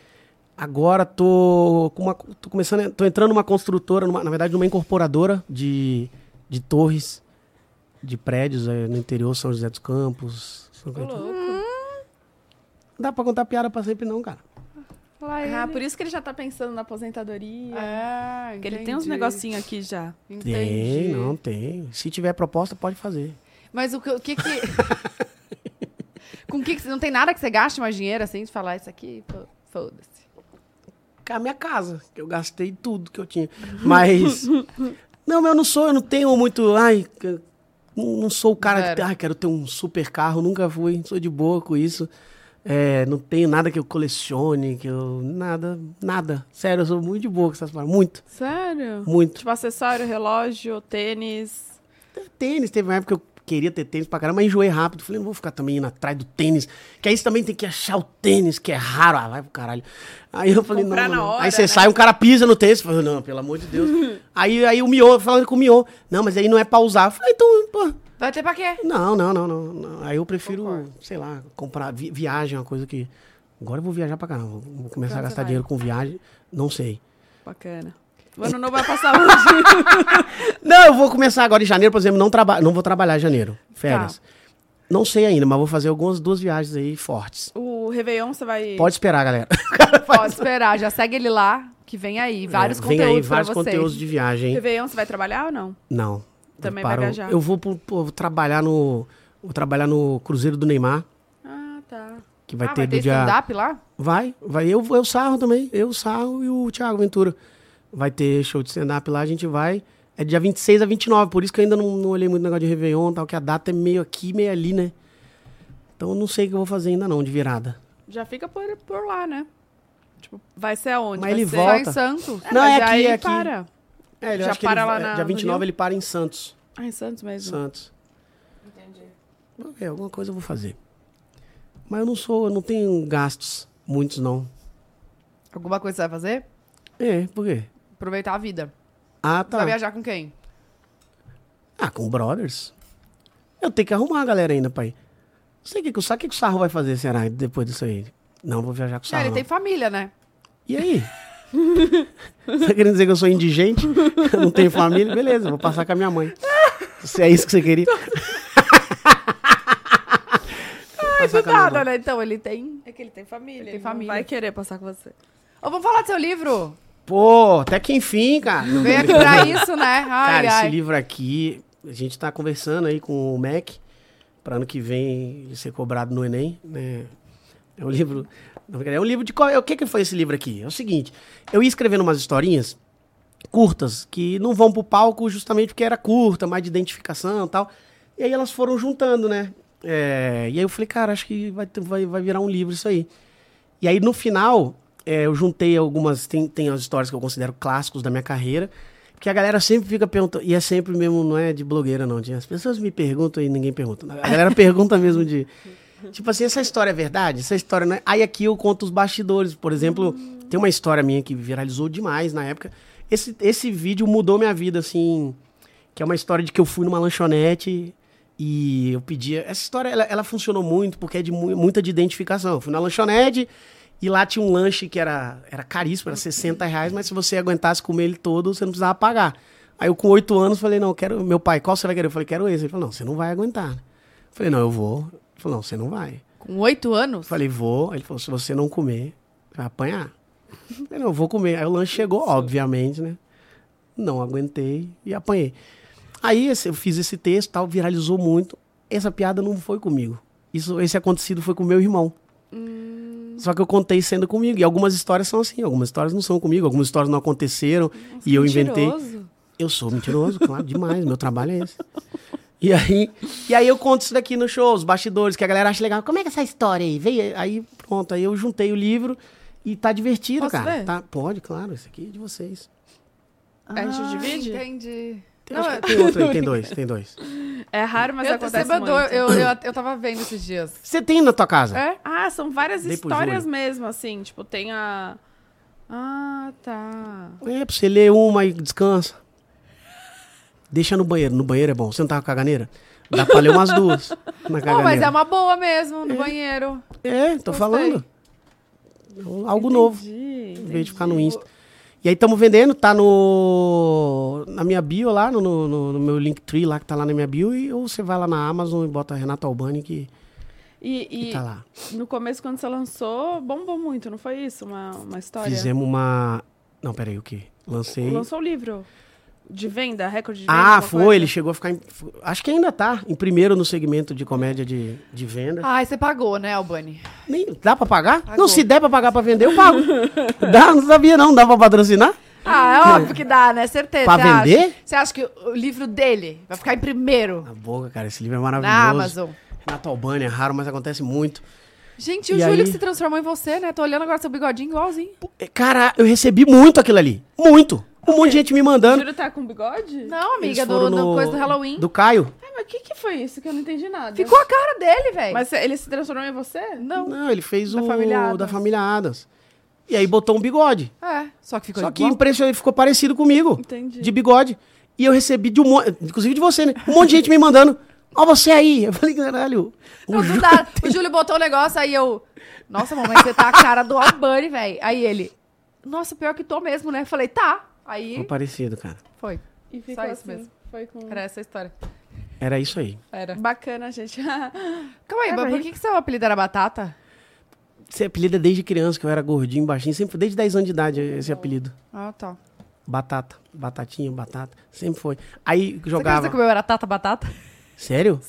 [SPEAKER 3] Agora tô, com uma, tô começando, tô entrando numa construtora, numa- na verdade numa incorporadora de, de torres, de prédios é, no interior São José dos Campos. São Caetano. Não dá pra contar piada pra sempre não, cara.
[SPEAKER 1] Lá
[SPEAKER 4] Ah,
[SPEAKER 1] ele.
[SPEAKER 4] por isso que ele já tá pensando na aposentadoria.
[SPEAKER 1] Ah,
[SPEAKER 4] Porque ele tem uns
[SPEAKER 1] entendi.
[SPEAKER 4] negocinhos aqui já.
[SPEAKER 1] Entendi.
[SPEAKER 3] Tem, não tem. Se tiver proposta, pode fazer.
[SPEAKER 1] Mas o que o que... que- Com o que, que você- Não tem nada que você gaste mais dinheiro, assim, de falar isso aqui? Fo- Foda-se.
[SPEAKER 3] com a minha casa, que eu gastei tudo que eu tinha. Mas. não, mas eu não sou, eu não tenho muito. Ai, que- não não sou o cara que.
[SPEAKER 1] Zero.
[SPEAKER 3] tem, Ai, quero ter um super carro, nunca fui, sou de boa com isso. É, não tenho nada que eu colecione, que eu. Nada, nada. Sério, eu sou muito de boa com essas palavras. Muito,
[SPEAKER 4] Sério?
[SPEAKER 3] muito.
[SPEAKER 4] Tipo, acessório, relógio, tênis.
[SPEAKER 3] Tênis, teve uma época que eu queria ter tênis pra caramba, mas enjoei rápido. Falei, não vou ficar também indo atrás do tênis, que aí você também tem que achar o tênis, que é raro. Ah, vai pro caralho. Aí eu falei, não,
[SPEAKER 4] Comprar
[SPEAKER 3] não,
[SPEAKER 4] na
[SPEAKER 3] não.
[SPEAKER 4] hora,
[SPEAKER 3] Aí você
[SPEAKER 4] né?
[SPEAKER 3] sai, um cara pisa no tênis. Falei, não, pelo amor de Deus. aí, aí o Mion, falando com o Mion, não, mas aí não é pra usar. Eu falei, então, pô,
[SPEAKER 1] Vai ter pra quê?
[SPEAKER 3] não, não, não, não. não. Aí eu prefiro, sei lá, comprar vi- viagem, uma coisa que... Agora eu vou viajar pra caramba, vou- vou começar a
[SPEAKER 4] Pra onde
[SPEAKER 3] gastar
[SPEAKER 4] você vai?
[SPEAKER 3] dinheiro com viagem, não sei.
[SPEAKER 4] Bacana. O ano novo vai passar hoje.
[SPEAKER 3] Não, eu vou começar agora em janeiro, por exemplo, não, traba não vou trabalhar em janeiro,
[SPEAKER 1] Tá.
[SPEAKER 3] férias. Não sei ainda, mas vou fazer algumas duas viagens aí fortes.
[SPEAKER 4] o Réveillon você vai.
[SPEAKER 3] Pode esperar, galera.
[SPEAKER 1] Pode esperar, já segue ele lá, que vem aí. Vários
[SPEAKER 3] É,
[SPEAKER 1] conteúdos
[SPEAKER 3] Vem aí
[SPEAKER 1] pra
[SPEAKER 3] vários
[SPEAKER 1] você.
[SPEAKER 3] conteúdos de viagem. hein?
[SPEAKER 4] Réveillon você vai trabalhar ou não?
[SPEAKER 3] Não.
[SPEAKER 4] Também
[SPEAKER 3] Eu
[SPEAKER 4] vai viajar.
[SPEAKER 3] Eu vou, pro- pô, vou trabalhar no vou trabalhar no Cruzeiro do Neymar,
[SPEAKER 4] Ah, tá.
[SPEAKER 3] que vai
[SPEAKER 1] ah,
[SPEAKER 3] ter
[SPEAKER 1] vai ter
[SPEAKER 3] do dia
[SPEAKER 1] stand-up lá?
[SPEAKER 3] Vai, vai eu, eu sarro também, eu sarro e o Thiago Ventura. Vai ter show de stand up lá, a gente vai. É dia 26 a 29, por isso que eu ainda não, não olhei muito negócio de Réveillon, e tal, que a data é meio aqui, meio ali, né? Então eu não sei o que eu vou fazer ainda não, de virada.
[SPEAKER 4] Já fica por, por lá, né? Tipo, vai ser aonde?
[SPEAKER 3] Mas
[SPEAKER 4] vai
[SPEAKER 3] ele
[SPEAKER 4] ser...
[SPEAKER 1] Só
[SPEAKER 3] volta.
[SPEAKER 1] em Santos.
[SPEAKER 3] Não, é
[SPEAKER 4] mas
[SPEAKER 3] aqui,
[SPEAKER 4] aí
[SPEAKER 3] é aqui.
[SPEAKER 4] para.
[SPEAKER 3] É,
[SPEAKER 4] Já
[SPEAKER 3] acho que
[SPEAKER 4] para
[SPEAKER 3] ele-
[SPEAKER 4] lá
[SPEAKER 3] é,
[SPEAKER 4] na-
[SPEAKER 3] dia
[SPEAKER 4] no
[SPEAKER 3] 29
[SPEAKER 4] Rio?
[SPEAKER 3] ele para em Santos.
[SPEAKER 4] Ah, em Santos mesmo.
[SPEAKER 3] Santos. "Não, É, Uhum. alguma coisa eu vou fazer. Mas eu não sou, eu não tenho gastos, muitos não.
[SPEAKER 1] Alguma coisa você vai fazer?
[SPEAKER 3] É, por quê?
[SPEAKER 1] Aproveitar a vida.
[SPEAKER 3] Ah,
[SPEAKER 1] Vai
[SPEAKER 3] tá.
[SPEAKER 1] viajar com quem?
[SPEAKER 3] Ah, com brothers. Eu tenho que arrumar a galera ainda, pai. Não sei o que, que, o, Sa- o que que o Sarro vai fazer, será, depois disso aí? Não, vou viajar com o
[SPEAKER 1] Ah,
[SPEAKER 3] Sarro.
[SPEAKER 1] ele
[SPEAKER 3] não.
[SPEAKER 1] tem família, né?
[SPEAKER 3] E aí? tá querendo dizer que eu sou indigente? Eu não tenho família? Beleza, vou passar com a minha mãe. Se é isso que você queria.
[SPEAKER 1] Ai,
[SPEAKER 3] Passar
[SPEAKER 1] do
[SPEAKER 3] com a minha
[SPEAKER 1] nada,
[SPEAKER 3] mãe.
[SPEAKER 1] né? Então, ele tem.
[SPEAKER 4] É que ele tem família.
[SPEAKER 1] Ele
[SPEAKER 4] Ele
[SPEAKER 1] tem
[SPEAKER 4] não
[SPEAKER 1] família.
[SPEAKER 4] vai querer passar com você.
[SPEAKER 1] Ô, vamos falar do seu livro?
[SPEAKER 3] Pô, até que enfim, cara. Não,
[SPEAKER 1] Veio
[SPEAKER 3] tô
[SPEAKER 1] aqui
[SPEAKER 3] brincando.
[SPEAKER 1] pra isso, né? Ai,
[SPEAKER 3] Cara,
[SPEAKER 1] ai.
[SPEAKER 3] esse livro aqui, a gente tá conversando aí com o MEC, para ano que vem ele ser cobrado no Enem, né? É um livro. na verdade, É um livro de. co- é, O que, que foi esse livro aqui? É o seguinte: eu ia escrevendo umas historinhas curtas que não vão pro palco justamente porque era curta, mais de identificação e tal. E aí elas foram juntando, né? É, e aí eu falei, cara, acho que vai, ter- vai, vai virar um livro isso aí. E aí no final, é, eu juntei algumas. Tem, tem as histórias que eu considero clássicos da minha carreira. Que a galera sempre fica perguntando. E é sempre mesmo, não é de blogueira, não. de- As pessoas me perguntam e ninguém pergunta. A galera pergunta mesmo de. Tipo assim, essa história é verdade? Essa história não é. Aí aqui eu conto os bastidores. Por exemplo, tem uma história minha que viralizou demais na época. Esse, esse vídeo mudou minha vida, assim. Que é uma história de que eu fui numa lanchonete e eu pedia. Essa história ela, ela funcionou muito porque é de mu- muita de identificação. Eu fui na lanchonete e lá tinha um lanche que era, era caríssimo, era 60 reais, mas se você aguentasse comer ele todo, você não precisava pagar. Aí eu com oito anos falei, não, eu quero. Meu pai, qual você vai querer? Eu falei, quero esse. Ele falou, não, você não vai aguentar. Eu falei, não, eu vou. Ele falou, não, você não vai.
[SPEAKER 1] Com oito anos?
[SPEAKER 3] Eu Falei, vou. Aí Ele falou, se você não comer, vai apanhar. Eu falei, não, eu vou comer. Aí o lanche chegou, obviamente, né? Não aguentei e apanhei. Aí esse- eu fiz esse texto tal, viralizou muito. Essa piada não foi comigo. Isso, esse acontecido foi com meu irmão. Só que eu contei sendo comigo. E algumas histórias são assim, algumas histórias não são comigo, algumas histórias não aconteceram e eu inventei.
[SPEAKER 4] Mentiroso.
[SPEAKER 3] Eu sou mentiroso, claro, demais. Meu trabalho é esse. E aí, e aí eu conto isso daqui no show, os bastidores, que a galera acha legal. Como é que é essa história aí? Veio, aí pronto, aí eu juntei o livro e tá divertido,
[SPEAKER 4] Posso
[SPEAKER 3] cara.
[SPEAKER 4] ver?
[SPEAKER 3] Tá, pode, claro, isso aqui é de vocês.
[SPEAKER 1] Ah,
[SPEAKER 4] A gente divide?
[SPEAKER 1] Entendi.
[SPEAKER 3] Tem, acho que
[SPEAKER 1] é
[SPEAKER 3] tem outro aí, tem dois, tem dois.
[SPEAKER 4] É raro, mas
[SPEAKER 1] eu, você
[SPEAKER 4] acontece
[SPEAKER 1] mandou,
[SPEAKER 4] muito.
[SPEAKER 1] eu, eu, eu tava vendo esses dias.
[SPEAKER 3] Você tem na tua casa?
[SPEAKER 1] É?
[SPEAKER 4] Ah, são várias
[SPEAKER 3] Dei pro
[SPEAKER 4] histórias
[SPEAKER 3] Júlio.
[SPEAKER 4] mesmo, assim. Tipo, tem a... Ah, tá.
[SPEAKER 3] É, pra você ler uma e descansa. Deixa no banheiro, no banheiro é bom. Você não tá com a caganeira? Dá pra ler umas duas na caganeira.
[SPEAKER 1] Pô, mas é uma boa mesmo, no banheiro.
[SPEAKER 3] É, tô
[SPEAKER 1] Gostei.
[SPEAKER 3] falando. Algo novo.
[SPEAKER 4] Entendi,
[SPEAKER 3] Em vez de
[SPEAKER 4] entendi.
[SPEAKER 3] ficar no Insta. E aí estamos vendendo, tá no. Na minha bio lá, no, no, no meu Linktree lá que tá lá na minha bio, e, ou você vai lá na Amazon e bota Renato Albani que,
[SPEAKER 4] E,
[SPEAKER 3] que
[SPEAKER 4] e
[SPEAKER 3] tá lá.
[SPEAKER 4] no começo, quando você lançou, bombou muito, não foi isso? Uma, uma história?
[SPEAKER 3] Fizemos uma. Não, peraí, o quê? Lancei.
[SPEAKER 4] Lançou o livro de venda, recorde de venda?
[SPEAKER 3] Ah,
[SPEAKER 4] alguma coisa?
[SPEAKER 3] foi, ele chegou a ficar. em- Acho que ainda tá. Em primeiro no segmento de comédia de, de venda.
[SPEAKER 1] Ai, você pagou, né, Albani?
[SPEAKER 4] Ah.
[SPEAKER 3] Nem, dá pra pagar?
[SPEAKER 1] Pagou.
[SPEAKER 3] Não, se der pra pagar pra vender, eu pago. dá, não sabia não, dá pra patrocinar?
[SPEAKER 1] Ah, é óbvio que dá, né? Certeza.
[SPEAKER 3] Pra
[SPEAKER 1] Você acha-
[SPEAKER 3] vender?
[SPEAKER 1] Você acha que o livro dele vai ficar em primeiro
[SPEAKER 3] Na boca, cara, esse livro é
[SPEAKER 1] na
[SPEAKER 3] maravilhoso.
[SPEAKER 1] Amazon?
[SPEAKER 3] Renato Albani é raro, mas acontece muito.
[SPEAKER 1] Gente, e o
[SPEAKER 3] E
[SPEAKER 1] Júlio
[SPEAKER 3] aí?
[SPEAKER 1] que se transformou em você, né? Tô olhando agora seu bigodinho igualzinho.
[SPEAKER 3] É, Cara, eu recebi muito aquilo ali. Muito. Um monte de gente me
[SPEAKER 4] O
[SPEAKER 3] mandando.
[SPEAKER 4] Júlio tá com bigode?
[SPEAKER 1] Não, amiga,
[SPEAKER 3] Eles
[SPEAKER 1] do,
[SPEAKER 3] foram
[SPEAKER 1] do
[SPEAKER 3] no-
[SPEAKER 1] coisa do Halloween.
[SPEAKER 3] Do Caio?
[SPEAKER 4] Ai, Ah, mas o que, que foi isso que eu não entendi nada?
[SPEAKER 1] Ficou a cara dele, velho.
[SPEAKER 4] Mas ele se transformou em você?
[SPEAKER 1] Não.
[SPEAKER 3] Não, ele fez
[SPEAKER 1] Da
[SPEAKER 3] o
[SPEAKER 1] família Adams.
[SPEAKER 3] da família Adams. E aí botou um bigode.
[SPEAKER 1] É, só que ficou
[SPEAKER 3] Só que
[SPEAKER 1] igual.
[SPEAKER 3] impressionante, ele ficou parecido comigo.
[SPEAKER 4] Entendi.
[SPEAKER 3] De bigode. E eu recebi de um monte, inclusive de você, né? Um monte de gente me mandando. Ó, você aí. Eu falei, caralho. o
[SPEAKER 1] Não, do
[SPEAKER 3] Ju-
[SPEAKER 1] nada. O Júlio botou o negócio, aí eu. Nossa, mamãe, você tá a cara do Albani, velho. Aí ele. Nossa, pior que tô mesmo, né? Falei, tá.
[SPEAKER 3] Ficou
[SPEAKER 1] Aí
[SPEAKER 3] parecido, cara.
[SPEAKER 1] foi.
[SPEAKER 4] E ficou
[SPEAKER 1] Só isso
[SPEAKER 4] assim.
[SPEAKER 1] mesmo.
[SPEAKER 4] Foi com...
[SPEAKER 1] Era essa a história.
[SPEAKER 3] Era isso aí.
[SPEAKER 1] Era.
[SPEAKER 4] Bacana, gente.
[SPEAKER 1] Calma aí,
[SPEAKER 4] Era
[SPEAKER 1] mas por
[SPEAKER 4] aí.
[SPEAKER 1] que, que seu apelido era Batata?
[SPEAKER 3] Esse apelido é desde criança, que eu era gordinho, baixinho. Sempre, desde 10 anos de idade, esse apelido.
[SPEAKER 1] Ah, tá.
[SPEAKER 3] Batata. Batatinha, batata. Sempre foi. Aí
[SPEAKER 1] Você quer dizer
[SPEAKER 3] jogava.
[SPEAKER 1] que o meu era Tata Batata?
[SPEAKER 3] Sério?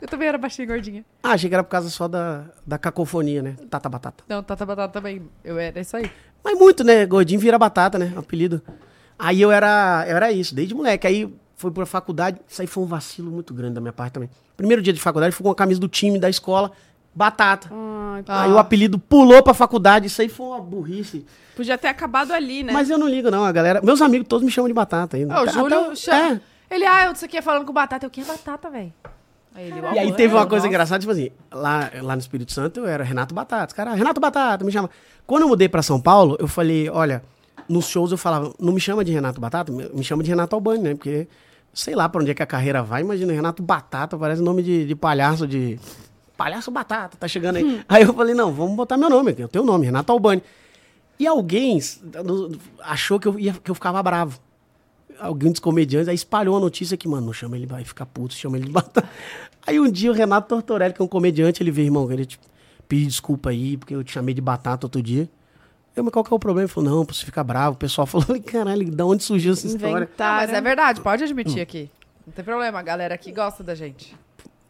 [SPEAKER 1] Eu também era baixinha e gordinha.
[SPEAKER 3] Ah, achei que era por causa só da, da cacofonia, né? Tata batata.
[SPEAKER 1] Não, Tata Batata também. Eu era isso aí.
[SPEAKER 3] Mas muito, né? Gordinho vira batata, né? Apelido. Aí eu era, eu era isso, desde moleque. Aí fui pra faculdade, isso aí foi um vacilo muito grande da minha parte também. Primeiro dia de faculdade, fui com a camisa do time da escola, batata.
[SPEAKER 4] Ai,
[SPEAKER 1] Ah.
[SPEAKER 3] Aí o apelido pulou pra faculdade, isso aí foi uma burrice.
[SPEAKER 4] podia ter acabado ali, né?
[SPEAKER 3] Mas eu não ligo, não, a galera. Meus amigos todos me chamam de batata ainda.
[SPEAKER 1] Ah, o
[SPEAKER 3] Até-
[SPEAKER 1] Júlio.
[SPEAKER 3] até-
[SPEAKER 1] chama-
[SPEAKER 3] é.
[SPEAKER 1] Ele, ah, eu disse aqui falando com batata. Eu, quem é batata, velho? Ele, o
[SPEAKER 3] E aí
[SPEAKER 1] amor,
[SPEAKER 3] teve
[SPEAKER 1] né?
[SPEAKER 3] uma coisa
[SPEAKER 1] Nossa.
[SPEAKER 3] engraçada, tipo assim, lá, lá no Espírito Santo eu era Renato Batata. Os caras, Renato Batata, me chama. Quando eu mudei pra São Paulo, eu falei, olha, nos shows eu falava, não me chama de Renato Batata, me me chama de Renato Albani, né? Porque sei lá pra onde é que a carreira vai, imagina, Renato Batata, parece nome de, de palhaço, de. Palhaço Batata, tá chegando aí.
[SPEAKER 1] Hum.
[SPEAKER 3] Aí eu falei, não, vamos botar meu nome, eu tenho o nome, Renato Albani. E alguém s- no- achou que eu, ia, que eu ficava bravo. Alguém dos comediantes aí espalhou a notícia que, mano, não chama ele, vai ficar puto, chama ele de batata. Aí um dia o Renato Tortorelli, que é um comediante, ele veio, irmão, ele te pediu desculpa aí, porque eu te chamei de batata outro dia. Eu, mas qual que é o problema? Ele falou, não, pra você ficar bravo. O pessoal falou, caralho, da onde surgiu essa história?
[SPEAKER 1] Tá, mas
[SPEAKER 4] Inventaram.
[SPEAKER 1] é verdade, pode
[SPEAKER 3] Hum.
[SPEAKER 1] admitir aqui. Não tem problema, a galera aqui gosta da gente.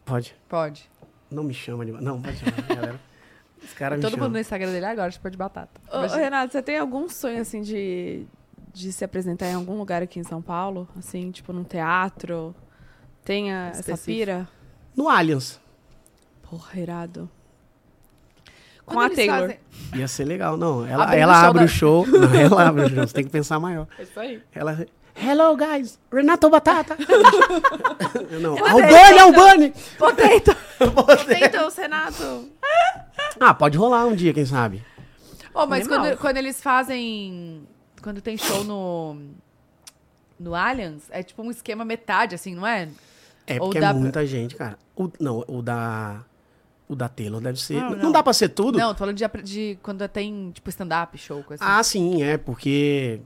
[SPEAKER 3] Pode.
[SPEAKER 1] Pode.
[SPEAKER 3] Não me chama de batata. Não, pode chamar, galera. Os caras me
[SPEAKER 1] Todo mundo
[SPEAKER 3] chamam.
[SPEAKER 1] no Instagram dele agora chupou de batata.
[SPEAKER 4] Ô, é,
[SPEAKER 1] Imagina.
[SPEAKER 4] Renato, você tem algum sonho, assim, de, de se apresentar em algum lugar aqui em São Paulo? Assim, tipo, num teatro? Tem a, essa
[SPEAKER 1] Específico.
[SPEAKER 4] pira?
[SPEAKER 3] No Allianz.
[SPEAKER 4] Porra, irado. Com
[SPEAKER 1] Quando
[SPEAKER 4] a
[SPEAKER 1] eles
[SPEAKER 4] Taylor.
[SPEAKER 1] fazem-
[SPEAKER 3] Ia ser legal. Não, ela,
[SPEAKER 1] Abrindo o
[SPEAKER 3] ela
[SPEAKER 1] show
[SPEAKER 3] abre
[SPEAKER 1] da-
[SPEAKER 3] o show. Não, ela abre o show. Você tem que pensar maior.
[SPEAKER 4] É isso aí.
[SPEAKER 3] Ela. Hello, guys. Renato Batata. não. Albani,
[SPEAKER 4] Renato.
[SPEAKER 3] Albani.
[SPEAKER 1] Potato!
[SPEAKER 4] Então, Renato.
[SPEAKER 3] Ah, pode rolar um dia, quem sabe.
[SPEAKER 1] Ô, mas
[SPEAKER 4] Animal.
[SPEAKER 1] quando, quando eles fazem. Quando tem show no. No Allianz, é tipo um esquema metade, assim, não é?
[SPEAKER 3] É
[SPEAKER 1] Ou
[SPEAKER 3] porque
[SPEAKER 1] dá
[SPEAKER 3] é
[SPEAKER 1] pra-
[SPEAKER 3] muita gente, cara. O, não, o da. O da Taylor deve ser.
[SPEAKER 1] Não,
[SPEAKER 3] Não,
[SPEAKER 1] não.
[SPEAKER 3] dá pra ser tudo?
[SPEAKER 1] Não, tô falando de, apre- de quando tem, tipo, stand-up, show, coisa assim.
[SPEAKER 3] Ah, sim, é, porque.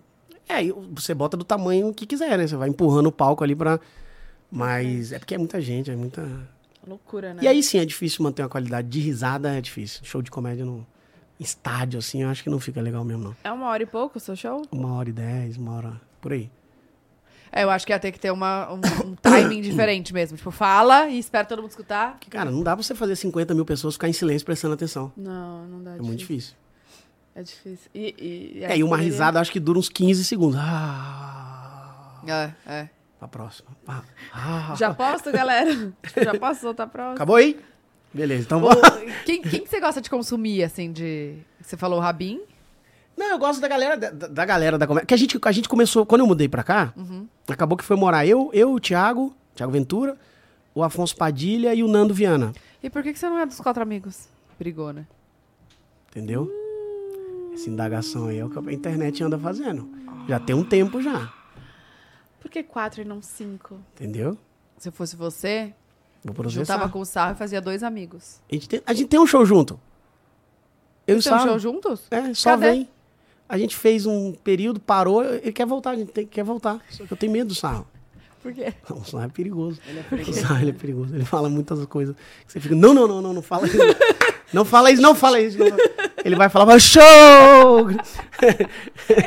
[SPEAKER 3] É, e você bota do tamanho que quiser, né? Você vai empurrando o palco ali pra. Mas é porque é muita gente, é muita.
[SPEAKER 4] Loucura, né?
[SPEAKER 3] E aí sim, é difícil manter uma qualidade de risada, é difícil. Show de comédia no estádio, assim, eu acho que não fica legal mesmo, não.
[SPEAKER 4] É uma hora e pouco o seu show?
[SPEAKER 3] Uma hora e dez, uma hora. Por aí.
[SPEAKER 1] É, eu acho que ia ter que ter uma, um, um timing diferente mesmo. Tipo, fala e espera todo mundo escutar.
[SPEAKER 3] Porque, cara, não dá pra você fazer 50 mil pessoas ficar em silêncio prestando atenção.
[SPEAKER 4] Não, não dá.
[SPEAKER 3] É muito difícil.
[SPEAKER 4] É difícil. E, e,
[SPEAKER 3] É, e uma
[SPEAKER 1] né?
[SPEAKER 4] aí-
[SPEAKER 3] risada acho que dura uns 15 segundos. Ah,
[SPEAKER 1] É, é.
[SPEAKER 3] pra próxima. Ah, ah.
[SPEAKER 4] Já posso, galera? Tipo, já posso soltar pra
[SPEAKER 3] Acabou aí? Beleza, então vamos.
[SPEAKER 1] Ô, quem, quem que você gosta de consumir, assim, de. Você falou o Rabin?
[SPEAKER 3] Não, eu gosto da galera da, da- da galera da comédia. Que a gente, a gente começou, quando eu mudei pra cá,
[SPEAKER 1] Uhum.
[SPEAKER 3] acabou que foi morar eu, eu, o Thiago, Thiago Ventura, o Afonso Padilha e o Nando Viana.
[SPEAKER 1] E por que, que você não é dos quatro amigos? Brigou, né?
[SPEAKER 3] Entendeu?
[SPEAKER 1] Hum.
[SPEAKER 3] Essa indagação aí é o que a internet anda fazendo. Já tem um tempo já,
[SPEAKER 4] Por que quatro e não cinco?
[SPEAKER 3] entendeu?
[SPEAKER 1] Se eu fosse você,
[SPEAKER 3] Vou
[SPEAKER 1] juntava
[SPEAKER 3] processar.
[SPEAKER 1] com o Sarro e fazia dois amigos.
[SPEAKER 3] A, gente tem, a gente tem um show junto. Eu e o
[SPEAKER 1] Vocês têm um
[SPEAKER 3] Sarah.
[SPEAKER 1] show juntos?
[SPEAKER 3] É, só
[SPEAKER 1] Cadê?
[SPEAKER 3] vem. A gente fez um período, parou, ele quer voltar, a gente tem, quer voltar. Só que eu tenho medo do sarro.
[SPEAKER 4] Por quê?
[SPEAKER 3] Não, o sarro é perigoso. Ele é perigoso. O sarro ele é perigoso. Ele fala muitas coisas que você fica, não, não, não, não, não fala isso. Não fala isso, não fala isso. não fala isso." Ele vai falar, "Mas show!
[SPEAKER 4] Ele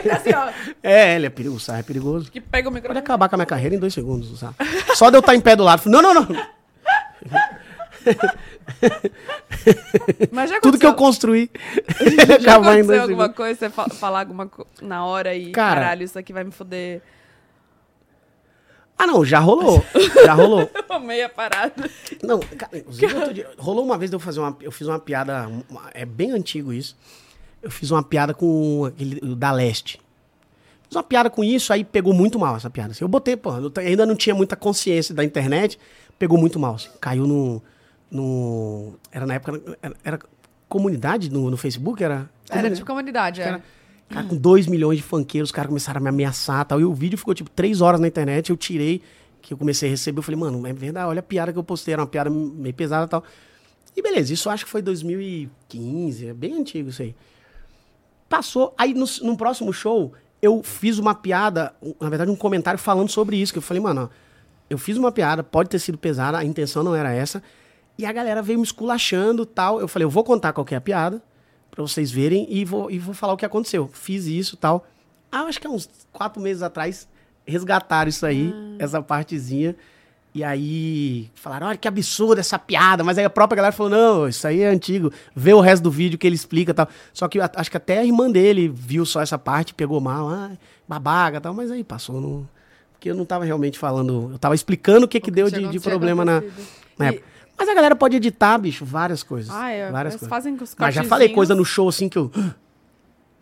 [SPEAKER 4] tá assim, ó,
[SPEAKER 3] É, ele é perigoso, o sarro é perigoso.
[SPEAKER 4] que pega o
[SPEAKER 3] Pode
[SPEAKER 4] microfone.
[SPEAKER 3] acabar com a minha carreira em dois segundos, o sarro. Só de eu estar em pé do lado, eu falo, não, não, não.
[SPEAKER 4] Mas já
[SPEAKER 3] Tudo que eu
[SPEAKER 4] aconteceu-
[SPEAKER 3] construí, ele acabar em
[SPEAKER 4] aconteceu
[SPEAKER 3] dois
[SPEAKER 4] alguma
[SPEAKER 3] segundos.
[SPEAKER 4] coisa, você fa- falar alguma coisa na hora e
[SPEAKER 3] Cara.
[SPEAKER 4] caralho, isso aqui vai me foder.
[SPEAKER 3] Ah, não, já rolou, já rolou.
[SPEAKER 4] Eu amei a parada.
[SPEAKER 3] Não, cara, inclusive, outro dia- rolou uma vez de eu fazer uma. Eu fiz uma piada. uma- é bem antigo isso. Eu fiz uma piada com aquele o da Leste. Fiz uma piada com isso, aí pegou muito mal essa piada. assim. eu botei, porra, eu t- ainda não tinha muita consciência da internet, pegou muito mal. assim. caiu no, no. Era na época. Era, era comunidade no, no Facebook? Era.
[SPEAKER 1] Era tipo comunidade, é.
[SPEAKER 3] Cara, cara, com 2 milhões de funkeiros, os caras começaram a me ameaçar tal. E o vídeo ficou tipo 3 horas na internet, eu tirei, que eu comecei a receber, eu falei, mano, é verdade, olha a piada que eu postei, era uma piada meio pesada e tal. E beleza, isso eu acho que foi 2015, é bem antigo isso aí. Passou, aí no, no próximo show, eu fiz uma piada, um- na verdade um comentário falando sobre isso, que eu falei, mano, ó, eu fiz uma piada, pode ter sido pesada, a intenção não era essa. E a galera veio me esculachando tal. Eu falei, eu vou contar qual que é a piada, pra vocês verem, e vou, e vou falar o que aconteceu. Fiz isso tal. Ah, eu acho que há uns quatro meses atrás, resgataram isso aí, essa partezinha. E aí falaram, olha que absurdo essa piada. Mas aí a própria galera falou, não, isso aí é antigo. Vê o resto do vídeo que ele explica e tal. Só que a- acho que até a irmã dele viu só essa parte, pegou mal, ah, babaca e tal. Mas aí passou, não... Porque eu não tava realmente falando, eu tava explicando o que, que
[SPEAKER 1] que
[SPEAKER 3] deu
[SPEAKER 1] tinha
[SPEAKER 3] de, de
[SPEAKER 1] acontecido.
[SPEAKER 3] problema na, na
[SPEAKER 1] E-
[SPEAKER 3] época. Mas a galera pode editar, bicho, várias coisas.
[SPEAKER 4] Ah, é,
[SPEAKER 3] várias
[SPEAKER 4] eles
[SPEAKER 3] coisas.
[SPEAKER 4] fazem com os
[SPEAKER 3] Mas já falei coisa no show assim que eu.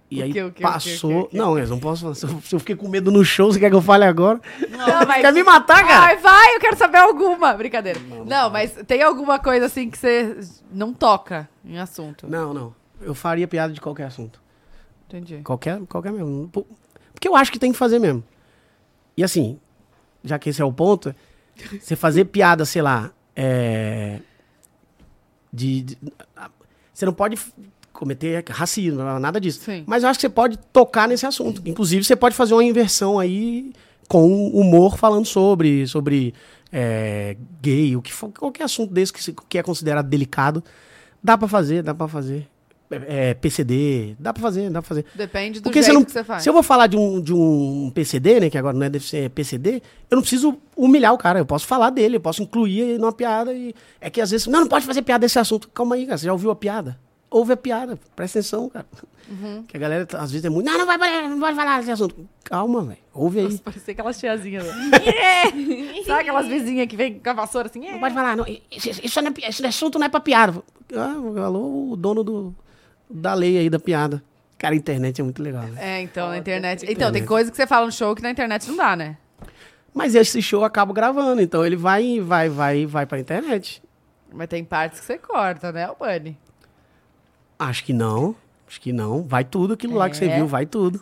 [SPEAKER 3] E
[SPEAKER 1] O
[SPEAKER 3] aí
[SPEAKER 1] quê, o quê, o quê,
[SPEAKER 3] passou.
[SPEAKER 1] o quê, o quê?
[SPEAKER 3] Não, eu não posso falar. Se eu, se eu fiquei com medo no show, você quer que eu fale agora?
[SPEAKER 1] Não,
[SPEAKER 3] Quer me
[SPEAKER 1] Ah,
[SPEAKER 3] matar, Tá, cara?
[SPEAKER 1] Ai, vai, eu quero saber alguma. Brincadeira. Não, mas tem alguma coisa assim que você não toca em assunto.
[SPEAKER 3] Não, não. Eu faria piada de qualquer assunto.
[SPEAKER 1] Entendi.
[SPEAKER 3] Qualquer, qualquer mesmo. Po- Porque eu acho que tem que fazer mesmo. E assim, já que esse é o ponto, você fazer piada, sei lá, é, de, de- a- você não pode f- cometer racismo, nada disso.
[SPEAKER 1] Sim.
[SPEAKER 3] Mas eu acho que você pode tocar nesse assunto. Inclusive, você pode fazer uma inversão aí com humor falando sobre, sobre é, gay, o que for, qualquer assunto desse que, se- que é considerado delicado. Dá pra fazer, dá pra fazer. É, é, PCD, dá pra fazer, dá pra fazer.
[SPEAKER 1] Depende do
[SPEAKER 3] Porque
[SPEAKER 1] jeito
[SPEAKER 3] você não,
[SPEAKER 1] que você faz.
[SPEAKER 3] se eu vou falar de um, de um PCD, né, que agora não é deficiência, é PCD, eu não preciso humilhar o cara, eu posso falar dele, eu posso incluir ele numa piada e é que às vezes, não, não pode fazer piada desse assunto. Calma aí, cara, você já ouviu a piada? Ouve a piada, presta atenção, cara.
[SPEAKER 1] Uhum.
[SPEAKER 3] Que a galera às vezes é muito, não, não vai, não vai falar desse assunto. Calma, velho, ouve aí.
[SPEAKER 1] Nossa, parecia aquelas tiazinhas. né? Sabe aquelas vizinhas que vêm com a vassoura assim?
[SPEAKER 3] Não pode falar, não, isso, isso não é pi- esse assunto não é pra piada. Ah, alô, o dono do, da lei aí da piada. Cara, a internet é muito legal, né?
[SPEAKER 1] É, então, na internet. Então, tem coisa que você fala no show que na internet não dá, né?
[SPEAKER 3] Mas esse show eu acabo gravando, então ele vai, vai, vai, vai pra internet.
[SPEAKER 1] Mas tem partes que você corta, né, o Bunny?
[SPEAKER 3] Acho que não. Acho que não. Vai tudo aquilo lá que você
[SPEAKER 1] É.
[SPEAKER 3] viu, vai tudo.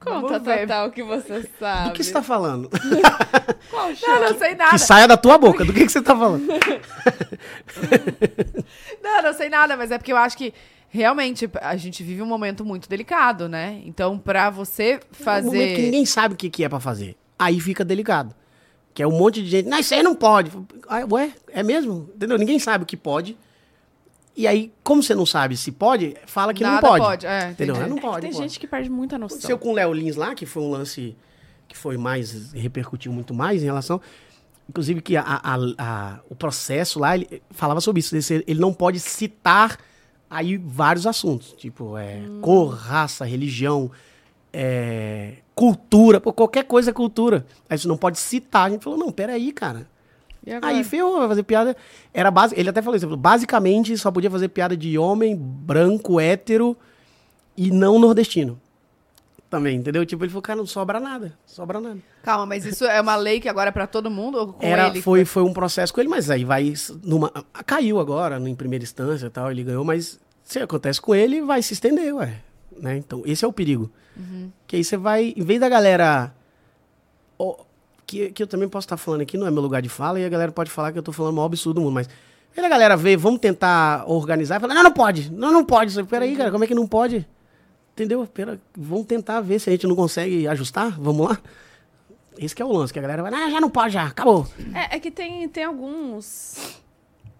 [SPEAKER 1] Conta,
[SPEAKER 4] Conta
[SPEAKER 1] Taibo.
[SPEAKER 4] total o que você sabe.
[SPEAKER 3] Do que você tá falando?
[SPEAKER 4] Qual show?
[SPEAKER 1] Não, não sei nada.
[SPEAKER 3] Que saia da tua boca. Do que, que você tá falando?
[SPEAKER 1] Não, não sei nada, mas é porque eu acho que realmente a gente vive um momento muito delicado, né? Então, pra você
[SPEAKER 3] É um momento que
[SPEAKER 1] fazer.
[SPEAKER 3] ninguém sabe o que, que é pra fazer. Aí fica delicado. Que é um monte de gente. Não, isso aí não pode. Ah, Ué, é mesmo? Entendeu? Ninguém sabe o que pode. E aí, como você não sabe se pode, fala que
[SPEAKER 1] Nada
[SPEAKER 3] não pode.
[SPEAKER 1] pode, é,
[SPEAKER 3] entendeu?
[SPEAKER 1] entendi.
[SPEAKER 3] Ah, Não
[SPEAKER 4] É que
[SPEAKER 3] pode.
[SPEAKER 4] tem
[SPEAKER 3] pode.
[SPEAKER 4] gente que perde muita
[SPEAKER 3] aconteceu
[SPEAKER 4] noção.
[SPEAKER 3] com o Léo Lins lá, que foi um lance que foi mais, repercutiu muito mais em relação, inclusive que a- a- a- o processo lá, ele falava sobre isso, esse- ele não pode citar aí vários assuntos, tipo é,
[SPEAKER 1] Hum.
[SPEAKER 3] cor, raça, religião, é, cultura, pô, qualquer coisa é cultura, aí você não pode citar, a gente falou, não, peraí, cara,
[SPEAKER 1] E agora?
[SPEAKER 3] Aí ferrou, vai fazer piada. Era base, ele até falou isso, ele falou, basicamente só podia fazer piada de homem, branco, hétero e não nordestino. Também, entendeu? Tipo, ele falou, cara, não sobra nada, sobra nada.
[SPEAKER 1] Calma, mas isso é uma lei que agora é pra todo mundo? Ou com
[SPEAKER 3] Era,
[SPEAKER 1] ele? né?
[SPEAKER 3] foi, foi um processo com ele, mas aí vai s- numa. ah, Caiu agora, em primeira instância e tal, ele ganhou, mas se acontece com ele, vai se estender, ué. Né? Então, esse é o perigo.
[SPEAKER 1] Uhum.
[SPEAKER 3] Que aí você vai, em vez da galera. ó, que, que eu também posso estar falando aqui, não é meu lugar de fala, e a galera pode falar que eu tô falando o maior absurdo do mundo, mas. em vez da galera ver, vamos tentar organizar e falar, não, não pode, não, não pode. isso aí, Peraí, cara, como é que não pode? Entendeu? Pera, vamos tentar ver se a gente não consegue ajustar, vamos lá? Esse que é o lance, que a galera vai, ah, já não pode, já, acabou.
[SPEAKER 4] É, é que tem, tem alguns,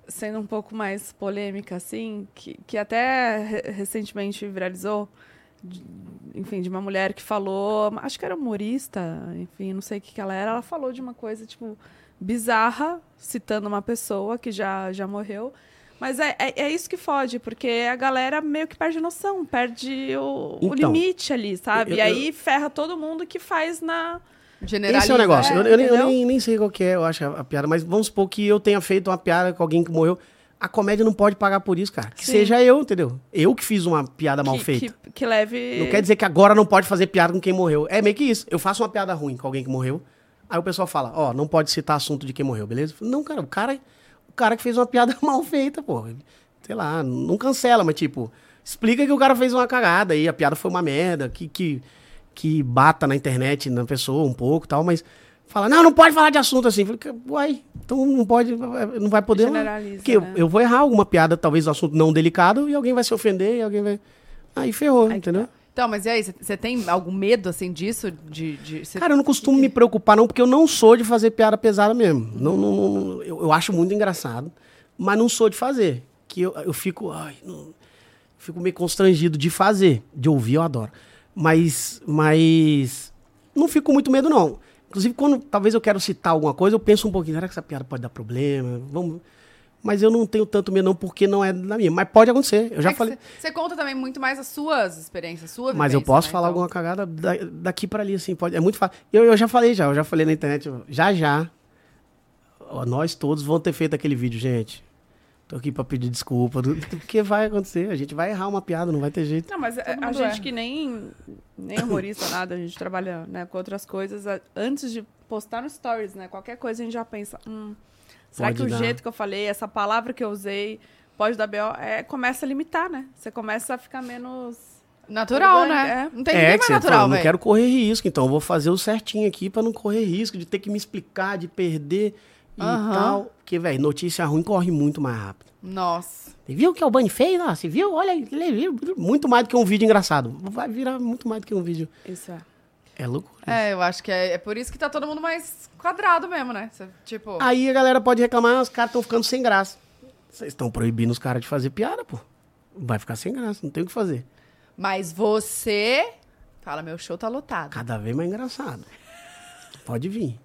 [SPEAKER 4] sendo um pouco mais polêmica, assim, que, que até re- recentemente viralizou, de- enfim, de uma mulher que falou, acho que era humorista, enfim, não sei o que, que ela era, ela falou de uma coisa, tipo, bizarra, citando uma pessoa que já, já morreu. Mas é, é, é isso que fode, porque a galera meio que perde noção, perde o, o
[SPEAKER 3] Então,
[SPEAKER 4] limite ali, sabe?
[SPEAKER 3] eu-
[SPEAKER 4] e aí ferra todo mundo que faz na.
[SPEAKER 1] Generaliza.
[SPEAKER 3] Esse é o negócio. Eu, eu nem- eu
[SPEAKER 4] entendeu?
[SPEAKER 3] nem, nem sei qual que é, eu acho, a, a piada. Mas vamos supor que eu tenha feito uma piada com alguém que morreu. A comédia não pode pagar por isso, cara. Que
[SPEAKER 4] Sim.
[SPEAKER 3] seja eu, entendeu? Eu que fiz uma piada mal
[SPEAKER 4] que,
[SPEAKER 3] feita.
[SPEAKER 4] que- que leve.
[SPEAKER 3] Não quer dizer que agora não pode fazer piada com quem morreu. É meio que isso. Eu faço uma piada ruim com alguém que morreu. Aí o pessoal fala, ó, não pode citar assunto de quem morreu, beleza? Eu falo, Não, cara, o cara, o cara que fez uma piada mal feita, pô. Sei lá, não cancela, mas tipo, explica que o cara fez uma cagada aí, a piada foi uma merda, que, que, que bata na internet, na pessoa um pouco e tal, mas fala, não, não pode falar de assunto assim. Eu Falei, "Ca- uai, então não pode, não vai poder. não."
[SPEAKER 4] Generaliza,
[SPEAKER 3] Porque eu-
[SPEAKER 4] né?
[SPEAKER 3] eu vou errar alguma piada, talvez um assunto não delicado, e alguém vai se ofender, e alguém vai. Aí ferrou, entendeu?
[SPEAKER 1] Então, mas e aí, você- você tem algum medo, assim, disso? De, de, você-
[SPEAKER 3] Cara, eu não costumo me preocupar, não, porque eu não sou de fazer piada pesada mesmo. Não, não, não- eu, eu acho muito engraçado, mas não sou de fazer. Que eu, eu fico. Ai, não- eu fico meio constrangido de fazer. De ouvir, eu adoro. Mas. Mas. Não fico com muito medo, não. Inclusive, quando talvez eu quero citar alguma coisa, eu penso um pouquinho, será que essa piada pode dar problema? Vamos. Mas eu não tenho tanto medo, não, porque não é da minha. Mas pode acontecer. Eu já
[SPEAKER 1] É que
[SPEAKER 3] falei.
[SPEAKER 1] você- Você conta também muito mais as suas experiências, sua
[SPEAKER 3] Mas eu
[SPEAKER 1] vivência,
[SPEAKER 3] posso
[SPEAKER 1] né?
[SPEAKER 3] falar
[SPEAKER 1] Então-
[SPEAKER 3] alguma cagada da- daqui pra ali, assim, pode. É muito fácil. Eu, eu já falei já, eu já falei na internet, eu- já já. ó, nós todos vão ter feito aquele vídeo, gente. Tô aqui pra pedir desculpa, do- porque vai acontecer. A gente vai errar uma piada, não vai ter jeito.
[SPEAKER 4] Não, mas a,
[SPEAKER 1] Todo
[SPEAKER 4] a
[SPEAKER 1] mundo
[SPEAKER 4] gente
[SPEAKER 1] erra.
[SPEAKER 4] que nem, nem humorista, nada, a gente trabalha né, com outras coisas. a- Antes de postar no stories, né? Qualquer coisa a gente já pensa. Hum, será
[SPEAKER 3] Pode
[SPEAKER 4] que
[SPEAKER 3] dar.
[SPEAKER 4] o jeito que eu falei, essa palavra que eu usei, pode dar B.O. É, começa a limitar, né? Você começa a ficar menos.
[SPEAKER 1] Natural,
[SPEAKER 4] Orgânico,
[SPEAKER 1] né?
[SPEAKER 4] é.
[SPEAKER 1] Não tem ninguém mais natural,
[SPEAKER 3] não
[SPEAKER 1] velho.
[SPEAKER 3] quero correr risco, então eu vou fazer o certinho aqui pra não correr risco de ter que me explicar, de perder e
[SPEAKER 1] Aham.
[SPEAKER 3] tal. Porque, velho, notícia ruim corre muito mais rápido.
[SPEAKER 1] Nossa.
[SPEAKER 3] Você viu o que o Bunny fez? Ah, você viu? Olha, aí, ele viu. muito mais do que um vídeo engraçado. Vai virar muito mais do que um vídeo.
[SPEAKER 4] Isso é.
[SPEAKER 3] É loucura.
[SPEAKER 1] É, eu acho que é, é por isso que tá todo mundo mais quadrado mesmo, né? Cê, tipo,
[SPEAKER 3] Aí a galera pode reclamar, os caras estão ficando sem graça. Vocês estão proibindo os caras de fazer piada, pô. Vai ficar sem graça, não tem o que fazer.
[SPEAKER 1] mas você. Fala, meu show tá lotado.
[SPEAKER 3] Cada vez mais engraçado. Pode vir.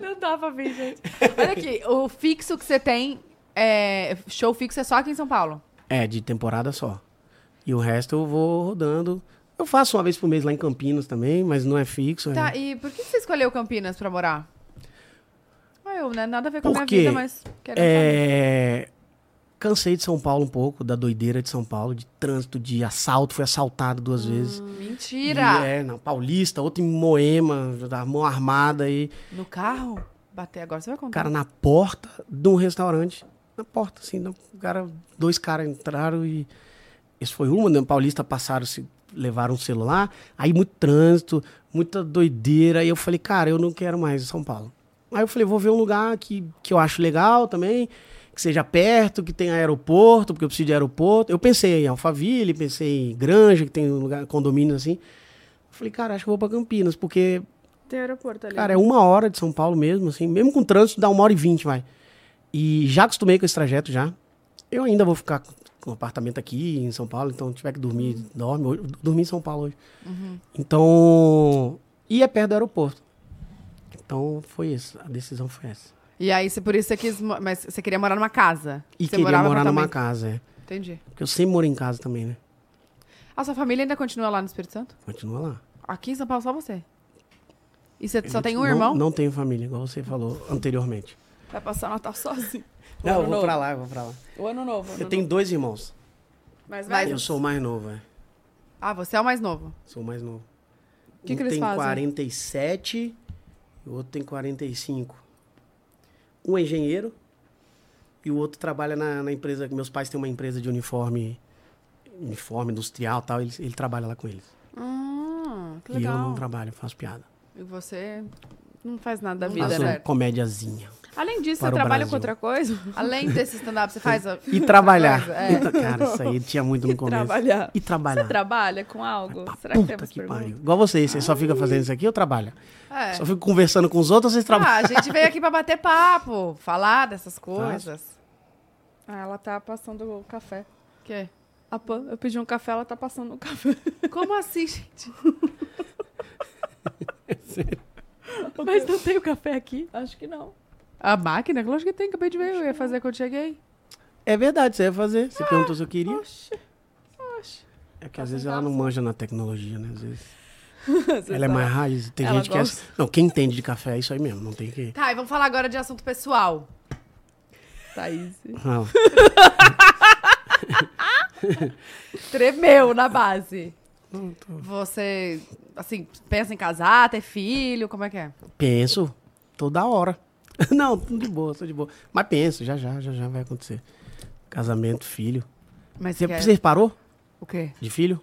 [SPEAKER 4] Não dá pra ver, gente.
[SPEAKER 1] Olha aqui, o fixo que você tem. é, show fixo é só aqui em São Paulo.
[SPEAKER 3] É, de temporada só. E o resto eu vou rodando. Eu faço uma vez por mês lá em Campinas também, mas não é fixo.
[SPEAKER 1] Tá,
[SPEAKER 3] é.
[SPEAKER 1] e por que você escolheu Campinas pra morar? Ah, eu, né? Nada a ver com a
[SPEAKER 3] Por
[SPEAKER 1] minha
[SPEAKER 3] quê?
[SPEAKER 1] vida, mas quero saber.
[SPEAKER 3] É, Cansei de São Paulo um pouco, da doideira de São Paulo, de trânsito, de assalto. Fui assaltado duas vezes. E
[SPEAKER 1] Mentira!
[SPEAKER 3] é, na Paulista, outro em Moema, da mão armada e
[SPEAKER 1] No carro? Bater agora, você vai
[SPEAKER 3] o
[SPEAKER 1] contar.
[SPEAKER 3] cara na porta de um restaurante. Na porta, assim, não- o cara, dois caras entraram e. Esse foi uma, né? Paulista passaram, se levaram o celular. Aí muito trânsito, muita doideira. E eu falei, cara, eu não quero mais São Paulo. Aí eu falei, vou ver um lugar que, que eu acho legal também, que seja perto, que tenha aeroporto, porque eu preciso de aeroporto. Eu pensei em Alphaville, pensei em Granja, que tem um lugar, condomínio assim. Eu falei, cara, acho que eu vou pra Campinas, porque
[SPEAKER 4] Tem aeroporto ali.
[SPEAKER 3] Cara, é uma hora de São Paulo mesmo, assim. Mesmo com trânsito, dá uma hora e vinte, vai. E já acostumei com esse trajeto, já. Eu ainda vou ficar com- com um apartamento aqui em São Paulo, então se tiver que dormir,
[SPEAKER 1] Uhum.
[SPEAKER 3] dorme. Hoje- Dormi em São Paulo hoje. Então... E é perto do aeroporto. Então foi isso, a decisão foi essa.
[SPEAKER 1] E aí, você, por isso você quis. mo- Mas você queria morar numa casa.
[SPEAKER 3] E
[SPEAKER 1] você
[SPEAKER 3] queria
[SPEAKER 1] morava em
[SPEAKER 3] morar numa
[SPEAKER 1] apartamento.
[SPEAKER 3] casa, é.
[SPEAKER 1] Entendi.
[SPEAKER 3] Porque eu sempre moro em casa também, né?
[SPEAKER 1] A sua família ainda continua lá no Espírito Santo?
[SPEAKER 3] Continua lá.
[SPEAKER 1] Aqui em São Paulo, só você. E você só
[SPEAKER 3] Eu
[SPEAKER 1] tem um
[SPEAKER 3] não-
[SPEAKER 1] irmão?
[SPEAKER 3] Não tenho família, igual você falou anteriormente.
[SPEAKER 4] Vai passar Natal sozinho. O
[SPEAKER 3] Não, eu
[SPEAKER 4] ano
[SPEAKER 3] vou
[SPEAKER 4] novo.
[SPEAKER 3] pra lá, eu vou pra lá.
[SPEAKER 4] O ano novo. o ano
[SPEAKER 3] Eu tenho
[SPEAKER 4] novo.
[SPEAKER 3] dois irmãos.
[SPEAKER 4] Mas
[SPEAKER 1] Mas-
[SPEAKER 4] vai.
[SPEAKER 3] Eu sou o mais novo, é.
[SPEAKER 1] Ah, você é o mais novo.
[SPEAKER 3] Sou o mais novo.
[SPEAKER 4] O que
[SPEAKER 3] um
[SPEAKER 4] que eles
[SPEAKER 3] tem
[SPEAKER 4] fazem?
[SPEAKER 3] 47 e o outro tem 45. Um é engenheiro e o outro trabalha na, na empresa. Meus pais têm uma empresa de uniforme, uniforme industrial e tal. Ele, ele trabalha lá com eles.
[SPEAKER 1] Ah, que
[SPEAKER 3] E eu não
[SPEAKER 1] legal.
[SPEAKER 3] trabalho, eu faço piada.
[SPEAKER 1] E você.
[SPEAKER 4] Não faz nada da
[SPEAKER 1] Não
[SPEAKER 4] vida,
[SPEAKER 1] dá
[SPEAKER 3] faço
[SPEAKER 1] certo.
[SPEAKER 4] né?
[SPEAKER 3] comédiazinha.
[SPEAKER 4] Além disso,
[SPEAKER 3] Para
[SPEAKER 4] você
[SPEAKER 3] o
[SPEAKER 4] trabalha com
[SPEAKER 3] Brasil.
[SPEAKER 4] outra coisa?
[SPEAKER 1] Além desse stand-up, você faz. a-
[SPEAKER 3] E trabalhar.
[SPEAKER 1] coisa, é.
[SPEAKER 3] E tra- Cara, isso aí tinha muito no começo.
[SPEAKER 4] trabalhar.
[SPEAKER 3] E trabalhar.
[SPEAKER 4] Você trabalha com algo?
[SPEAKER 3] Pra
[SPEAKER 4] Será que
[SPEAKER 3] puta
[SPEAKER 4] temos
[SPEAKER 3] que
[SPEAKER 4] perguntas?
[SPEAKER 3] pariu. Igual vocês, vocês só ficam fazendo isso aqui ou trabalha?
[SPEAKER 1] É.
[SPEAKER 3] Só ficam conversando com os outros ou vocês trabalham?
[SPEAKER 1] Ah, a gente veio aqui pra bater papo, falar dessas coisas.
[SPEAKER 4] Ah, ela tá passando o café.
[SPEAKER 1] Quê?
[SPEAKER 4] A Pan, eu pedi um café, ela tá passando o café.
[SPEAKER 1] Como assim, gente?
[SPEAKER 4] Mas não tem o café aqui? Acho que não.
[SPEAKER 1] A máquina? Lógico que tem, acabei de ver. Eu ia fazer quando cheguei.
[SPEAKER 3] É verdade, você ia fazer.
[SPEAKER 4] Ah,
[SPEAKER 3] Você perguntou se eu queria.
[SPEAKER 4] Oxi. Oxi.
[SPEAKER 3] É que às
[SPEAKER 4] Tá
[SPEAKER 3] vezes ela não manja na tecnologia, né? Às vezes.
[SPEAKER 4] Você
[SPEAKER 3] Ela
[SPEAKER 4] sabe.
[SPEAKER 3] é mais raiz. Tem
[SPEAKER 4] Ela
[SPEAKER 3] gente que é...
[SPEAKER 4] gosta.
[SPEAKER 3] Não, quem entende de café é isso aí mesmo. Não tem que.
[SPEAKER 1] Tá, e vamos falar agora de assunto pessoal.
[SPEAKER 4] Thaís.
[SPEAKER 3] Não.
[SPEAKER 1] Tremeu na base.
[SPEAKER 3] Não, tô-
[SPEAKER 1] Você, assim, pensa em casar, ter filho, como é que é?
[SPEAKER 3] Penso toda hora. Não, tô de boa, tô de boa. Mas penso, já já, já já vai acontecer. Casamento, filho.
[SPEAKER 1] Mas
[SPEAKER 3] Você,
[SPEAKER 1] quer-
[SPEAKER 3] você parou
[SPEAKER 1] O quê?
[SPEAKER 3] de filho?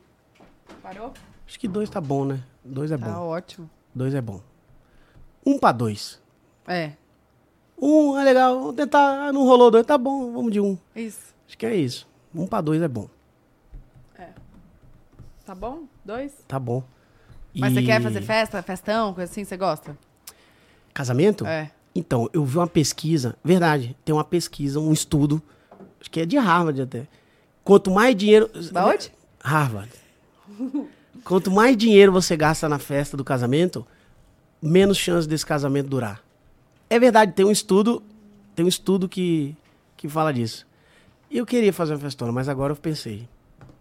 [SPEAKER 1] Parou?
[SPEAKER 3] Acho que dois tá bom, né? Dois é
[SPEAKER 1] Tá
[SPEAKER 3] bom.
[SPEAKER 1] ótimo.
[SPEAKER 3] Dois é bom. Um pra dois.
[SPEAKER 1] É,
[SPEAKER 3] Um é legal, vamos tentar. Ah, Não rolou dois, tá bom, vamos de um.
[SPEAKER 1] isso.
[SPEAKER 3] Acho que é isso. Um pra dois é bom.
[SPEAKER 4] Tá bom? Dois?
[SPEAKER 3] Tá bom.
[SPEAKER 1] Mas você
[SPEAKER 3] E-
[SPEAKER 1] quer fazer festa, festão, coisa assim, você gosta?
[SPEAKER 3] Casamento?
[SPEAKER 1] É.
[SPEAKER 3] Então, eu vi uma pesquisa, verdade, tem uma pesquisa, um estudo, acho que é de Harvard até. Quanto mais dinheiro.
[SPEAKER 1] Da onde?
[SPEAKER 3] Harvard. Quanto mais dinheiro você gasta na festa do casamento, menos chance desse casamento durar. É verdade, tem um estudo, tem um estudo que, que fala disso. E Eu queria fazer uma festona, mas agora eu pensei.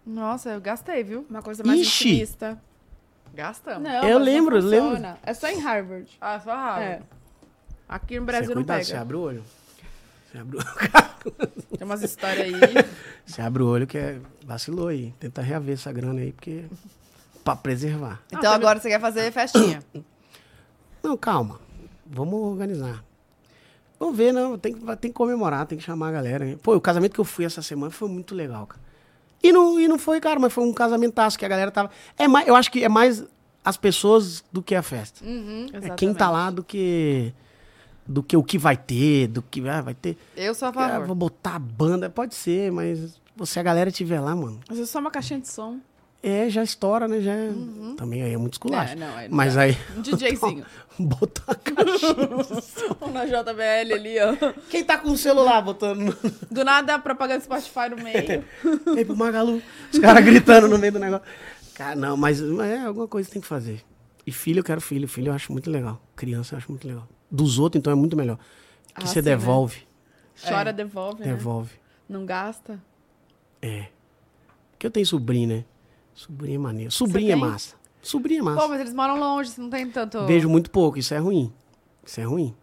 [SPEAKER 1] Nossa, eu gastei, viu?
[SPEAKER 4] Uma coisa mais
[SPEAKER 3] Ixi.
[SPEAKER 4] intimista.
[SPEAKER 1] Gastamos.
[SPEAKER 4] Não,
[SPEAKER 3] Eu
[SPEAKER 4] mas
[SPEAKER 3] lembro, eu
[SPEAKER 4] não
[SPEAKER 3] lembro.
[SPEAKER 4] funciona. É só em Harvard.
[SPEAKER 1] Ah, só raro.
[SPEAKER 4] É.
[SPEAKER 1] Aqui no
[SPEAKER 3] Você é
[SPEAKER 1] Brasil não
[SPEAKER 3] cuidado,
[SPEAKER 1] pega.
[SPEAKER 3] você abre o olho. Você abre o,
[SPEAKER 2] Tem umas histórias aí.
[SPEAKER 3] Você abre o olho que é... vacilou aí. Tenta reaver essa grana aí, porque. pra preservar.
[SPEAKER 2] Então agora você quer fazer festinha.
[SPEAKER 3] Não, calma. Vamos organizar. Vamos ver, não. Tem, que- tem que comemorar, tem que chamar a galera. hein? Pô, o casamento que eu fui essa semana foi muito legal, cara. E não, e não foi, cara, mas foi um casamentaço que a galera tava. É mais, eu acho que é mais as pessoas do que a festa.
[SPEAKER 2] Uhum.
[SPEAKER 3] É quem tá lá do que. Do que o que vai ter, do que ah, vai ter.
[SPEAKER 2] Eu sou a
[SPEAKER 3] Ah, vou
[SPEAKER 2] favor.
[SPEAKER 3] botar a banda, pode ser, mas pô, se a galera tiver lá, mano,
[SPEAKER 4] Mas é só uma caixinha de som.
[SPEAKER 3] é, já estoura, né? Já é- Também aí é muito esculacho.
[SPEAKER 2] É, não, aí não
[SPEAKER 3] mas
[SPEAKER 2] dá.
[SPEAKER 3] aí.
[SPEAKER 2] Um DJzinho.
[SPEAKER 3] Botar a caixinha.
[SPEAKER 2] Na JBL ali, ó.
[SPEAKER 3] Quem tá com o celular botando no-
[SPEAKER 2] Do nada, a propaganda do Spotify no
[SPEAKER 3] É.
[SPEAKER 2] meio.
[SPEAKER 3] Ei, pro Magalu. Os caras gritando no meio do negócio. Cara, não, mas, mas é alguma coisa que tem que fazer. E filho, eu quero filho. Filho eu acho muito legal. Criança eu acho muito legal. Dos outros, então, é muito melhor. Que
[SPEAKER 4] Ah,
[SPEAKER 3] você
[SPEAKER 4] sim,
[SPEAKER 3] devolve.
[SPEAKER 4] Chora, devolve, né?
[SPEAKER 3] Devolve.
[SPEAKER 4] Não gasta.
[SPEAKER 3] Porque eu tenho sobrinho, né? Sobrinho é maneiro. Sobrinho é
[SPEAKER 4] tem?
[SPEAKER 3] massa. Sobrinho é massa.
[SPEAKER 1] Pô, mas eles moram longe, você não tem tanto.
[SPEAKER 3] Vejo muito pouco, isso é ruim. Isso é ruim.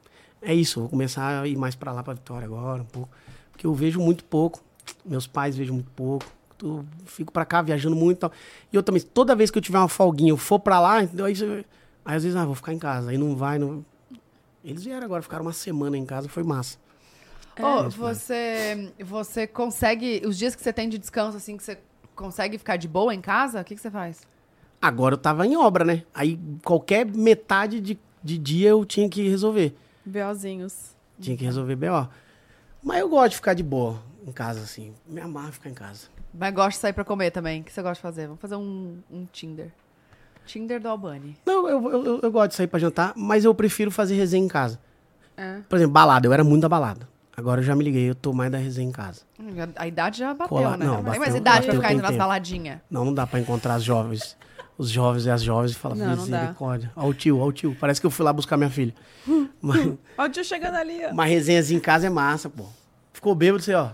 [SPEAKER 3] É isso, eu vou começar a ir mais pra lá, pra Vitória agora, um pouco. Porque eu vejo muito pouco. Meus pais vejam muito pouco. Eu fico pra cá viajando muito e tal. E eu também, toda vez que eu tiver uma folguinha, eu for pra lá, entendeu? Aí, você- aí às vezes, ah, vou ficar em casa. Aí não vai, não... Eles vieram agora, ficaram uma semana em casa, foi massa.
[SPEAKER 1] É. Ô, você, você consegue. Os dias que você tem de descanso, assim, que você consegue ficar de boa em casa, o que, que você faz?
[SPEAKER 3] Agora eu tava em obra, né? Aí qualquer metade de, de dia eu tinha que resolver.
[SPEAKER 4] BOzinhos.
[SPEAKER 3] Tinha que resolver B.O. Mas eu gosto de ficar de boa em casa, assim. Me amarro ficar em casa.
[SPEAKER 1] Mas gosta de sair pra comer também. O que você gosta de fazer? Vamos fazer um, um Tinder. Tinder do Albani.
[SPEAKER 3] Não, eu, eu, eu- eu gosto de sair pra jantar, mas eu prefiro fazer resenha em casa.
[SPEAKER 4] É.
[SPEAKER 3] Por exemplo, balada. Eu era muito da balada. Agora eu já me liguei, eu tô mais da resenha em casa.
[SPEAKER 1] Hum, já- A idade já bateu,
[SPEAKER 3] Cola-
[SPEAKER 1] né?
[SPEAKER 3] não,
[SPEAKER 1] Não, tem
[SPEAKER 3] bateu-
[SPEAKER 1] mais idade
[SPEAKER 3] bateu,
[SPEAKER 1] pra ficar
[SPEAKER 3] tem
[SPEAKER 1] indo nas
[SPEAKER 3] tempo.
[SPEAKER 1] baladinhas.
[SPEAKER 3] Não, não dá pra encontrar as jovens. Os jovens e as jovens e falar,
[SPEAKER 4] Não, não dá.
[SPEAKER 3] misericórdia. Ó o tio, ó o tio. Parece que eu fui lá buscar minha filha. mas,
[SPEAKER 4] Ó o tio chegando ali, ó.
[SPEAKER 3] uma resenhazinha em casa é massa, pô. Ficou bêbado, você, ó.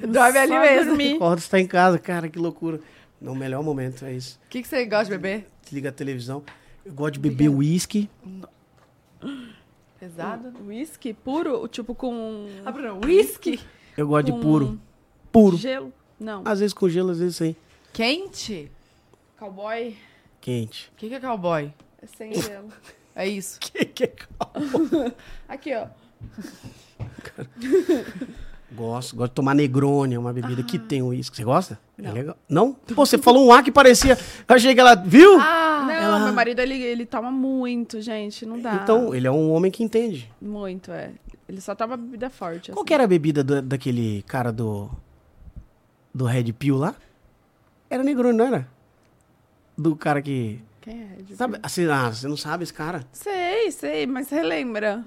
[SPEAKER 1] Dorme ali
[SPEAKER 4] Só
[SPEAKER 1] mesmo. O
[SPEAKER 4] dormir.
[SPEAKER 3] Acorda, você tá em casa. Cara, que loucura. No melhor momento, é isso.
[SPEAKER 1] que, que você gosta de beber?
[SPEAKER 3] Desliga a televisão. Eu gosto de beber uísque.
[SPEAKER 1] Pesado?
[SPEAKER 4] Whisky puro, tipo com
[SPEAKER 1] Ah, Bruno, whisky?
[SPEAKER 3] Eu gosto
[SPEAKER 4] Com-
[SPEAKER 3] de puro. Puro.
[SPEAKER 4] gelo? Não.
[SPEAKER 3] Às vezes com gelo, às vezes sem.
[SPEAKER 1] Quente?
[SPEAKER 4] Cowboy
[SPEAKER 3] Quente.
[SPEAKER 1] O que, que é cowboy?
[SPEAKER 4] é sem gelo.
[SPEAKER 1] É isso.
[SPEAKER 3] Que que é
[SPEAKER 4] Aqui, ó.
[SPEAKER 3] Gosto, gosto de tomar Negroni, é uma bebida que tem uísque. Você gosta? É legal. Não? Pô, você falou um ar que parecia. Eu achei que ela. Viu?
[SPEAKER 4] não,
[SPEAKER 3] ela-
[SPEAKER 4] meu marido, ele, ele toma muito, gente. Não dá.
[SPEAKER 3] Então, ele é um homem que entende.
[SPEAKER 4] Muito, é. Ele só toma bebida forte.
[SPEAKER 3] Qual
[SPEAKER 4] assim.
[SPEAKER 3] que era a bebida do- daquele cara do. Do Red Pill lá? Era Negroni, não era? Do cara que.
[SPEAKER 4] Quem é? De-
[SPEAKER 3] Sabe, assim, ah, você não sabe esse cara?
[SPEAKER 4] Sei, sei, mas relembra.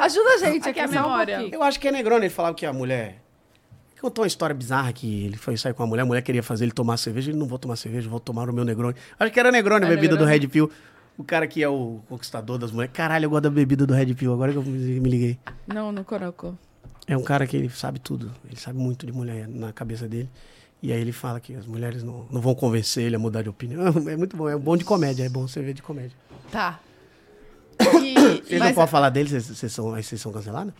[SPEAKER 1] Ajuda a gente aqui,
[SPEAKER 4] Aqui é a
[SPEAKER 1] só um
[SPEAKER 4] memória.
[SPEAKER 1] pouquinho.
[SPEAKER 3] Eu acho que é Negroni. Ele falava que a mulher. é. Contou uma história bizarra que ele foi sair com a mulher, a mulher queria fazer ele tomar cerveja, ele não vou tomar cerveja, vou tomar o meu Negroni. Acho que era Negroni a bebida do Red Pill. O cara que é o conquistador das mulheres. Caralho, eu gosto da bebida do Red Pill, agora que eu me me liguei.
[SPEAKER 4] Não, no Coroco.
[SPEAKER 3] É um cara que ele sabe tudo, ele sabe muito de mulher na cabeça dele. E aí ele fala que as mulheres não, não vão convencer ele a mudar de opinião. É muito bom, é bom de comédia, é bom você ver de comédia.
[SPEAKER 1] Tá.
[SPEAKER 3] Vocês não
[SPEAKER 1] mas-
[SPEAKER 3] podem falar dele, vocês, vocês são, aí vocês são cancelados?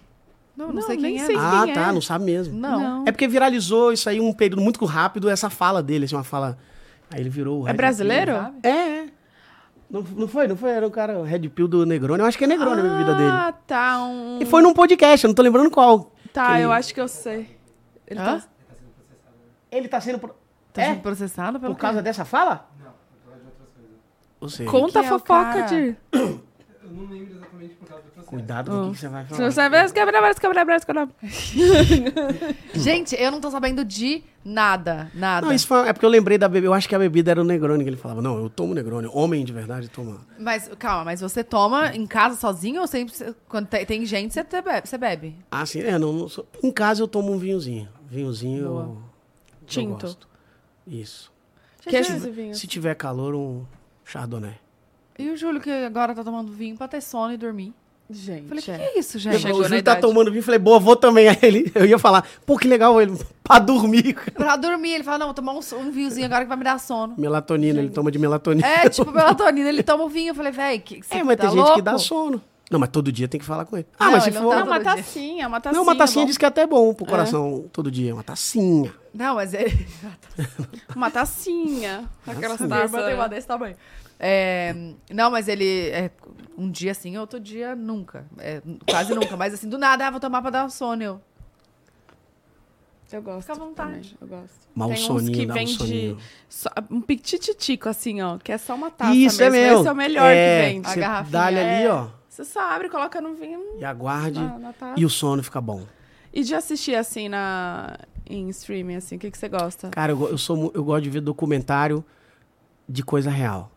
[SPEAKER 1] Não, não,
[SPEAKER 4] Não,
[SPEAKER 1] sei
[SPEAKER 4] nem
[SPEAKER 1] quem é.
[SPEAKER 4] sei.
[SPEAKER 1] não.
[SPEAKER 3] Ah,
[SPEAKER 4] quem é.
[SPEAKER 3] tá, não sabe mesmo.
[SPEAKER 1] Não.
[SPEAKER 3] É porque viralizou isso aí um período muito rápido, essa fala dele, assim, uma fala. Aí ele virou. o
[SPEAKER 4] É
[SPEAKER 3] Red
[SPEAKER 4] brasileiro?
[SPEAKER 1] Sabe?
[SPEAKER 3] Pill. É, é. Não, não foi, não foi? Era o cara, o Red Pill do Negroni. Eu acho que é Negroni a bebida dele.
[SPEAKER 4] Ah, tá. Um...
[SPEAKER 3] E foi num podcast, eu não tô lembrando qual.
[SPEAKER 4] Tá,
[SPEAKER 3] Ele-
[SPEAKER 4] eu acho que eu sei. Ele
[SPEAKER 1] Hã?
[SPEAKER 4] tá-
[SPEAKER 3] Ele tá sendo. pro-
[SPEAKER 1] Tá
[SPEAKER 3] É?
[SPEAKER 1] sendo processado pelo
[SPEAKER 3] Por causa
[SPEAKER 1] quê?
[SPEAKER 3] dessa fala? Não, por causa de outras coisas. Ou seja,
[SPEAKER 4] Conta a
[SPEAKER 1] Quem é o
[SPEAKER 4] fofoca
[SPEAKER 1] cara?
[SPEAKER 4] de.
[SPEAKER 3] cuidado com o que que você vai
[SPEAKER 4] Se você
[SPEAKER 3] falar.
[SPEAKER 4] vai as quebra braço, quebra braço, quebra
[SPEAKER 1] Gente, eu não tô sabendo de nada. Nada.
[SPEAKER 3] Não, isso foi, é porque eu lembrei da bebida. Eu acho que a bebida era o Negroni que ele falava. Não, eu tomo Negroni. Homem de verdade toma.
[SPEAKER 1] Mas, calma, mas você toma em casa sozinho ou sempre. cê- Quando te- tem gente, você te bebe? Você bebe?
[SPEAKER 3] Ah, sim, é. Não, não sou- Em casa eu tomo um vinhozinho. Vinhozinho eu- eu.
[SPEAKER 4] Tinto.
[SPEAKER 3] gosto. Isso.
[SPEAKER 4] Que
[SPEAKER 3] Se-
[SPEAKER 4] esse vinho? É,
[SPEAKER 3] Se tiver calor, um chardonnay.
[SPEAKER 1] E o Júlio, que agora tá tomando vinho pra ter sono e dormir. Eu
[SPEAKER 4] Gente,
[SPEAKER 1] falei,
[SPEAKER 4] é.
[SPEAKER 1] que isso,
[SPEAKER 3] Eu
[SPEAKER 1] gente?
[SPEAKER 3] falei,
[SPEAKER 4] Chegou
[SPEAKER 3] o
[SPEAKER 4] na
[SPEAKER 3] Júlio tá
[SPEAKER 4] idade.
[SPEAKER 3] tomando vinho, eu falei, boa, vou também. Aí ele, eu ia falar, pô, que legal, ele, pra dormir. cara.
[SPEAKER 1] Pra dormir, ele fala, não, vou tomar um, so- um vinhozinho agora que vai me dar sono.
[SPEAKER 3] Melatonina, ele toma de melatonina.
[SPEAKER 1] É, tipo, melatonina, ele toma o vinho. Eu falei, véi, que, você
[SPEAKER 3] É, mas
[SPEAKER 1] tá
[SPEAKER 3] tem gente
[SPEAKER 1] louco?
[SPEAKER 3] que dá sono. Não, mas todo dia tem que falar com ele. Ah,
[SPEAKER 1] Não,
[SPEAKER 3] mas se
[SPEAKER 1] ele não
[SPEAKER 3] for.
[SPEAKER 1] tá
[SPEAKER 4] Não, uma
[SPEAKER 1] todo dia.
[SPEAKER 4] tacinha, uma tacinha.
[SPEAKER 3] Não, uma tacinha
[SPEAKER 4] é bom.
[SPEAKER 3] diz que é até bom pro coração todo dia. Uma tacinha.
[SPEAKER 1] Não, mas ele.
[SPEAKER 4] Uma tacinha. Aquelas
[SPEAKER 3] Nossa,
[SPEAKER 1] Minha irmã tem uma
[SPEAKER 4] taças.
[SPEAKER 1] desse tamanho. É, não, mas ele. é, um dia sim, outro dia nunca. É, quase nunca. Mas assim, do nada, ah, vou tomar pra dar sono. Eu.
[SPEAKER 4] Eu gosto.
[SPEAKER 1] Fica à vontade.
[SPEAKER 4] também, Eu gosto.
[SPEAKER 3] Mas o
[SPEAKER 4] Tem uns
[SPEAKER 3] soninho
[SPEAKER 4] que
[SPEAKER 3] dá um
[SPEAKER 4] vem de-
[SPEAKER 3] soninho.
[SPEAKER 4] Só- um pitititico, assim, ó, que é só uma taça
[SPEAKER 3] Isso é
[SPEAKER 4] mesmo.
[SPEAKER 3] meu.
[SPEAKER 4] Esse é o melhor
[SPEAKER 3] É,
[SPEAKER 4] que vende.
[SPEAKER 1] a
[SPEAKER 3] Você
[SPEAKER 1] garrafinha,
[SPEAKER 3] dá-lhe ali,
[SPEAKER 4] é. Ah.
[SPEAKER 3] ó.
[SPEAKER 4] Você só abre, coloca no vinho
[SPEAKER 3] E aguarde.
[SPEAKER 4] na, na taça.
[SPEAKER 3] E o sono fica bom.
[SPEAKER 4] E de assistir, assim, na... em streaming, assim, o que, que você gosta?
[SPEAKER 3] Cara, eu, go- eu sou, mu- eu gosto de ver documentário de coisa real.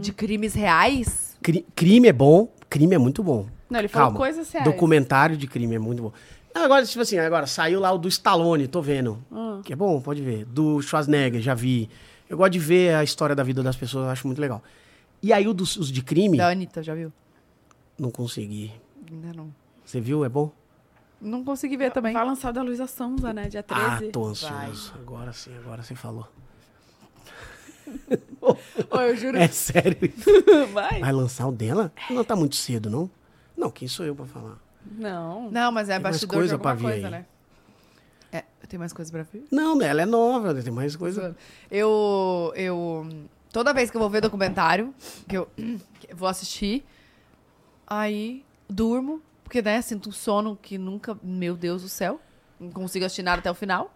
[SPEAKER 1] De crimes reais?
[SPEAKER 3] Cri- crime é bom, crime é muito bom.
[SPEAKER 4] Não, ele falou
[SPEAKER 3] Calma.
[SPEAKER 4] coisas reais.
[SPEAKER 3] Documentário de crime é muito bom. Não, Agora, tipo assim, agora saiu lá o do Stallone, tô vendo. Que é bom, pode ver. Do Schwarzenegger, já vi. Eu gosto de ver a história da vida das pessoas, eu acho muito legal. E aí o dos os de crime,
[SPEAKER 1] Da Anitta, já viu?
[SPEAKER 3] não consegui.
[SPEAKER 1] Ainda não.
[SPEAKER 3] Você viu? É bom?
[SPEAKER 1] Não consegui ver também.
[SPEAKER 4] Vai lançar o da Luísa Sonza, né? Dia 13.
[SPEAKER 3] Ah, tô ansioso. Agora sim, agora você falou.
[SPEAKER 1] Ô, eu juro.
[SPEAKER 3] É sério isso?
[SPEAKER 4] Vai?
[SPEAKER 3] Vai lançar o dela? Não tá muito cedo, não? Não, quem sou eu pra falar?
[SPEAKER 4] Não.
[SPEAKER 1] Não, mas é
[SPEAKER 3] mais
[SPEAKER 1] bastidor
[SPEAKER 3] coisa
[SPEAKER 1] de alguma
[SPEAKER 3] pra vir
[SPEAKER 1] coisa,
[SPEAKER 3] aí.
[SPEAKER 1] né? É, tem mais coisa pra ver?
[SPEAKER 3] Não, né, ela é nova, né, tem mais coisa.
[SPEAKER 1] Eu, eu. Toda vez que eu vou ver documentário, que eu que eu vou assistir, aí durmo, porque, né, sinto um sono que nunca. Meu Deus do céu. Não consigo assistir nada até o final.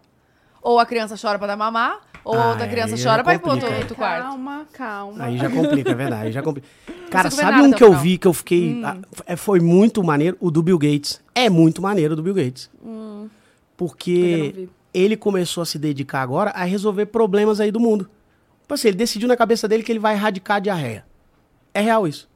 [SPEAKER 1] Ou a criança chora pra dar mamar, ou
[SPEAKER 3] Ah,
[SPEAKER 1] a outra criança
[SPEAKER 3] aí
[SPEAKER 1] chora pra ir pro outro,
[SPEAKER 3] complica.
[SPEAKER 1] outro É, quarto.
[SPEAKER 4] calma, calma.
[SPEAKER 3] Aí já complica, é verdade. aí Já complica. Cara,
[SPEAKER 1] consigo ver
[SPEAKER 3] sabe
[SPEAKER 1] nada
[SPEAKER 3] um
[SPEAKER 1] até
[SPEAKER 3] que
[SPEAKER 1] o
[SPEAKER 3] eu
[SPEAKER 1] final.
[SPEAKER 3] vi que eu fiquei. ah, é, foi muito maneiro? O do Bill Gates. É muito maneiro o do Bill Gates.
[SPEAKER 4] Ainda não
[SPEAKER 3] Porque
[SPEAKER 4] vi.
[SPEAKER 3] ele começou a se dedicar agora a resolver problemas aí do mundo. Tipo assim, ele decidiu na cabeça dele que ele vai erradicar a diarreia. É real isso.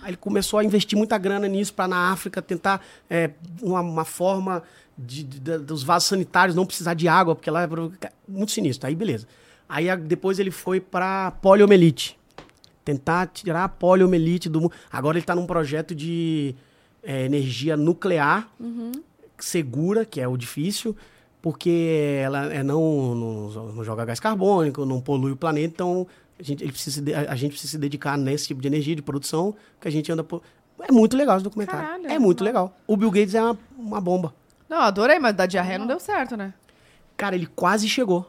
[SPEAKER 3] Aí ele começou a investir muita grana nisso para na África tentar é, uma, uma forma de, de- da- dos vasos sanitários não precisar de água, porque lá é pro- ca- muito sinistro. Aí beleza. Aí a- depois ele foi para poliomielite. Tentar tirar a poliomielite do mundo. Agora ele tá num projeto de é, energia nuclear segura, que é o difícil, porque ela é não, não, jo- não joga gás carbônico, não polui o planeta, então a gente, ele precisa, se de- a a gente precisa se dedicar nesse tipo de energia, de produção, que a gente anda por... É muito legal esse documentário.
[SPEAKER 4] Caralho,
[SPEAKER 3] é muito
[SPEAKER 4] mano.
[SPEAKER 3] legal. O Bill Gates é uma, uma bomba.
[SPEAKER 1] Não, adorei, mas da diarreia não deu certo, né?
[SPEAKER 3] Cara, ele quase chegou.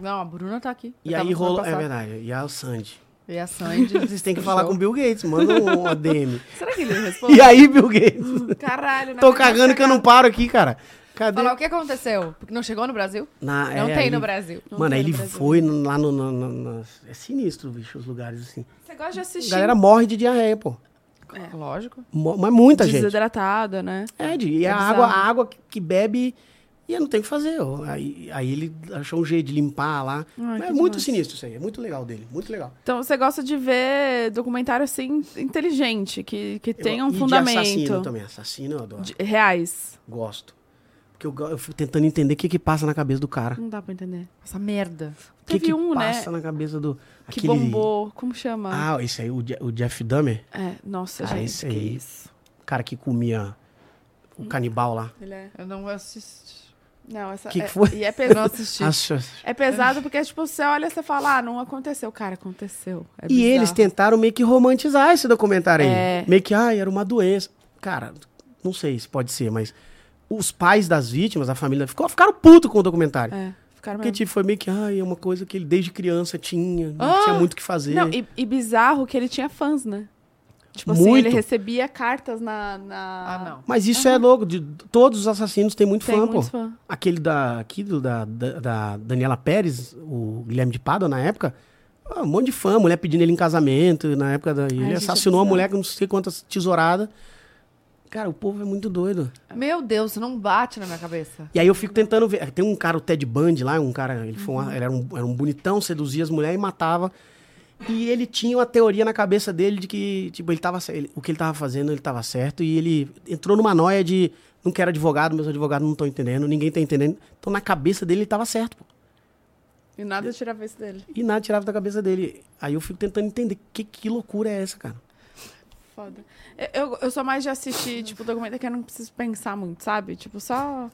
[SPEAKER 1] Não, a Bruna tá aqui.
[SPEAKER 3] E
[SPEAKER 1] Eu tava
[SPEAKER 3] aí
[SPEAKER 1] semana
[SPEAKER 3] rolou... É
[SPEAKER 1] passada.
[SPEAKER 3] verdade. E a Sandy.
[SPEAKER 1] E a Sandy.
[SPEAKER 3] Vocês têm que falar com o Bill Gates. Manda um ADM.
[SPEAKER 4] Será que ele responde?
[SPEAKER 3] E aí, Bill Gates?
[SPEAKER 4] Caralho, né?
[SPEAKER 3] Tô cagando que eu não paro aqui, cara. Cadê?
[SPEAKER 1] Falar o que aconteceu? Porque não chegou no Brasil?
[SPEAKER 3] Na-
[SPEAKER 1] não
[SPEAKER 3] é,
[SPEAKER 1] tem
[SPEAKER 3] aí-
[SPEAKER 1] no Brasil.
[SPEAKER 4] Não
[SPEAKER 3] Mano,
[SPEAKER 4] tem
[SPEAKER 3] aí
[SPEAKER 4] no
[SPEAKER 3] ele
[SPEAKER 4] Brasil.
[SPEAKER 3] foi no- lá no, no- no- no- É sinistro, bicho, os lugares assim.
[SPEAKER 4] Você gosta de
[SPEAKER 3] A
[SPEAKER 4] assistir.
[SPEAKER 3] galera morre de diarreia, pô.
[SPEAKER 1] É. Lógico.
[SPEAKER 3] Mo- Mas muita gente.
[SPEAKER 4] desidratada, né?
[SPEAKER 3] É, de, e
[SPEAKER 4] É
[SPEAKER 3] a,
[SPEAKER 4] bizarro.
[SPEAKER 3] água, a água que- que bebe. E eu não tem o que fazer. ó. Aí, aí ele achou um jeito de limpar lá. Mas é
[SPEAKER 4] que
[SPEAKER 3] muito
[SPEAKER 4] demais.
[SPEAKER 3] sinistro isso aí. É muito legal dele. Muito legal.
[SPEAKER 4] Então você gosta de ver documentário assim inteligente, que, que
[SPEAKER 3] Eu-
[SPEAKER 4] tem um
[SPEAKER 3] e de assassino
[SPEAKER 4] fundamento.
[SPEAKER 3] também. Assassino eu adoro.
[SPEAKER 4] De- reais.
[SPEAKER 3] Gosto. Porque eu, go- eu fico tentando entender o que que passa na cabeça do cara.
[SPEAKER 4] Não dá pra entender.
[SPEAKER 1] Essa merda.
[SPEAKER 3] O que
[SPEAKER 4] Teve
[SPEAKER 3] que
[SPEAKER 4] um, né?
[SPEAKER 3] passa na cabeça do...
[SPEAKER 4] Que
[SPEAKER 3] aquele-
[SPEAKER 4] bombou. Como chama?
[SPEAKER 3] Ah, esse aí, o, Je- o Jeff Dahmer.
[SPEAKER 4] É, nossa,
[SPEAKER 3] Ah,
[SPEAKER 4] gente.
[SPEAKER 3] esse
[SPEAKER 4] que
[SPEAKER 3] aí.
[SPEAKER 4] isso.
[SPEAKER 3] O cara que comia o canibal lá.
[SPEAKER 4] Ele é.
[SPEAKER 1] Eu não assisti.
[SPEAKER 4] Não, essa.
[SPEAKER 3] Que que
[SPEAKER 4] é-
[SPEAKER 3] foi?
[SPEAKER 4] E
[SPEAKER 1] Eu
[SPEAKER 4] é
[SPEAKER 1] não
[SPEAKER 4] pesado.
[SPEAKER 1] assisti.
[SPEAKER 3] Nossa,
[SPEAKER 4] é pesado porque, tipo, você olha e você fala, ah, não aconteceu. Cara, aconteceu. É
[SPEAKER 3] E eles
[SPEAKER 4] bizarro.
[SPEAKER 3] tentaram meio que romantizar esse documentário aí.
[SPEAKER 4] É.
[SPEAKER 3] Meio que, ai, era uma doença. Cara, não sei se pode ser, mas os pais das vítimas, a família, ficou, ficaram puto com o documentário.
[SPEAKER 4] É, ficaram
[SPEAKER 3] Porque
[SPEAKER 4] meio...
[SPEAKER 3] tipo, foi meio que, ai, é uma coisa que ele desde criança tinha, não
[SPEAKER 1] Ah!
[SPEAKER 3] tinha muito o que fazer.
[SPEAKER 4] Não, e, e bizarro que ele tinha fãs, né? Tipo assim,
[SPEAKER 3] Muito.
[SPEAKER 4] ele recebia cartas na. na...
[SPEAKER 1] Ah, não.
[SPEAKER 3] Mas isso é louco, de, todos os assassinos têm muito
[SPEAKER 4] Tem
[SPEAKER 3] fã, pô.
[SPEAKER 4] muitos fãs.
[SPEAKER 3] Aquele da, aqui do- da, da, da Daniela Pérez, o Guilherme de Pádua, na época, ah, um monte de fã, mulher pedindo ele em casamento, na época da, ele
[SPEAKER 4] gente, é
[SPEAKER 3] assassinou a
[SPEAKER 4] bizarro.
[SPEAKER 3] mulher com não sei quantas tesouradas. Cara, o povo é muito doido.
[SPEAKER 1] Meu Deus, não bate na minha cabeça.
[SPEAKER 3] E aí eu fico tentando ver. Tem um cara, o Ted Bundy lá, um cara, ele, foi
[SPEAKER 1] Uhum.
[SPEAKER 3] uma- ele era, um, era um bonitão, seduzia as mulheres e matava. E ele tinha uma teoria na cabeça dele de que, tipo, ele tava, ce- ele- o que ele tava fazendo, ele tava certo. E ele entrou numa noia de, não quero advogado, meus advogados não estão entendendo, ninguém tá entendendo. Então na cabeça dele ele tava certo, pô.
[SPEAKER 4] E nada tirava isso dele.
[SPEAKER 3] E nada tirava da cabeça dele. Aí eu fico tentando entender, que, que loucura é essa, cara?
[SPEAKER 4] Foda. Eu, eu, eu sou mais de assistir, tipo, documento que eu não preciso pensar muito, sabe? Tipo, só.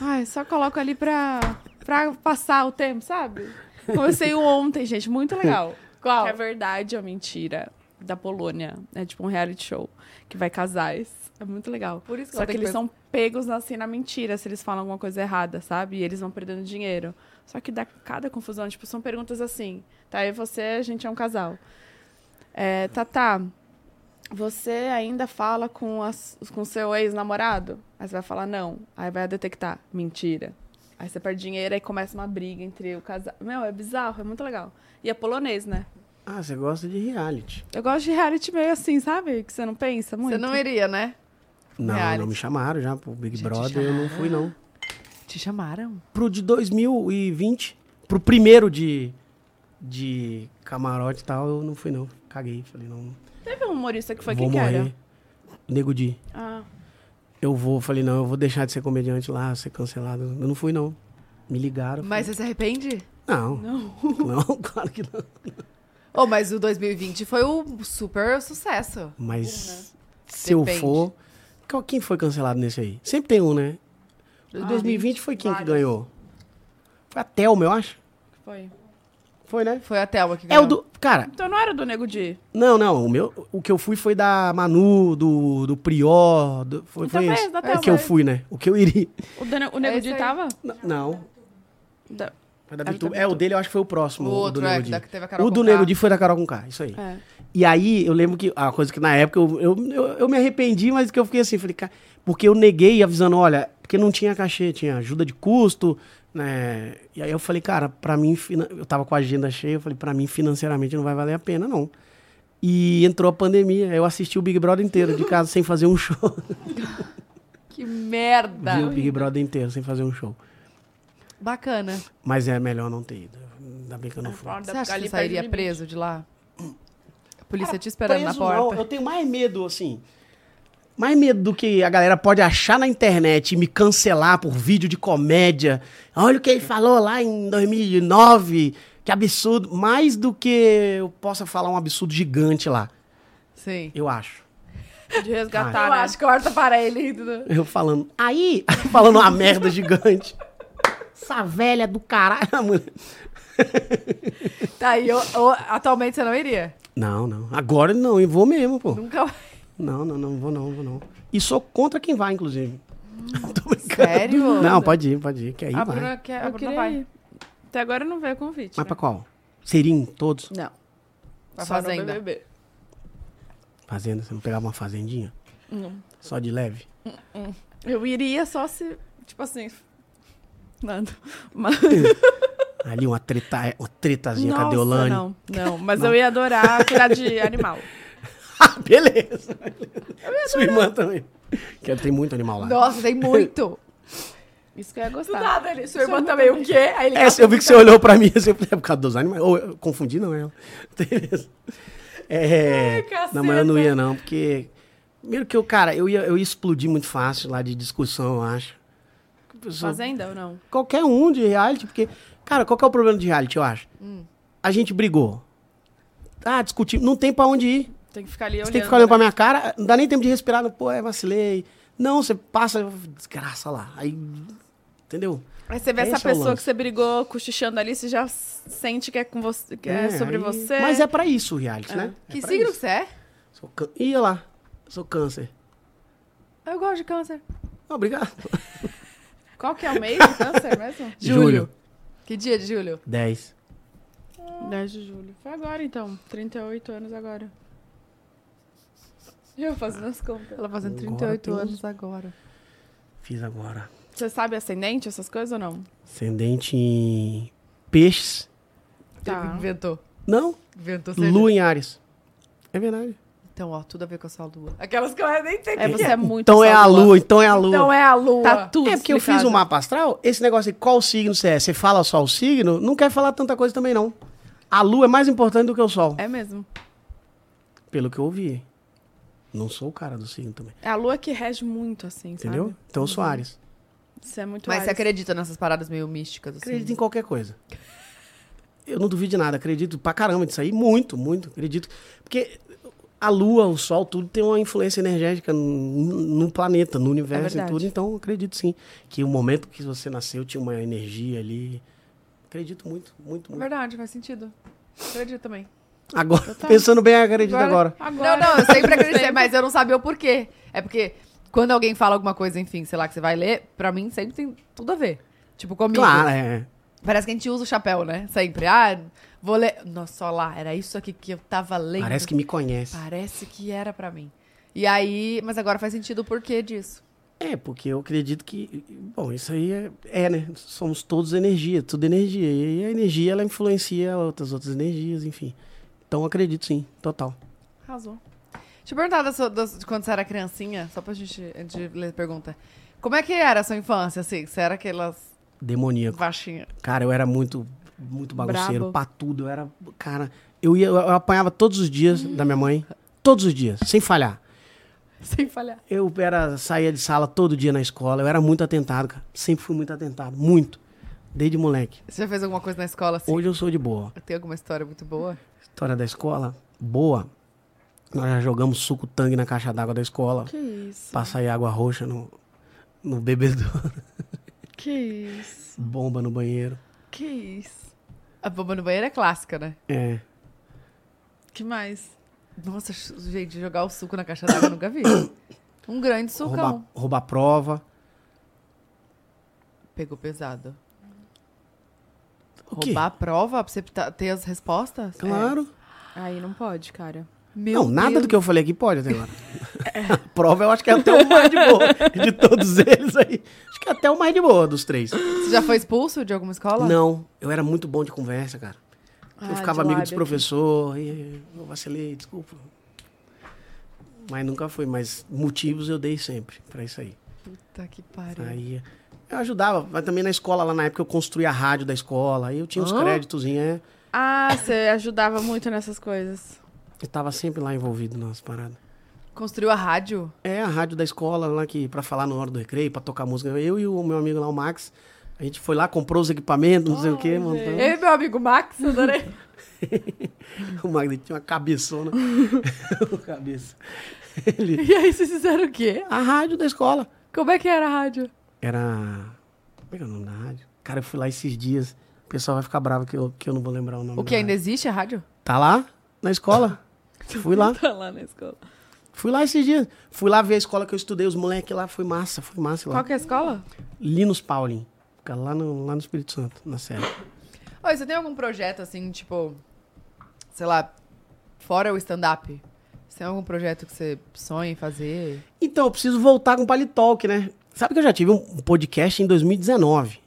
[SPEAKER 4] Ai, só Ah. coloco ali pra, pra passar o tempo, sabe? Comecei o ontem, um gente. Muito legal.
[SPEAKER 1] Qual?
[SPEAKER 4] Que é verdade ou mentira? da Polônia. É tipo um reality show que vai casais. É muito legal.
[SPEAKER 1] Por isso que
[SPEAKER 4] Só
[SPEAKER 1] eu
[SPEAKER 4] que
[SPEAKER 1] tenho
[SPEAKER 4] eles
[SPEAKER 1] que
[SPEAKER 4] são pegos assim na mentira, se eles falam alguma coisa errada, sabe? E eles vão perdendo dinheiro. Só que dá cada confusão, tipo, são perguntas assim. Tá, eu e você, a gente é um casal. É, Tatá, você ainda fala com as, com seu ex-namorado? Aí você vai falar não. Aí vai detectar, mentira. Aí você perde dinheiro e começa uma briga entre o casal. Meu, é bizarro, é muito legal. E é polonês, né?
[SPEAKER 3] Ah, você gosta de reality.
[SPEAKER 4] Eu gosto de reality meio assim, sabe? Que você não pensa muito.
[SPEAKER 1] Você não iria, né?
[SPEAKER 3] Não,
[SPEAKER 1] Reality.
[SPEAKER 3] não me chamaram já pro Big
[SPEAKER 1] Gente,
[SPEAKER 3] Brother, eu não fui, não.
[SPEAKER 1] Te chamaram?
[SPEAKER 3] Pro de 2020, pro primeiro de, de camarote e tal, eu não fui, não. Caguei, falei, não,
[SPEAKER 4] Teve um humorista que foi
[SPEAKER 3] vou
[SPEAKER 4] que
[SPEAKER 3] morrer.
[SPEAKER 4] era.
[SPEAKER 3] Nego Di.
[SPEAKER 4] Ah,
[SPEAKER 3] Eu vou, falei, não, eu vou deixar de ser comediante lá, ser cancelado. Eu não fui, não. Me ligaram.
[SPEAKER 1] Mas você se arrepende?
[SPEAKER 3] Não,
[SPEAKER 4] não.
[SPEAKER 3] não, claro que não.
[SPEAKER 1] Oh, mas o 2020 foi um super sucesso.
[SPEAKER 3] Mas se eu
[SPEAKER 1] Depende.
[SPEAKER 3] for. qual- Quem foi cancelado nesse aí? Sempre tem um, né? 2020 foi quem que
[SPEAKER 4] Ah, vários.
[SPEAKER 3] ganhou? Foi a Thelma, eu acho.
[SPEAKER 4] Foi.
[SPEAKER 3] Foi, né?
[SPEAKER 1] Foi a Thelma que
[SPEAKER 3] É
[SPEAKER 1] ganhou.
[SPEAKER 3] o do. Cara,
[SPEAKER 4] Então não era do Nego Di.
[SPEAKER 3] não, não. O, meu, o que eu fui foi da Manu, do, do Prior. do- foi
[SPEAKER 4] Então
[SPEAKER 3] foi
[SPEAKER 4] foi
[SPEAKER 3] esse.
[SPEAKER 4] esse da
[SPEAKER 3] É o que eu
[SPEAKER 4] Thelma.
[SPEAKER 3] fui, né? O que eu iria.
[SPEAKER 4] O, do Ne- o Nego
[SPEAKER 1] esse
[SPEAKER 4] Di
[SPEAKER 1] aí.
[SPEAKER 4] tava?
[SPEAKER 3] N- Não.
[SPEAKER 4] Da-
[SPEAKER 3] Foi da
[SPEAKER 4] Era
[SPEAKER 3] Bitu.
[SPEAKER 4] da
[SPEAKER 3] É, o dele eu acho que foi o próximo.
[SPEAKER 1] O outro,
[SPEAKER 3] do
[SPEAKER 1] é,
[SPEAKER 3] Nego Di.
[SPEAKER 1] da que teve a Carol
[SPEAKER 3] O do
[SPEAKER 1] Conká.
[SPEAKER 3] Nego Di foi da Carol com K, isso aí.
[SPEAKER 4] É.
[SPEAKER 3] E aí, eu lembro que a coisa que na época eu, eu, eu, eu me arrependi, mas que eu fiquei assim, falei, cara, porque eu neguei avisando, olha, porque não tinha cachê, tinha ajuda de custo, né? E aí eu falei, cara, pra mim, fina- eu tava com a agenda cheia, eu falei, pra mim financeiramente não vai valer a pena, não. E entrou a pandemia, eu assisti o Big Brother inteiro, de casa, sem fazer um show.
[SPEAKER 1] Que merda!
[SPEAKER 3] Vi o Big Brother inteiro, sem fazer um show.
[SPEAKER 1] Bacana.
[SPEAKER 3] Mas é melhor não ter ido. Ainda bem que eu não fui.
[SPEAKER 1] Você acha que você
[SPEAKER 4] Ali perde o
[SPEAKER 1] sairia
[SPEAKER 4] limite.
[SPEAKER 1] preso de lá? A polícia te esperando na
[SPEAKER 3] Preso
[SPEAKER 1] porta.
[SPEAKER 3] Não, eu tenho mais medo, assim. Mais medo do que a galera pode achar na internet e me cancelar por vídeo de comédia. Olha o que ele falou lá em 2009. Que absurdo. Mais do que eu possa falar um absurdo gigante lá.
[SPEAKER 1] Sim. Tá,
[SPEAKER 3] Eu acho.
[SPEAKER 4] De resgatar,
[SPEAKER 1] Ah, eu
[SPEAKER 4] né?
[SPEAKER 1] acho que corta para ele. Dudu.
[SPEAKER 3] Eu falando. Aí, falando uma merda gigante. Essa velha do caralho. a mulher.
[SPEAKER 1] Tá, e eu- eu- atualmente você não iria?
[SPEAKER 3] Não, não. Agora não. E vou mesmo, pô.
[SPEAKER 1] Nunca mais.
[SPEAKER 3] Não, não, não. Vou não, vou não. E sou contra quem vai, inclusive.
[SPEAKER 4] Hum,
[SPEAKER 3] Tô brincando.
[SPEAKER 1] Sério?
[SPEAKER 3] Não, pode ir, pode ir. Que aí
[SPEAKER 1] A
[SPEAKER 3] vai.
[SPEAKER 1] Ah, Bruna, quer, a
[SPEAKER 4] Eu
[SPEAKER 1] Bruna
[SPEAKER 4] queria
[SPEAKER 1] vai.
[SPEAKER 4] ir. Até agora não veio convite.
[SPEAKER 3] Mas
[SPEAKER 4] né?
[SPEAKER 3] pra qual? Serim, todos?
[SPEAKER 4] Não.
[SPEAKER 1] Pra
[SPEAKER 4] Só no
[SPEAKER 1] Fazenda.
[SPEAKER 4] BBB.
[SPEAKER 3] Fazenda, você não pegava uma fazendinha?
[SPEAKER 4] Não.
[SPEAKER 3] Só de leve?
[SPEAKER 4] Eu iria só se, tipo assim... Nada. Mas...
[SPEAKER 3] Ali uma, treta, uma tretazinha com a
[SPEAKER 4] Nossa,
[SPEAKER 3] Deolane.
[SPEAKER 4] não. Não, mas eu ia adorar cuidar de animal.
[SPEAKER 3] Ah, beleza. Sua irmã também. Que tem muito animal lá.
[SPEAKER 1] Nossa, tem muito.
[SPEAKER 4] Isso que eu ia
[SPEAKER 1] Do
[SPEAKER 4] gostar. é
[SPEAKER 1] nada, ele. Sua irmã também, o quê? Aí ele
[SPEAKER 3] Essa, eu vi que você olhou pra mim, assim, é por causa dos animais. Ou eu confundi, não, ela. Beleza. É,
[SPEAKER 1] caceta.
[SPEAKER 3] não, mas eu não ia, não, porque. Primeiro que eu, cara, eu ia, eu ia explodir muito fácil lá de discussão, eu acho. Que pessoa-
[SPEAKER 4] Fazenda ou não?
[SPEAKER 3] Qualquer um de reality, porque. Cara, qual que é o problema de reality, eu acho?
[SPEAKER 4] Hum.
[SPEAKER 3] A gente brigou. Ah, discutimos. Não tem pra onde ir.
[SPEAKER 4] Tem que ficar ali
[SPEAKER 3] Você
[SPEAKER 4] olhando.
[SPEAKER 3] tem que ficar olhando
[SPEAKER 4] né?
[SPEAKER 3] pra minha cara, não dá nem tempo de respirar, não, pô, é, vacilei. Não, você passa, desgraça lá. Aí. Entendeu?
[SPEAKER 4] Aí você vê
[SPEAKER 3] Esse
[SPEAKER 4] essa
[SPEAKER 3] é o
[SPEAKER 4] pessoa
[SPEAKER 3] lance.
[SPEAKER 4] que você brigou cochichando ali, você já s- sente que é, com você, que é, sobre
[SPEAKER 3] aí-
[SPEAKER 4] você.
[SPEAKER 3] Mas é pra isso o reality, né? É
[SPEAKER 1] Que
[SPEAKER 3] pra
[SPEAKER 1] signo
[SPEAKER 3] isso.
[SPEAKER 1] que você é?
[SPEAKER 3] Sou can... Ih, olha lá. Sou câncer.
[SPEAKER 1] Eu gosto de câncer.
[SPEAKER 3] Não, obrigado.
[SPEAKER 4] Qual que é o mês do câncer mesmo?
[SPEAKER 1] Julho. Que dia de julho?
[SPEAKER 3] 10.
[SPEAKER 4] 10 de julho. Foi agora então, 38 anos agora. Eu fazendo as contas.
[SPEAKER 1] Ela fazendo
[SPEAKER 3] Agora
[SPEAKER 1] 38
[SPEAKER 3] tem uns-
[SPEAKER 1] anos agora.
[SPEAKER 3] Fiz agora.
[SPEAKER 4] Você sabe ascendente, essas coisas ou não?
[SPEAKER 3] Ascendente em peixes.
[SPEAKER 4] Tá.
[SPEAKER 1] Ele Inventou.
[SPEAKER 3] Não,
[SPEAKER 1] Inventou certeza.
[SPEAKER 3] lua em Ares. É verdade.
[SPEAKER 1] Então, ó, tudo a ver com a sua lua. Aquelas que eu nem sei
[SPEAKER 4] É,
[SPEAKER 1] o
[SPEAKER 4] você é muito.
[SPEAKER 3] Então é
[SPEAKER 4] sua
[SPEAKER 3] a lua, então é a lua.
[SPEAKER 1] Então é a lua.
[SPEAKER 4] Tá tudo.
[SPEAKER 3] É porque eu fiz
[SPEAKER 4] explicado.
[SPEAKER 3] o mapa astral, esse negócio de qual signo você é, você fala só o signo, não quer falar tanta coisa também, não. A lua é mais importante do que o sol,
[SPEAKER 4] É mesmo.
[SPEAKER 3] pelo que eu ouvi. Não sou o cara do signo também,
[SPEAKER 4] É a lua que rege muito, assim,
[SPEAKER 3] entendeu?
[SPEAKER 4] sabe?
[SPEAKER 3] Então eu sou Ares.
[SPEAKER 4] Isso é muito
[SPEAKER 1] Mas você
[SPEAKER 4] Ares.
[SPEAKER 1] acredita nessas paradas meio místicas, assim?
[SPEAKER 3] Acredito em qualquer coisa. Eu não duvido de nada, acredito pra caramba disso aí, muito, muito, acredito. Porque a lua, o sol, tudo tem uma influência energética no, no planeta, no universo e
[SPEAKER 4] verdade.
[SPEAKER 3] tudo, então eu acredito sim. Que o momento que você nasceu tinha uma energia ali. Acredito muito, muito, muito.
[SPEAKER 1] Verdade, faz sentido. Acredito também.
[SPEAKER 3] Agora, pensando bem, eu acredito agora.
[SPEAKER 1] Não, não, eu sempre acreditei, mas eu não sabia o porquê. É porque quando alguém fala alguma coisa, enfim, sei lá, que você vai ler, pra mim sempre tem tudo a ver. Tipo, comigo.
[SPEAKER 3] Claro, é.
[SPEAKER 1] Parece que a gente usa o chapéu, né? Sempre. Ah, vou ler. Nossa, olha lá, era isso aqui que eu tava lendo.
[SPEAKER 3] é, Parece que me conhece.
[SPEAKER 1] Parece que era pra mim. E aí, mas agora faz sentido o porquê disso.
[SPEAKER 3] É, porque eu acredito que. Bom, isso aí é, é, né? Somos todos energia, tudo energia. E a energia, ela influencia outras, outras energias, enfim. Então, eu acredito sim, total.
[SPEAKER 4] Arrasou.
[SPEAKER 1] Deixa eu perguntar da sua- da- de quando você era criancinha, só pra gente, antes de ler a pergunta. Como é que era a sua infância, assim? Você era aquelas
[SPEAKER 3] Demoníaco.
[SPEAKER 1] baixinhas?
[SPEAKER 3] Cara, eu era muito, muito bagunceiro,
[SPEAKER 4] Brabo.
[SPEAKER 3] patudo. Eu era. Cara, eu, ia, eu apanhava todos os dias da minha mãe. Todos os dias, sem falhar.
[SPEAKER 1] Sem falhar.
[SPEAKER 3] Eu era, saía de sala todo dia na escola. Eu era muito atentado, cara. Sempre fui muito atentado. Muito. Desde moleque.
[SPEAKER 1] Você já fez alguma coisa na escola, assim?
[SPEAKER 3] Hoje eu sou de boa.
[SPEAKER 1] Tem alguma história muito boa?
[SPEAKER 3] História da escola, boa. Nós já jogamos suco tangue na caixa d'água da escola.
[SPEAKER 4] Que isso.
[SPEAKER 3] Pra sair água roxa no, no bebedouro.
[SPEAKER 4] Que isso.
[SPEAKER 3] Bomba no banheiro.
[SPEAKER 4] Que isso.
[SPEAKER 1] A bomba no banheiro é clássica, né?
[SPEAKER 3] É.
[SPEAKER 4] Que mais?
[SPEAKER 1] Nossa, ch- gente, jogar o suco na caixa d'água eu nunca vi. Um grande sucão.
[SPEAKER 3] Roubar, roubar prova.
[SPEAKER 1] Pegou pesado.
[SPEAKER 3] O quê?
[SPEAKER 1] Roubar a prova pra você ta- ter as respostas? É.
[SPEAKER 3] Claro.
[SPEAKER 4] Aí não pode, cara.
[SPEAKER 1] Meu
[SPEAKER 3] não, nada
[SPEAKER 1] Deus.
[SPEAKER 3] do que eu falei aqui pode até agora. A prova eu acho que é até o mais de boa. De todos eles aí. Acho que é até o mais de boa dos três.
[SPEAKER 1] Você já foi expulso de alguma escola?
[SPEAKER 3] Não, eu era muito bom de conversa, cara.
[SPEAKER 4] Ah,
[SPEAKER 3] eu ficava
[SPEAKER 4] de
[SPEAKER 3] amigo
[SPEAKER 4] lábio
[SPEAKER 3] dos
[SPEAKER 4] aqui.
[SPEAKER 3] professores. e Eu vacilei, desculpa. Mas nunca foi. Mas motivos eu dei sempre pra isso aí.
[SPEAKER 1] Puta Tá que pariu.
[SPEAKER 3] Aí eu ajudava, mas também na escola, lá na época eu construía a rádio da escola, aí eu tinha uns
[SPEAKER 1] Hã?
[SPEAKER 3] créditos, é,
[SPEAKER 4] Ah, você ajudava muito nessas coisas.
[SPEAKER 3] eu tava sempre lá envolvido nas paradas.
[SPEAKER 1] Construiu a rádio?
[SPEAKER 3] É a rádio da escola lá que pra falar na hora do recreio, pra tocar música, eu e o meu amigo lá, o Max, a gente foi lá, comprou os equipamentos, não sei o que, montando.
[SPEAKER 1] Eu e meu amigo Max, adorei.
[SPEAKER 3] O Max ele tinha uma cabeçona. Uma cabeça. Ele-
[SPEAKER 1] e aí vocês fizeram o quê?
[SPEAKER 3] A rádio da escola.
[SPEAKER 1] Como é que era a rádio?
[SPEAKER 3] Era. Como é que é o nome da rádio? Cara, eu fui lá esses dias. O pessoal vai ficar bravo que eu, que eu não vou lembrar o nome.
[SPEAKER 1] O
[SPEAKER 3] da
[SPEAKER 1] que ainda
[SPEAKER 3] rádio.
[SPEAKER 1] existe a rádio?
[SPEAKER 3] Tá lá? Na escola? fui lá.
[SPEAKER 4] Tá lá na escola.
[SPEAKER 3] Fui lá esses dias. Fui lá ver a escola que eu estudei, os moleques lá, foi massa, foi massa lá.
[SPEAKER 1] Qual que é a escola?
[SPEAKER 3] Linus Pauling. Fica lá no, lá no Espírito Santo, na série.
[SPEAKER 1] Oi, você tem algum projeto assim, tipo, sei lá, fora o stand-up? Você tem algum projeto que você sonha em fazer?
[SPEAKER 3] Então, eu preciso voltar com o Palitalk, né? Sabe que eu já tive um um podcast em 2019.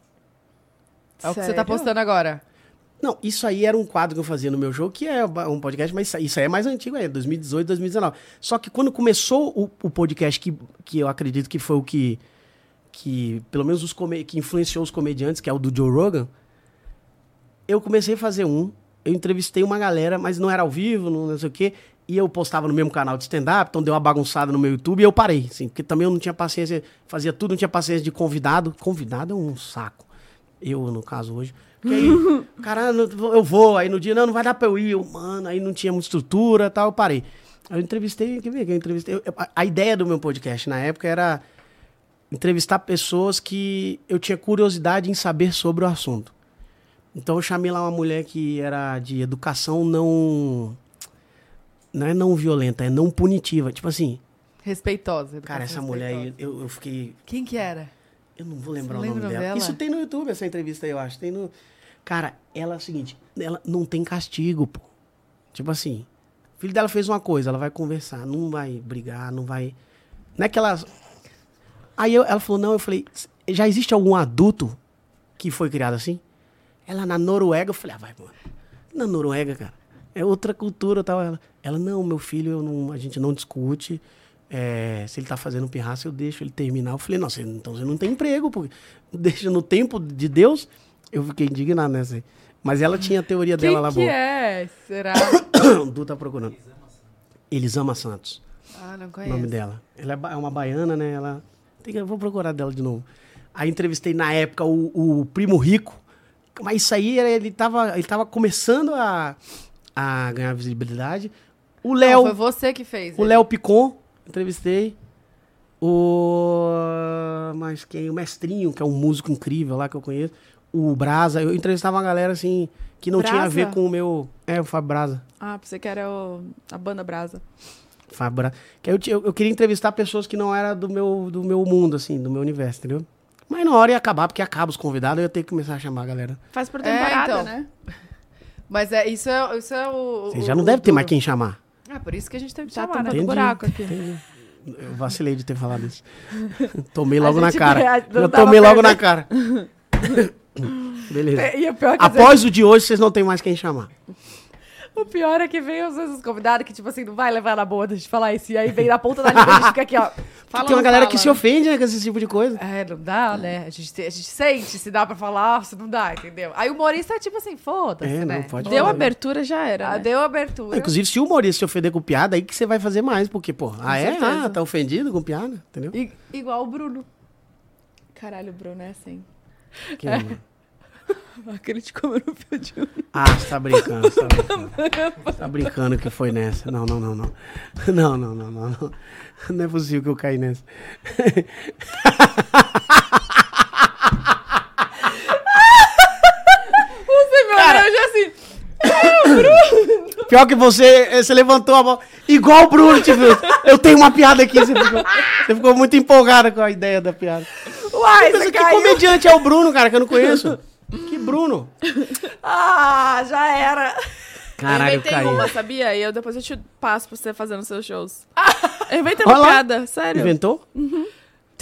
[SPEAKER 1] É o que você tá
[SPEAKER 4] Sério?
[SPEAKER 1] postando agora.
[SPEAKER 3] Não, isso aí era um quadro que eu fazia no meu jogo, que é ba- um podcast, mas isso- isso aí é mais antigo, é 2018, 2019. Só que quando começou o, o podcast, que, que eu acredito que foi o que, que pelo menos os come- que influenciou os comediantes, que é o do Joe Rogan, eu comecei a fazer um, eu entrevistei uma galera, mas não era ao vivo, não, não sei o quê, e eu postava no mesmo canal de stand-up, então deu uma bagunçada no meu YouTube e eu parei, assim, porque também eu não tinha paciência, fazia tudo, não tinha paciência de convidado. Convidado é um saco. Eu, no caso, hoje. Porque aí, cara, não- eu vou, aí no dia, não, não vai dar pra eu ir, eu, mano, aí não tinha muita estrutura e tal, eu parei. Aí eu entrevistei, quer ver que eu entrevistei? eu- a- a ideia do meu podcast na época era entrevistar pessoas que eu tinha curiosidade em saber sobre o assunto. Então eu chamei lá uma mulher que era de educação não. Não é não violenta, é não punitiva. Tipo assim,
[SPEAKER 1] Respeitosa. educação
[SPEAKER 3] cara, essa mulher aí,
[SPEAKER 1] respeitosa.
[SPEAKER 3] eu, eu fiquei.
[SPEAKER 1] Quem que era?
[SPEAKER 3] Eu não vou lembrar
[SPEAKER 1] Você
[SPEAKER 3] o nome
[SPEAKER 1] lembra
[SPEAKER 3] dela.
[SPEAKER 1] dela?
[SPEAKER 3] Isso tem no YouTube, essa entrevista aí, eu acho. Tem no. Cara, ela é o seguinte, ela não tem castigo, pô. Tipo assim, o filho dela fez uma coisa, ela vai conversar, não vai brigar, não vai. Não é que ela. Aí eu- ela falou, não, eu falei, já existe algum adulto que foi criado assim? Ela na Noruega, eu falei, ah, vai, mano. Na Noruega, cara. É outra cultura tal. Ela, ela não, meu filho, eu não- a gente não discute. É, se ele tá fazendo pirraça, eu deixo ele terminar. Eu falei, não, você, então você não tem emprego, porque deixa no tempo de Deus. Eu fiquei indignado nessa aí. Mas ela tinha a teoria
[SPEAKER 1] Quem
[SPEAKER 3] dela lá
[SPEAKER 1] que
[SPEAKER 3] boa.
[SPEAKER 1] é? Será?
[SPEAKER 3] O Du tá procurando. Elisama Santos,
[SPEAKER 1] ah, não
[SPEAKER 3] o nome
[SPEAKER 1] conheço.
[SPEAKER 3] dela. Ela é ba- é uma baiana, né? Ela. tem que- eu vou procurar dela de novo. Aí entrevistei na época o, o Primo Rico. Mas isso aí, era- ele tava, ele tava começando a, a ganhar visibilidade. é O
[SPEAKER 1] Não, foi
[SPEAKER 3] Léo.
[SPEAKER 1] você que fez.
[SPEAKER 3] O
[SPEAKER 1] ele.
[SPEAKER 3] Léo Picon, entrevistei. O. Mas quem? O Mestrinho, que é um músico incrível lá que eu conheço. o Brasa. Eu entrevistava uma galera assim que não tinha a ver
[SPEAKER 4] Brasa?
[SPEAKER 3] com o meu. É, o Fábio Brasa.
[SPEAKER 4] Ah, pra você que era o- a banda Brasa.
[SPEAKER 3] Fábio Brasa. Que aí eu, ti- eu, eu queria entrevistar pessoas que não eram do meu, do meu mundo, assim, do meu universo, entendeu? Mas na hora ia acabar, porque acaba os convidados, eu ia ter que começar a chamar a galera.
[SPEAKER 4] Faz por
[SPEAKER 1] É,
[SPEAKER 4] temporada,
[SPEAKER 1] então.
[SPEAKER 4] né?
[SPEAKER 1] Mas é, isso, é, isso é o.
[SPEAKER 3] Você
[SPEAKER 1] o-
[SPEAKER 3] já não
[SPEAKER 1] o
[SPEAKER 3] deve ter
[SPEAKER 1] duro.
[SPEAKER 3] mais quem chamar.
[SPEAKER 1] Ah, por isso que a gente teve que
[SPEAKER 4] Tá
[SPEAKER 1] chamar, né?
[SPEAKER 4] tampando o buraco aqui.
[SPEAKER 3] Entendi. Eu vacilei de ter falado isso. tomei
[SPEAKER 4] A
[SPEAKER 3] logo na
[SPEAKER 4] gente-
[SPEAKER 3] cara.
[SPEAKER 4] a- não
[SPEAKER 3] Eu
[SPEAKER 4] tava
[SPEAKER 3] tomei logo na
[SPEAKER 4] perdendo.
[SPEAKER 3] cara. Beleza.
[SPEAKER 4] E o
[SPEAKER 1] é
[SPEAKER 4] pior, que,
[SPEAKER 3] Após o de hoje, vocês não tem mais quem chamar.
[SPEAKER 1] O pior é que vem às vezes os convidados que, tipo assim, não vai levar na boa de falar isso. E aí vem na ponta da língua, a gente fica aqui, ó.
[SPEAKER 3] Porque tem uma galera que se ofende né, com esse tipo de coisa.
[SPEAKER 1] É, não dá, né? A gente, te- a gente sente se dá pra falar, se não dá, entendeu? Aí o humorista é tipo assim, foda-se,
[SPEAKER 3] É,
[SPEAKER 1] né?
[SPEAKER 3] não pode
[SPEAKER 4] deu
[SPEAKER 3] falar. É,
[SPEAKER 4] abertura, já era.
[SPEAKER 1] Ah,
[SPEAKER 4] né?
[SPEAKER 1] deu abertura.
[SPEAKER 3] Inclusive, se o humorista se ofender com piada, aí que você vai fazer mais. Porque, pô, ah, é?
[SPEAKER 4] certeza.
[SPEAKER 3] Ah, tá ofendido com piada? Entendeu?
[SPEAKER 1] I- igual o Bruno.
[SPEAKER 4] Caralho, o Bruno é assim.
[SPEAKER 3] Que é, mano.
[SPEAKER 4] Criticou meu fio de um. unha.
[SPEAKER 3] Ah, você tá brincando, você tá brincando.
[SPEAKER 4] é
[SPEAKER 3] Você tá brincando que foi nessa. Não, não, não, não. Não, não, não, não. Não, não é possível que eu caí nessa.
[SPEAKER 4] Você me olhou já assim.
[SPEAKER 3] Pior que você, eh, você levantou a mão. Igual o Bruno, tipo, eu tenho uma piada aqui. Você ficou, você ficou muito empolgada com a ideia da piada.
[SPEAKER 4] Uai,
[SPEAKER 3] Mas
[SPEAKER 4] você
[SPEAKER 3] que
[SPEAKER 4] caiu.
[SPEAKER 3] comediante é o Bruno, cara, que eu não conheço? Que Bruno?
[SPEAKER 4] Ah, já era.
[SPEAKER 2] eu
[SPEAKER 3] Caralho, eu
[SPEAKER 2] inventei
[SPEAKER 3] caí.
[SPEAKER 2] uma, sabia? E eu depois eu te passo pra você fazer nos seus shows.
[SPEAKER 4] Eu inventei
[SPEAKER 3] Olha
[SPEAKER 4] uma
[SPEAKER 3] lá.
[SPEAKER 4] piada, sério.
[SPEAKER 3] Inventou?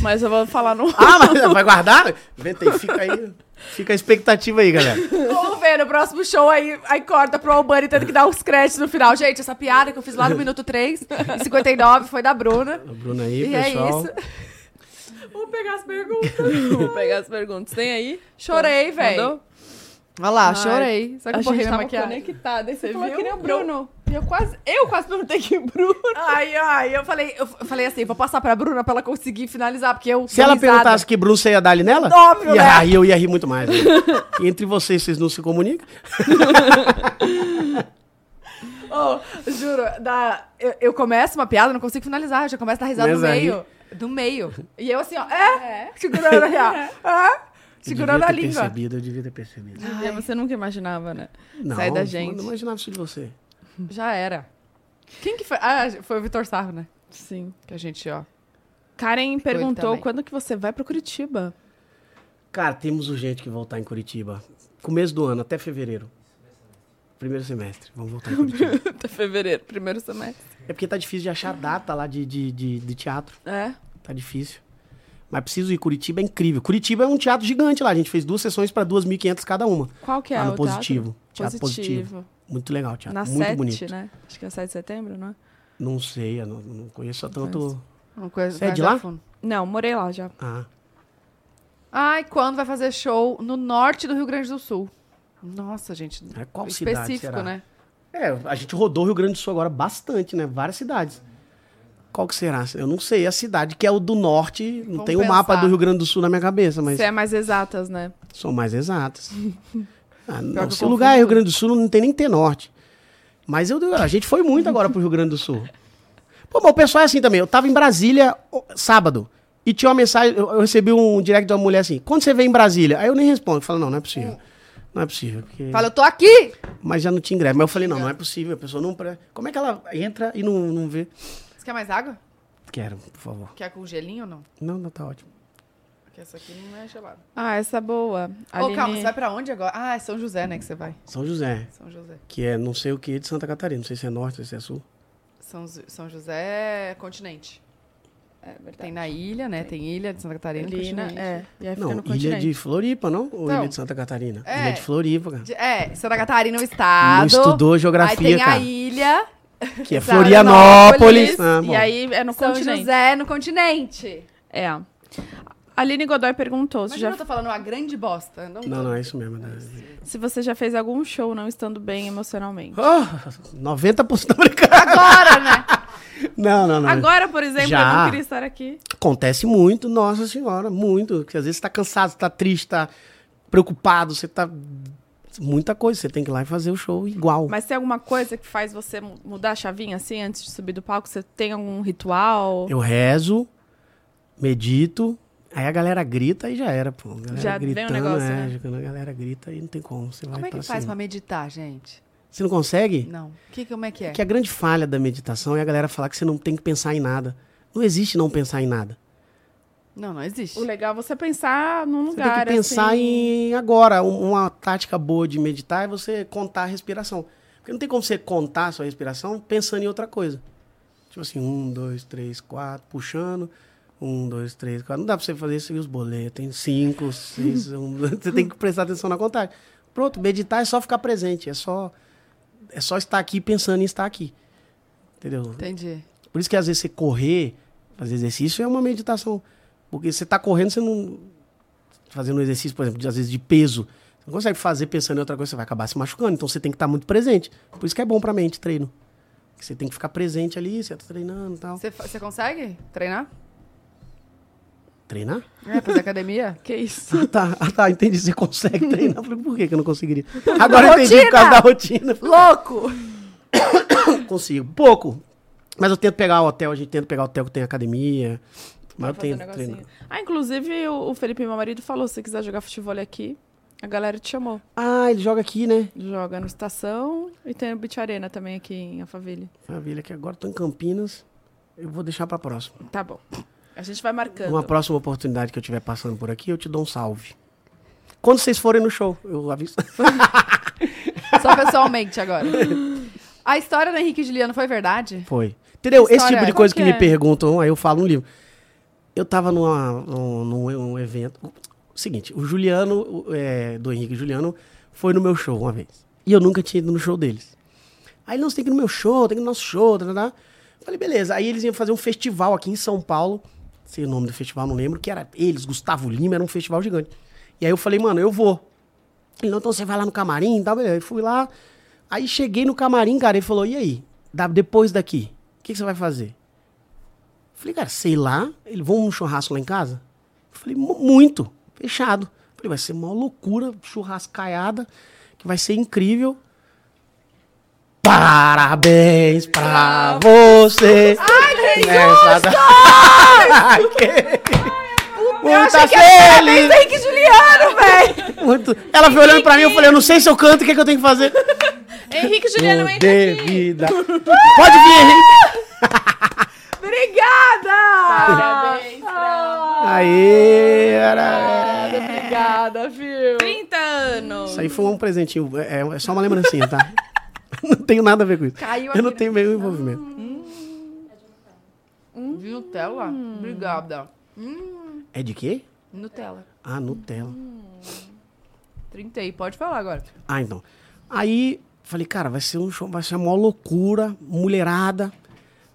[SPEAKER 2] Mas eu vou falar no.
[SPEAKER 3] Ah, mas vai guardar? Inventei, fica aí. Fica a expectativa aí, galera.
[SPEAKER 1] Vamos ver no próximo show aí, aí corta pro Albani tendo que dar os créditos no final. Gente, essa piada que eu fiz lá no minuto 3 e 59 foi da Bruna.
[SPEAKER 3] O Bruno aí,
[SPEAKER 1] E
[SPEAKER 3] pessoal.
[SPEAKER 1] é isso. Vamos pegar as perguntas.
[SPEAKER 2] Vou pegar as perguntas. Tem aí?
[SPEAKER 1] Chorei, velho.
[SPEAKER 2] Mandou?
[SPEAKER 1] Olha lá,
[SPEAKER 2] Ai,
[SPEAKER 1] chorei. Só que
[SPEAKER 4] a
[SPEAKER 1] eu morri
[SPEAKER 4] gente
[SPEAKER 1] na
[SPEAKER 4] tava
[SPEAKER 1] maquiagem.
[SPEAKER 2] conectada. Aí você
[SPEAKER 1] Você
[SPEAKER 2] falou
[SPEAKER 1] viu?
[SPEAKER 2] que nem o Bruno. E eu quase, eu quase perguntei que o Bruno.
[SPEAKER 1] Ai, ai, eu falei, eu f- eu falei assim, vou passar pra Bruna pra ela conseguir finalizar, porque eu.
[SPEAKER 3] Se ela perguntasse que Bruno você ia dar ali nela,
[SPEAKER 1] Óbvio,
[SPEAKER 3] e
[SPEAKER 1] né?
[SPEAKER 3] aí eu ia rir muito mais. né? E entre vocês, vocês não se comunicam?
[SPEAKER 1] Oh, juro, dá, eu, eu começo uma piada, não consigo finalizar, eu já começo a dar risada no
[SPEAKER 3] Começa a rir.
[SPEAKER 1] meio. Do meio. E eu assim, ó, é? Segurando aqui, ó. É? Segurando
[SPEAKER 3] eu devia
[SPEAKER 1] a
[SPEAKER 3] ter
[SPEAKER 1] língua.
[SPEAKER 3] Percebido, eu devia ter percebido.
[SPEAKER 4] E Você nunca imaginava, né?
[SPEAKER 3] Não,
[SPEAKER 4] Sai da gente.
[SPEAKER 3] eu não imaginava isso de você.
[SPEAKER 1] Já era. Quem que foi? Ah, foi o Vitor Sarro, né?
[SPEAKER 4] Sim.
[SPEAKER 1] Que a gente, ó.
[SPEAKER 4] Karen perguntou
[SPEAKER 1] também.
[SPEAKER 4] quando que você vai pro Curitiba.
[SPEAKER 3] Cara, temos urgente que voltar em Curitiba. Começo do ano, até fevereiro. Primeiro semestre, vamos voltar em Curitiba.
[SPEAKER 4] Até fevereiro, primeiro semestre.
[SPEAKER 3] é porque tá difícil de achar data lá de, de, de, de teatro.
[SPEAKER 4] É.
[SPEAKER 3] Tá difícil. Mas preciso ir. Curitiba é incrível. Curitiba é um teatro gigante lá. A gente fez duas sessões pra 2.500 cada uma.
[SPEAKER 4] Qual que é
[SPEAKER 3] lá
[SPEAKER 4] o
[SPEAKER 3] Ah, no Positivo.
[SPEAKER 4] teatro?
[SPEAKER 3] Teatro positivo. Muito legal, o teatro.
[SPEAKER 4] Na
[SPEAKER 3] Ah, Muito
[SPEAKER 4] 7,
[SPEAKER 3] bonito.
[SPEAKER 4] né? Acho que é 7 de setembro, não é?
[SPEAKER 3] Não sei, eu não, não conheço tanto.
[SPEAKER 1] Uma coisa
[SPEAKER 3] Você é
[SPEAKER 1] mais
[SPEAKER 3] de lá?
[SPEAKER 1] a fundo.
[SPEAKER 4] Não, morei lá já.
[SPEAKER 3] Ah,
[SPEAKER 1] Ai, quando vai fazer show no norte do Rio Grande do Sul? Nossa, gente.
[SPEAKER 3] é qual
[SPEAKER 1] específico,
[SPEAKER 3] cidade? será?
[SPEAKER 1] né?
[SPEAKER 3] É, a gente rodou o Rio Grande do Sul agora bastante, né? Várias cidades. Qual que será? Eu não sei. A cidade que é o do norte, não
[SPEAKER 1] Vamos
[SPEAKER 3] tem o mapa
[SPEAKER 1] pensar.
[SPEAKER 3] do Rio Grande do Sul na minha cabeça, mas
[SPEAKER 4] Você é mais exatas, né?
[SPEAKER 3] são mais exatas. Ah,
[SPEAKER 1] que eu
[SPEAKER 3] não, se o
[SPEAKER 1] confundo
[SPEAKER 3] lugar é Rio
[SPEAKER 1] tudo.
[SPEAKER 3] Grande do Sul, não tem nem ter norte. Mas eu, a gente foi muito agora pro Rio Grande do Sul. Pô, mas o pessoal é assim também. Eu tava em Brasília ó, sábado e tinha uma mensagem. Eu, eu recebi um direct de uma mulher assim: quando você vem em Brasília? Aí eu nem respondo. Eu falo: não, não é possível. Não é possível. Porque...
[SPEAKER 1] Fala, eu tô aqui!
[SPEAKER 3] Mas já não tinha ingresso. Mas eu falei, não, não é possível, a pessoa não... Pra... Como é que ela entra e não, não vê?
[SPEAKER 1] Você quer mais água?
[SPEAKER 3] Quero, por favor.
[SPEAKER 1] Quer com gelinho ou não?
[SPEAKER 3] Não, não, tá ótimo.
[SPEAKER 1] Porque essa aqui não é gelada.
[SPEAKER 4] Ah, essa é boa.
[SPEAKER 1] Ô,
[SPEAKER 4] Aline...
[SPEAKER 1] calma, você vai pra onde agora? Ah, é São José, né, que você vai.
[SPEAKER 3] São José,
[SPEAKER 1] São José.
[SPEAKER 3] que é não sei o que de Santa Catarina. Não sei se é norte, não sei se é sul.
[SPEAKER 1] São, Z- São José é continente.
[SPEAKER 4] É verdade.
[SPEAKER 1] Tem na ilha, né? Tem ilha de Santa Catarina.
[SPEAKER 4] Lina,
[SPEAKER 1] continente.
[SPEAKER 4] é. E aí fica
[SPEAKER 3] Não,
[SPEAKER 4] no
[SPEAKER 3] ilha
[SPEAKER 4] continente.
[SPEAKER 3] de Floripa, não? Ou
[SPEAKER 1] Não.
[SPEAKER 3] ilha de Santa Catarina?
[SPEAKER 1] É.
[SPEAKER 3] Ilha de Floripa, cara.
[SPEAKER 1] De- É, Santa Catarina é um estado.
[SPEAKER 3] Não estudou geografia,
[SPEAKER 1] Aí tem a
[SPEAKER 3] cara.
[SPEAKER 1] ilha.
[SPEAKER 3] Que é
[SPEAKER 1] Exato.
[SPEAKER 3] Florianópolis. Ah, bom.
[SPEAKER 4] E aí é no
[SPEAKER 1] São
[SPEAKER 4] continente.
[SPEAKER 1] José no continente.
[SPEAKER 4] É. Aline Godoy perguntou se,
[SPEAKER 1] Imagina
[SPEAKER 4] já,
[SPEAKER 1] eu tô falando uma grande bosta. Não,
[SPEAKER 3] Não,
[SPEAKER 1] tô-
[SPEAKER 3] não, é isso mesmo. Né?
[SPEAKER 4] se você já fez algum show não estando bem emocionalmente.
[SPEAKER 3] Ah, 90% tá brincando.
[SPEAKER 1] Agora, né?
[SPEAKER 3] Não, não, não.
[SPEAKER 4] Agora, por exemplo, eu não
[SPEAKER 3] Já.
[SPEAKER 4] queria estar aqui.
[SPEAKER 3] Acontece muito, nossa senhora, muito. Porque às vezes você tá cansado, você tá triste, tá preocupado, você tá... Muita coisa, você tem que ir lá e fazer o show igual.
[SPEAKER 4] Mas tem alguma coisa que faz você mu- mudar a chavinha assim antes de subir do palco? Você tem algum ritual?
[SPEAKER 3] Eu rezo, medito, Aí a galera grita e já era, pô. A galera
[SPEAKER 2] Já vem o
[SPEAKER 3] gritando,
[SPEAKER 2] negócio,
[SPEAKER 3] é,
[SPEAKER 2] né?
[SPEAKER 3] Quando a galera grita e não tem como. Você
[SPEAKER 1] Como
[SPEAKER 3] vai
[SPEAKER 1] é que
[SPEAKER 3] pra
[SPEAKER 1] faz
[SPEAKER 3] cima.
[SPEAKER 1] pra meditar, gente?
[SPEAKER 3] Você não consegue?
[SPEAKER 1] Não. Que, como é que é?
[SPEAKER 3] Que a grande falha da meditação é a galera falar que você não tem que pensar em nada. Não existe não pensar em nada.
[SPEAKER 1] Não, não existe.
[SPEAKER 2] O legal é você pensar num
[SPEAKER 3] Você
[SPEAKER 2] lugar.
[SPEAKER 3] tem que pensar
[SPEAKER 2] assim,
[SPEAKER 3] em agora. Um- Uma tática boa de meditar é você contar a respiração. Porque não tem como você contar a sua respiração pensando em outra coisa. Tipo assim, um, dois, três, quatro, puxando. Um, dois, três, quatro. Não dá pra você fazer isso e os boletos, hein? Cinco, seis, um, dois. Você tem que prestar atenção na contagem. Pronto, meditar é só ficar presente. É só, é só estar aqui pensando em estar aqui. Entendeu?
[SPEAKER 1] Entendi.
[SPEAKER 3] Por isso que às vezes você correr, fazer exercício é uma meditação. Porque você tá correndo, você não. Fazendo um exercício, por exemplo, de, às vezes de peso. Você não consegue fazer pensando em outra coisa, você vai acabar se machucando. Então você tem que estar muito presente. Por isso que é bom pra mente treino. Porque Você tem que ficar presente ali, você tá treinando e tal.
[SPEAKER 1] Você fa- você consegue treinar?
[SPEAKER 3] Treinar?
[SPEAKER 1] É, fazer academia?
[SPEAKER 2] Que isso?
[SPEAKER 3] Ah, tá, ah, tá, entendi. Você consegue treinar. Eu Falei, por que, que eu não conseguiria? Agora eu entendi por causa da rotina.
[SPEAKER 1] Louco!
[SPEAKER 3] Consigo. Pouco. Mas eu tento pegar o hotel, a gente tenta pegar o hotel que tem academia. Mas eu
[SPEAKER 2] Pra fazer um
[SPEAKER 3] tento treinar.
[SPEAKER 2] negocinho. Ah, inclusive o o Felipe, meu marido, falou: se você quiser jogar futebol aqui, a galera te chamou.
[SPEAKER 3] Ah, ele joga aqui, né?
[SPEAKER 2] Joga no Estação e tem no Beach Arena também aqui em Alphaville.
[SPEAKER 3] Maravilha, que agora tô em Campinas. Eu vou deixar pra próxima.
[SPEAKER 2] Tá bom. A gente vai
[SPEAKER 4] Tá,
[SPEAKER 2] marcando.
[SPEAKER 3] Uma próxima oportunidade que eu estiver passando por aqui, eu te dou um salve. Quando vocês forem no show, eu aviso.
[SPEAKER 1] Só pessoalmente agora. A história do Henrique e Juliano foi verdade?
[SPEAKER 3] Foi. Entendeu?
[SPEAKER 1] Que
[SPEAKER 3] Esse tipo
[SPEAKER 1] história?
[SPEAKER 3] de coisa que,
[SPEAKER 2] Qual que
[SPEAKER 3] me
[SPEAKER 2] é?
[SPEAKER 3] perguntam, aí eu falo um livro. Eu tava numa, num, num- num evento. O seguinte, o Juliano, o- é, do Henrique Juliano, foi no meu show uma vez. E eu nunca tinha ido no show deles. Aí não, você tem que ir no meu show, tem que ir no nosso show, tá, tá, tá. Falei, beleza. Aí eles iam fazer um festival aqui em São Paulo. Sei o nome do festival, não lembro, que era eles, Gustavo Lima, era um festival gigante. E aí eu falei, mano, eu vou. Ele, não, então você vai lá no camarim e tal, beleza. Eu fui lá. Aí cheguei no camarim, cara, ele falou, e aí? Da- depois daqui, o que, que você vai fazer? Falei, cara, sei lá. Ele, vamos num churrasco lá em casa? Falei, "Mu- muito. Fechado. Falei, vai ser uma loucura, churrascaiada, que vai ser incrível. Parabéns pra você. Ai,
[SPEAKER 1] É,
[SPEAKER 3] que injusto! Muita feliz.
[SPEAKER 1] Henrique e Juliano, velho!
[SPEAKER 3] Muito- Ela foi olhando pra mim, eu falei, eu não sei se eu canto, o que, é que eu tenho que fazer?
[SPEAKER 2] Henrique e Juliano, entra
[SPEAKER 3] De
[SPEAKER 2] aqui.
[SPEAKER 3] vida. Pode vir, Henrique.
[SPEAKER 1] Obrigada!
[SPEAKER 2] Parabéns, pra...
[SPEAKER 3] Aê, era...
[SPEAKER 1] Obrigada, viu?
[SPEAKER 2] 30 anos.
[SPEAKER 3] Isso aí foi um presentinho, é, é só uma lembrancinha, tá? Não tenho nada a ver com isso.
[SPEAKER 1] Caiu
[SPEAKER 3] eu não
[SPEAKER 1] aqui, né?
[SPEAKER 3] tenho meio envolvimento.
[SPEAKER 1] Viu, Nutella? Obrigada.
[SPEAKER 3] É de quê?
[SPEAKER 1] Nutella.
[SPEAKER 3] Ah, Nutella.
[SPEAKER 1] Trintei, pode falar agora.
[SPEAKER 3] Ah, então. Aí, falei, cara, vai ser um show, vai ser uma loucura, mulherada.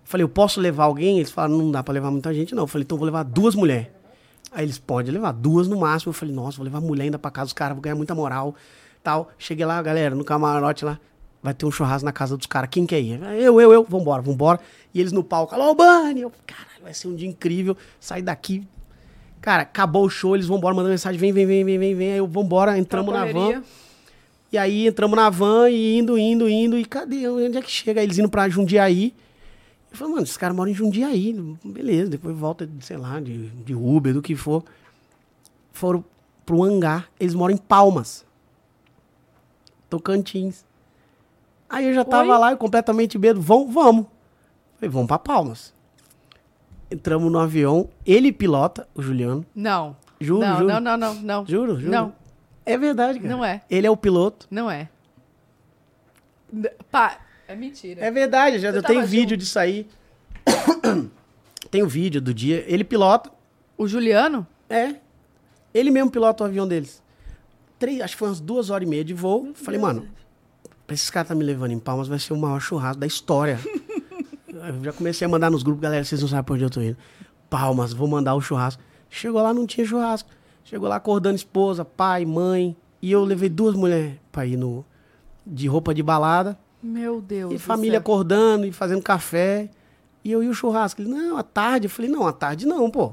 [SPEAKER 3] Falei, eu posso levar alguém? Eles falaram, não dá pra levar muita gente, não. Eu falei, então eu vou levar duas mulheres. Aí eles, pode levar duas no máximo. Eu falei, nossa, vou levar mulher ainda pra casa, os caras vão ganhar muita moral, tal. Cheguei lá, galera, no camarote lá, vai ter um churrasco na casa dos caras, quem quer ir? Eu, eu, eu, vambora, vambora. E eles no palco, alô, Bani! Eu, caralho, vai ser um dia incrível, sair daqui. Cara, acabou o show, eles vambora, mandando mensagem, vem, vem, vem, vem, vem, vem. Aí eu, vambora, entramos na van.
[SPEAKER 2] correria.
[SPEAKER 3] E aí entramos na van e indo, indo, indo. E cadê? Onde é que chega? Aí Eles indo pra Jundiaí. Eu falei, mano, esses caras moram em Jundiaí. Beleza, depois volta, sei lá, de, de Uber, do que for. Foram pro hangar. Eles moram em Palmas. Tocantins. Aí eu já tava
[SPEAKER 2] Oi?
[SPEAKER 3] lá, eu completamente medo. Vamos, vamos. Falei, vamos pra Palmas. Entramos no avião. Ele pilota, o Juliano.
[SPEAKER 1] Não.
[SPEAKER 3] Juro,
[SPEAKER 1] não,
[SPEAKER 3] juro.
[SPEAKER 1] não, não, não, não.
[SPEAKER 3] Juro, juro.
[SPEAKER 1] Não,
[SPEAKER 3] É verdade, cara.
[SPEAKER 1] Não é.
[SPEAKER 3] Ele é o piloto.
[SPEAKER 1] não é. N- Pá, é mentira.
[SPEAKER 3] É verdade, já eu
[SPEAKER 1] tava
[SPEAKER 3] tenho vídeo disso aí. tem o vídeo do dia. Ele pilota,
[SPEAKER 1] O Juliano?
[SPEAKER 3] é. Ele mesmo pilota o avião deles. Três, acho que foi umas duas horas e meia de voo. Falei, mano, pra esses caras tá me levando em palmas, vai ser o maior churrasco da história. eu já comecei a mandar nos grupos, galera, vocês não sabem pra onde eu tô indo. Palmas, vou mandar o churrasco. Chegou lá, não tinha churrasco. Chegou lá acordando esposa, pai, mãe. E eu levei duas mulheres pra ir no. de roupa de balada.
[SPEAKER 1] Meu Deus.
[SPEAKER 3] E
[SPEAKER 1] do
[SPEAKER 3] família
[SPEAKER 1] céu.
[SPEAKER 3] acordando e fazendo café. E eu e o churrasco. Ele, não, à tarde. Eu falei, não, à tarde não, pô.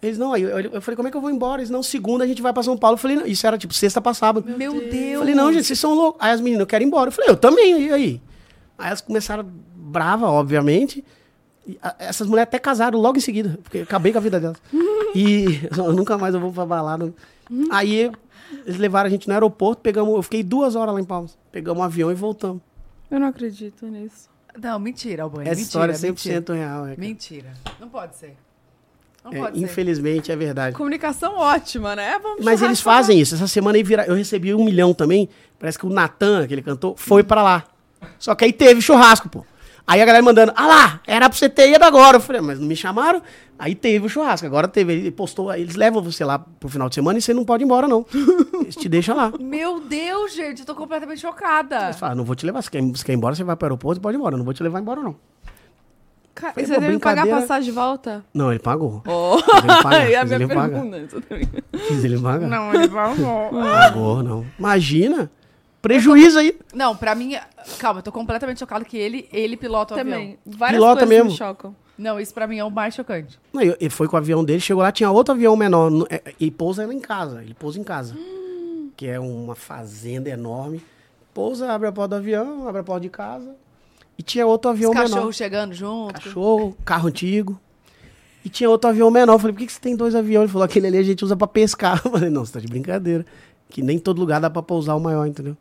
[SPEAKER 3] Eles, não, aí eu, eu falei, como é que eu vou embora? Eles, não, segunda a gente vai pra São Paulo. Eu falei, não, isso era tipo sexta pra sábado.
[SPEAKER 1] Meu Deus.
[SPEAKER 3] Eu falei, não, gente, vocês são loucos. Aí as meninas, eu quero ir embora. Eu falei, eu também, e aí? Aí elas começaram brava, obviamente. E a- essas mulheres até casaram logo em seguida, porque eu acabei com a vida delas. E eu nunca mais eu vou pra balada. Aí eles levaram a gente no aeroporto, pegamos, eu fiquei duas horas lá em Palmas. Pegamos um avião e voltamos.
[SPEAKER 2] Eu não acredito nisso.
[SPEAKER 1] Não, mentira, Albani.
[SPEAKER 3] Essa história
[SPEAKER 1] mentira,
[SPEAKER 3] é 100% real. É, cara.
[SPEAKER 1] mentira. Não pode ser. Não
[SPEAKER 3] É,
[SPEAKER 1] pode ser.
[SPEAKER 3] infelizmente é verdade.
[SPEAKER 2] Comunicação ótima, né? Vamos
[SPEAKER 3] Mas eles fazem isso. Essa semana aí vira... eu recebi um milhão também. Parece que o Natan, aquele cantor, foi pra lá. Só que aí teve churrasco, pô. Aí a galera mandando, ah lá, era pra você ter ido agora. Eu falei, "Ah, mas não me chamaram. Aí teve o churrasco, agora teve. Ele postou, aí eles levam você lá pro final de semana e você não pode ir embora, não. Eles te deixam lá.
[SPEAKER 1] Meu Deus, gente, eu tô completamente chocada.
[SPEAKER 3] Eles falam, não vou te levar. Você quer, você quer ir embora, você vai pro aeroporto e pode ir embora. Eu não vou te levar embora, não.
[SPEAKER 2] Ca...
[SPEAKER 3] Foi
[SPEAKER 2] Você
[SPEAKER 3] uma
[SPEAKER 2] teve que pagar a
[SPEAKER 3] brincadeira.
[SPEAKER 2] passagem de volta?
[SPEAKER 3] Não, ele pagou.
[SPEAKER 2] Oh.
[SPEAKER 3] Fiz ele
[SPEAKER 1] é
[SPEAKER 3] pagar,
[SPEAKER 2] e a
[SPEAKER 3] fiz
[SPEAKER 2] minha
[SPEAKER 3] ele é pagar.
[SPEAKER 4] então.
[SPEAKER 2] pergunta. isso também.
[SPEAKER 3] Fiz ele pagar. Não.
[SPEAKER 1] ele vai
[SPEAKER 3] Pagou, não. Imagina. Prejuízo aí.
[SPEAKER 1] Não, pra mim. Calma, eu tô completamente chocada que ele, ele pilota o avião.
[SPEAKER 2] Também. Várias
[SPEAKER 3] Pilota
[SPEAKER 2] coisas
[SPEAKER 3] Ah, tá mesmo.
[SPEAKER 2] me chocam.
[SPEAKER 1] Não, isso pra mim é o mais chocante.
[SPEAKER 3] Não, e- ele foi com o avião dele, chegou lá, tinha outro avião menor. no- é, é, E pousa ela em casa. Ele pousa em casa.
[SPEAKER 1] Hum.
[SPEAKER 3] Que é uma fazenda enorme. Pousa, abre a porta do avião, abre a porta de casa. E tinha outro
[SPEAKER 1] Os
[SPEAKER 3] avião
[SPEAKER 1] cachorros
[SPEAKER 3] menor.
[SPEAKER 1] chegando junto.
[SPEAKER 3] Cachorro, carro antigo. E tinha outro avião menor. Eu falei, por que, que você tem dois aviões? Ele falou, aquele ali a gente usa pra pescar. Eu falei, não, você tá de brincadeira. Que nem todo lugar dá pra pousar o maior, entendeu?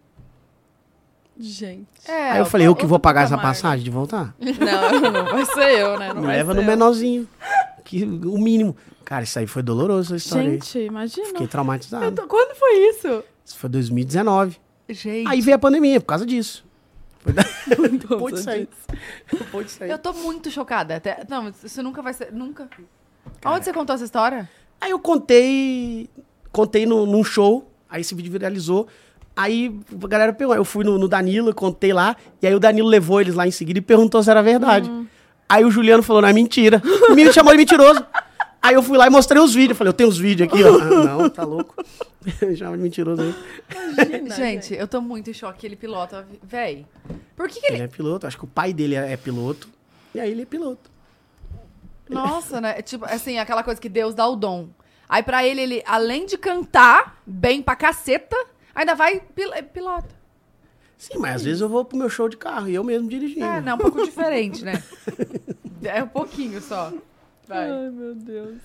[SPEAKER 2] Gente.
[SPEAKER 1] É,
[SPEAKER 3] Aí eu falei, eu que
[SPEAKER 1] outra
[SPEAKER 3] vou pagar essa
[SPEAKER 1] marca.
[SPEAKER 3] passagem de voltar?
[SPEAKER 2] Não, não vai ser eu, né? Não
[SPEAKER 3] Me
[SPEAKER 2] vai
[SPEAKER 3] leva
[SPEAKER 2] ser
[SPEAKER 3] no
[SPEAKER 2] eu.
[SPEAKER 3] menorzinho. Que, o mínimo. Cara, isso aí foi doloroso, essa história aí.
[SPEAKER 2] Gente, imagina.
[SPEAKER 3] Fiquei traumatizado.
[SPEAKER 2] Eu tô- Quando foi isso?
[SPEAKER 3] Isso foi 2019.
[SPEAKER 1] Gente,
[SPEAKER 3] Aí veio a pandemia, por causa disso. Foi da- Depois disso aí. Depois disso aí.
[SPEAKER 1] eu tô muito chocada. Até- Não, isso nunca vai ser. Nunca. Aonde você contou essa história?
[SPEAKER 3] Aí eu contei. Contei no, num show. Aí esse vídeo viralizou. Aí a galera pegou. Eu fui no, no Danilo, contei lá. E aí o Danilo levou eles lá em seguida e perguntou se era verdade. Aí o Juliano falou: não, é mentira. Me chamou de mentiroso. Aí eu fui lá e mostrei os vídeos. Eu Falei, eu tenho os vídeos aqui, ó. Ah, não, tá louco. Chama de mentiroso aí.
[SPEAKER 1] gente, eu tô muito em choque. Ele pilota. o avi- Véi. Por que, que ele.
[SPEAKER 3] Ele é piloto, acho que o pai dele é é piloto. E aí ele é piloto.
[SPEAKER 1] Nossa, né? É Tipo, assim, aquela coisa que Deus dá o dom. Aí pra ele, ele, além de cantar bem pra caceta, ainda vai pil- é, pilota.
[SPEAKER 3] Sim, mas às vezes eu vou pro meu show de carro e eu mesmo dirigindo.
[SPEAKER 1] É, não, um pouco diferente, né? É um pouquinho só. Vai,
[SPEAKER 2] Ai, meu Deus.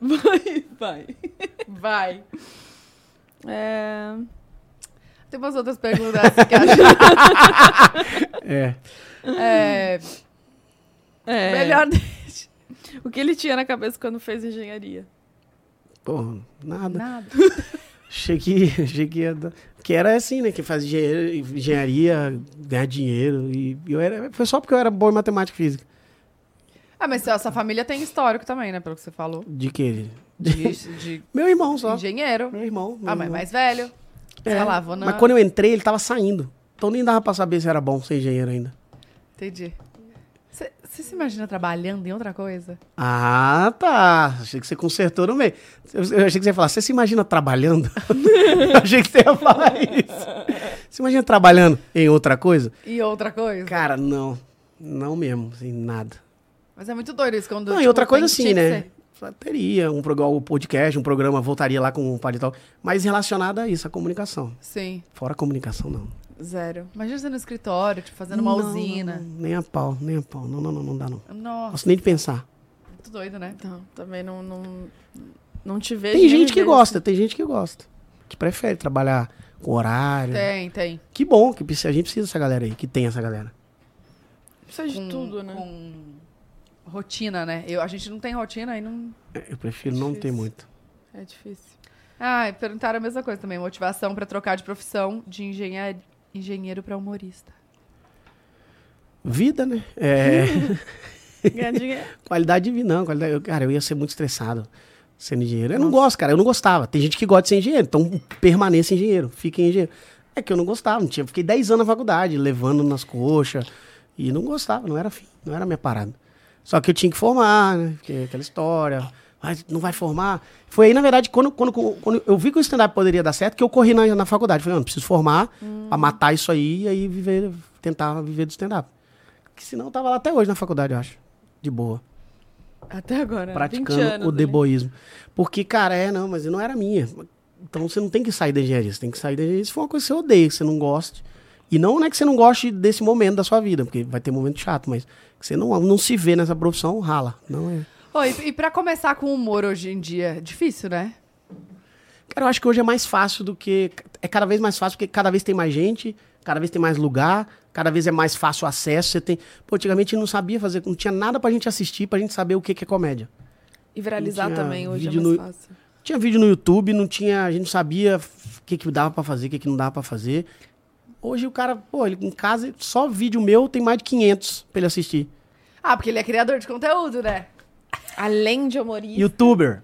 [SPEAKER 2] Vai, vai.
[SPEAKER 1] vai.
[SPEAKER 2] É...
[SPEAKER 1] Tem umas outras perguntas assim que acho
[SPEAKER 3] É.
[SPEAKER 1] é,
[SPEAKER 2] é,
[SPEAKER 1] melhor deixar.
[SPEAKER 2] O que ele tinha na cabeça quando fez engenharia?
[SPEAKER 3] Pô, nada.
[SPEAKER 1] Nada.
[SPEAKER 3] Achei que, achei que ia dar- é Que era assim, né? Que faz engenharia, engenharia, ganhar dinheiro. E eu era. Foi só porque eu era bom em matemática e física.
[SPEAKER 1] Ah, mas essa família tem histórico também, né? Pelo que você falou.
[SPEAKER 3] De que?
[SPEAKER 1] De, de
[SPEAKER 3] Meu irmão só.
[SPEAKER 1] engenheiro.
[SPEAKER 3] Meu irmão. Meu
[SPEAKER 1] Ah, mas
[SPEAKER 3] irmão. É.
[SPEAKER 1] mais velho. Sei lá, vou na...
[SPEAKER 3] Mas quando eu entrei, ele tava saindo. Então nem dava pra saber se era bom ser engenheiro ainda.
[SPEAKER 1] Entendi. Você se imagina trabalhando em outra coisa?
[SPEAKER 3] Ah, tá. Achei que você consertou no meio. Eu, eu achei que você ia falar, você se imagina trabalhando? eu achei que você ia falar isso. Você imagina trabalhando em outra coisa?
[SPEAKER 1] E outra coisa?
[SPEAKER 3] Cara, não. Não mesmo, assim, nada.
[SPEAKER 1] Mas é muito doido isso quando.
[SPEAKER 3] não, e
[SPEAKER 1] tipo,
[SPEAKER 3] outra coisa
[SPEAKER 1] tem-
[SPEAKER 3] assim,
[SPEAKER 1] tinha que
[SPEAKER 3] né?
[SPEAKER 1] ser.
[SPEAKER 3] Teria um programa, um podcast, um programa, voltaria lá com o paletó. Mas relacionado a isso, a comunicação.
[SPEAKER 1] Sim.
[SPEAKER 3] Fora a comunicação, não.
[SPEAKER 2] Zero.
[SPEAKER 1] Imagina você no escritório, tipo, fazendo uma
[SPEAKER 3] Não,
[SPEAKER 1] usina.
[SPEAKER 3] não, nem a pau, nem a pau. Não, não, não, não dá não.
[SPEAKER 1] Nossa,
[SPEAKER 3] Nossa, nem de pensar.
[SPEAKER 1] muito doido, né?
[SPEAKER 2] Então, também não, não, não te vejo.
[SPEAKER 3] Tem
[SPEAKER 2] nem
[SPEAKER 3] gente
[SPEAKER 2] me
[SPEAKER 3] que
[SPEAKER 2] vejo.
[SPEAKER 3] gosta, tem gente que gosta. Que prefere trabalhar com horário.
[SPEAKER 1] Tem, tem.
[SPEAKER 3] Que bom, que precisa- a gente precisa dessa galera aí, que tem essa galera.
[SPEAKER 2] Precisa de
[SPEAKER 1] Com-
[SPEAKER 2] tudo, né?
[SPEAKER 1] Com rotina, né? Eu, a gente não tem rotina e não.
[SPEAKER 3] É, Eu prefiro não ter
[SPEAKER 2] Difícil.
[SPEAKER 3] muito.
[SPEAKER 2] É difícil.
[SPEAKER 1] Ah, e perguntaram a mesma coisa também. Motivação pra trocar de profissão de engenheiro, engenheiro pra humorista.
[SPEAKER 3] Vida, né?
[SPEAKER 1] Uhum.
[SPEAKER 3] É,
[SPEAKER 2] Ganhar dinheiro.
[SPEAKER 3] qualidade de vida, não. Qualidade, eu- cara, eu ia ser muito estressado sendo engenheiro. Eu não gosto, cara, eu não gostava. Tem gente que gosta de ser engenheiro, então permaneça engenheiro, fique engenheiro. É que eu não gostava, não tinha, fiquei 10 anos na faculdade, levando nas coxas, e não gostava, não era fim, não era minha parada. Só que eu tinha que formar, né? Porque aquela história, "Ai, não vai formar. Foi aí, na verdade, quando, quando, quando eu vi que o stand-up poderia dar certo, que eu corri na, na faculdade. Falei, não, preciso formar pra matar isso aí e aí viver, tentar viver do stand-up. Que senão eu tava lá até hoje na faculdade, eu acho. De boa
[SPEAKER 2] Até
[SPEAKER 1] É,
[SPEAKER 2] agora. 20 anos,
[SPEAKER 3] praticando o
[SPEAKER 2] né?
[SPEAKER 3] deboísmo. Porque, cara, é, não, mas não era minha. Então você não tem que sair da engenharia, você tem que sair da engenharia se for uma coisa que você odeia, que você não goste. E não é que você não goste desse momento da sua vida, porque vai ter momento chato, mas que você não, não se vê nessa profissão, rala. Não é.
[SPEAKER 1] Ô, e, e pra começar com humor hoje em dia, difícil, né?
[SPEAKER 3] Cara, eu acho que hoje é mais fácil do que. É cada vez mais fácil, porque cada vez tem mais gente, cada vez tem mais lugar, cada vez é mais fácil o acesso. Você tem. Pô, antigamente não sabia fazer, não tinha nada pra gente assistir, pra gente saber o que, que é comédia.
[SPEAKER 2] E viralizar
[SPEAKER 3] Tinha
[SPEAKER 2] também hoje é
[SPEAKER 3] vídeo
[SPEAKER 2] mais
[SPEAKER 3] no-
[SPEAKER 2] fácil.
[SPEAKER 3] Tinha vídeo no YouTube, não tinha. A gente não sabia o que, que dava pra fazer, o que, que não dava pra fazer. Hoje o cara, pô, ele em casa, só vídeo meu tem mais de 500 pra ele assistir.
[SPEAKER 1] Ah, porque ele é criador de conteúdo, né?
[SPEAKER 2] Além de humorista.
[SPEAKER 3] Youtuber.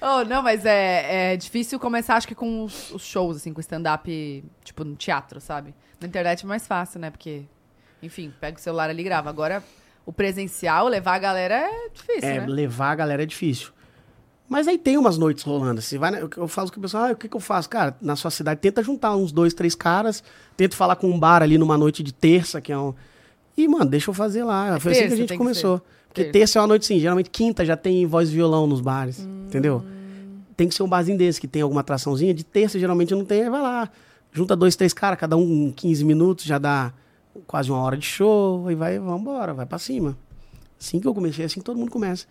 [SPEAKER 1] Oh, não, mas é, é difícil começar, acho que com os, os shows, assim, com stand-up, tipo, no teatro, sabe? Na internet é mais fácil, né? Porque, enfim, pega o celular ali e grava. Agora, o presencial, levar a galera é difícil,
[SPEAKER 3] É,
[SPEAKER 1] né?
[SPEAKER 3] levar a galera é difícil. Mas aí tem umas noites rolando. Assim, vai, na- eu- eu falo com o pessoal, ah, o que, que eu faço? Cara, na sua cidade, tenta juntar uns dois, três caras, tenta falar com um bar ali numa noite de terça, que é um. E, mano, deixa eu fazer lá. Foi assim que
[SPEAKER 1] É terça,
[SPEAKER 3] a gente
[SPEAKER 1] tem que
[SPEAKER 3] começou. Porque
[SPEAKER 1] Terça.
[SPEAKER 3] terça é uma noite sim, geralmente quinta já tem voz e violão nos bares,
[SPEAKER 2] Hum.
[SPEAKER 3] entendeu? Tem que ser um barzinho desse, que tem alguma atraçãozinha. De terça geralmente não tem, aí vai lá. Junta dois, três caras, cada um 15 minutos, já dá quase uma hora de show, e vai, vambora, vai pra cima. Assim que eu comecei, assim que todo mundo começa.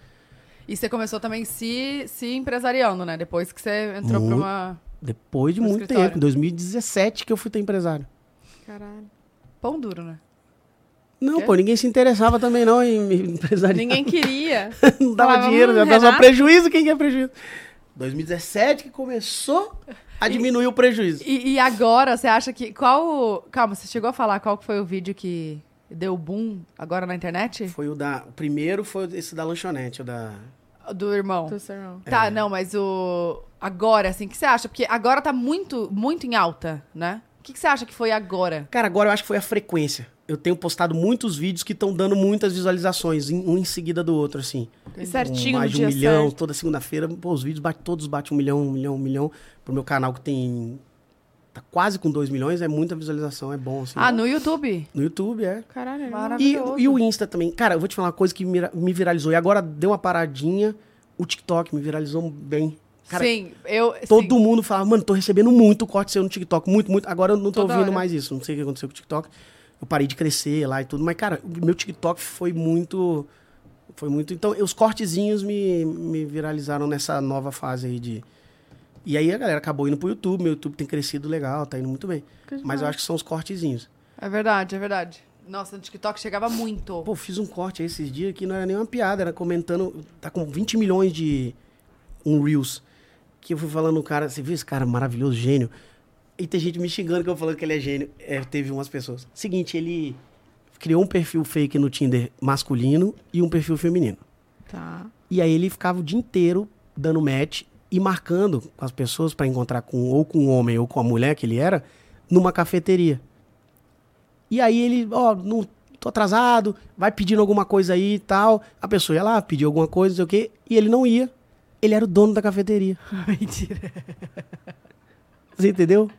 [SPEAKER 1] E você começou também se, se empresariando, né? Depois que você entrou pra
[SPEAKER 3] Muito.
[SPEAKER 1] uma...
[SPEAKER 3] Depois de
[SPEAKER 1] No
[SPEAKER 3] muito
[SPEAKER 1] escritório.
[SPEAKER 3] tempo, em 2017 que eu fui ter empresário.
[SPEAKER 2] Caralho.
[SPEAKER 1] Pão duro, né?
[SPEAKER 3] Não,
[SPEAKER 1] Quê?
[SPEAKER 3] pô, ninguém se interessava também não em em empresário.
[SPEAKER 2] Ninguém queria.
[SPEAKER 3] não dava
[SPEAKER 2] falava,
[SPEAKER 3] dinheiro,
[SPEAKER 2] "Hum,
[SPEAKER 3] já dava
[SPEAKER 2] Renato?"
[SPEAKER 3] prejuízo, quem quer prejuízo? 2017 que começou a diminuir o prejuízo.
[SPEAKER 1] E, e agora, você acha que... Qual... Calma, você chegou a falar qual que foi o vídeo que deu boom agora na internet?
[SPEAKER 3] Foi o da, o primeiro foi esse da lanchonete, o da
[SPEAKER 1] Do irmão.
[SPEAKER 2] Do seu irmão.
[SPEAKER 1] Tá, não, mas o. Agora, assim, o que você acha? Porque agora tá muito, muito em alta, né? O que, que você acha que foi agora?
[SPEAKER 3] Cara, agora eu acho que foi a frequência. Eu tenho postado muitos vídeos que estão dando muitas visualizações, em- um em seguida do outro, assim.
[SPEAKER 2] E certinho
[SPEAKER 3] Com mais
[SPEAKER 2] no
[SPEAKER 3] de um
[SPEAKER 2] dia
[SPEAKER 3] milhão,
[SPEAKER 2] certo.
[SPEAKER 3] toda segunda-feira, pô, os vídeos bate, todos batem um milhão, um milhão, um milhão. Pro meu canal que tem. tá quase com dois milhões, é muita visualização, é bom, assim.
[SPEAKER 1] Ah, no YouTube.
[SPEAKER 3] No YouTube, é.
[SPEAKER 2] Caralho.
[SPEAKER 1] Maravilhoso.
[SPEAKER 3] E, e o Insta também. Cara, eu vou te falar uma coisa que mira- me viralizou. E agora deu uma paradinha. O TikTok me viralizou bem. Cara,
[SPEAKER 1] sim, eu.
[SPEAKER 3] Todo um-
[SPEAKER 1] sim.
[SPEAKER 3] mundo falava, mano, tô recebendo muito corte seu no TikTok, muito, muito. Agora eu não tô
[SPEAKER 2] Toda
[SPEAKER 3] ouvindo
[SPEAKER 2] hora.
[SPEAKER 3] mais isso. Não sei o que aconteceu com o TikTok. Eu parei de crescer lá e tudo. Mas, cara, o meu TikTok foi muito. Foi muito. Então, os cortezinhos me, me viralizaram nessa nova fase aí de. E aí a galera acabou indo pro YouTube. Meu YouTube tem crescido legal, tá indo muito bem. Mas eu acho que são os cortezinhos.
[SPEAKER 1] É verdade, é verdade. Nossa, no TikTok chegava muito.
[SPEAKER 3] Pô, fiz um corte aí esses dias que não era nem uma piada, era comentando. Tá com 20 milhões de um Reels. Que eu fui falando, um cara, você viu esse cara maravilhoso, gênio? E tem gente me xingando que eu falando que ele é gênio. É, teve umas pessoas. Seguinte, ele criou um perfil fake no Tinder masculino e um perfil feminino.
[SPEAKER 2] Tá.
[SPEAKER 3] E aí ele ficava o dia inteiro dando match e marcando com as pessoas pra encontrar com ou com o homem ou com a mulher que ele era numa cafeteria. E aí ele, ó, não tô atrasado, vai pedindo alguma coisa aí e tal. A pessoa ia lá, pediu alguma coisa, não sei o quê, e ele não ia. Ele era o dono da cafeteria.
[SPEAKER 1] Mentira.
[SPEAKER 3] Você entendeu?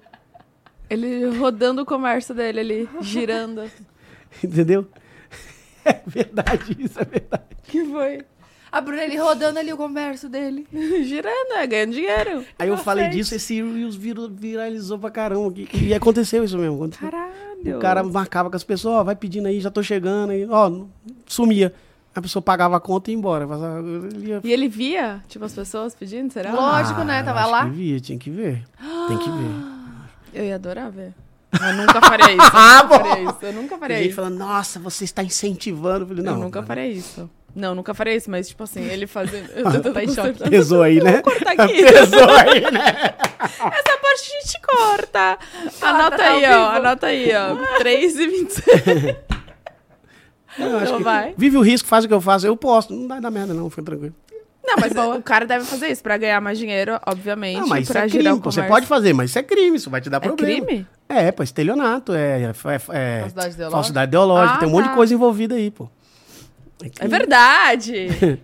[SPEAKER 2] Ele rodando o comércio dele ali, girando.
[SPEAKER 3] Entendeu? É verdade, isso é verdade.
[SPEAKER 2] que foi?
[SPEAKER 1] A Bruna ele rodando ali o comércio dele.
[SPEAKER 2] girando, é, ganhando dinheiro.
[SPEAKER 3] Aí eu falei disso, esse Reels virou- viralizou pra caramba. E, e aconteceu isso mesmo. Aconteceu.
[SPEAKER 2] Caralho.
[SPEAKER 3] O cara marcava com as pessoas, ó, vai pedindo aí, já tô chegando aí, ó, sumia. A pessoa pagava a conta e ia embora. Passava- ele ia-
[SPEAKER 2] E ele via, tipo, as pessoas pedindo, será?
[SPEAKER 1] Lógico, né?
[SPEAKER 3] eu
[SPEAKER 1] Tava
[SPEAKER 3] Ah, acho
[SPEAKER 1] lá.
[SPEAKER 3] Que via, tinha que ver. Tem que ver.
[SPEAKER 2] Eu ia adorar ver. Eu nunca faria isso. Eu nunca faria isso. Eu nunca
[SPEAKER 3] Ah, Tem
[SPEAKER 2] faria
[SPEAKER 3] gente
[SPEAKER 2] isso.
[SPEAKER 3] falando, nossa, você está incentivando. Eu falei, não.
[SPEAKER 2] eu nunca
[SPEAKER 3] mano,
[SPEAKER 2] faria isso. Não, nunca faria isso, mas tipo assim, ele fazendo.
[SPEAKER 1] Tá em choque.
[SPEAKER 3] Pesou aí, né?
[SPEAKER 2] cortar Tá aqui.
[SPEAKER 3] Pesou aí, né?
[SPEAKER 2] Essa parte a gente corta. Ah,
[SPEAKER 3] Ah,
[SPEAKER 2] Anota
[SPEAKER 1] tá ao
[SPEAKER 2] aí, ó.
[SPEAKER 1] vivo.
[SPEAKER 2] Anota aí, ó. 3 e 26.
[SPEAKER 3] Não, eu acho
[SPEAKER 2] Então
[SPEAKER 3] que
[SPEAKER 2] vai.
[SPEAKER 3] Vive o risco, faz o que eu faço. Eu posto. Não vai dar merda, não, fica tranquilo.
[SPEAKER 2] Não, mas o cara deve fazer isso pra ganhar mais dinheiro, obviamente.
[SPEAKER 3] Não, é mas isso
[SPEAKER 2] pra
[SPEAKER 3] é
[SPEAKER 2] girar
[SPEAKER 3] crime.
[SPEAKER 2] o
[SPEAKER 3] pô, Você
[SPEAKER 2] comércio.
[SPEAKER 3] pode fazer, mas isso é crime, isso vai te dar
[SPEAKER 2] É
[SPEAKER 3] problema.
[SPEAKER 2] crime?
[SPEAKER 3] É, pô, estelionato, é, é, é- é-
[SPEAKER 1] Falsidade ideológica.
[SPEAKER 3] falsidade ideológica,
[SPEAKER 2] Ah,
[SPEAKER 3] tem um monte
[SPEAKER 2] tá.
[SPEAKER 3] de coisa envolvida aí, pô.
[SPEAKER 2] É verdade.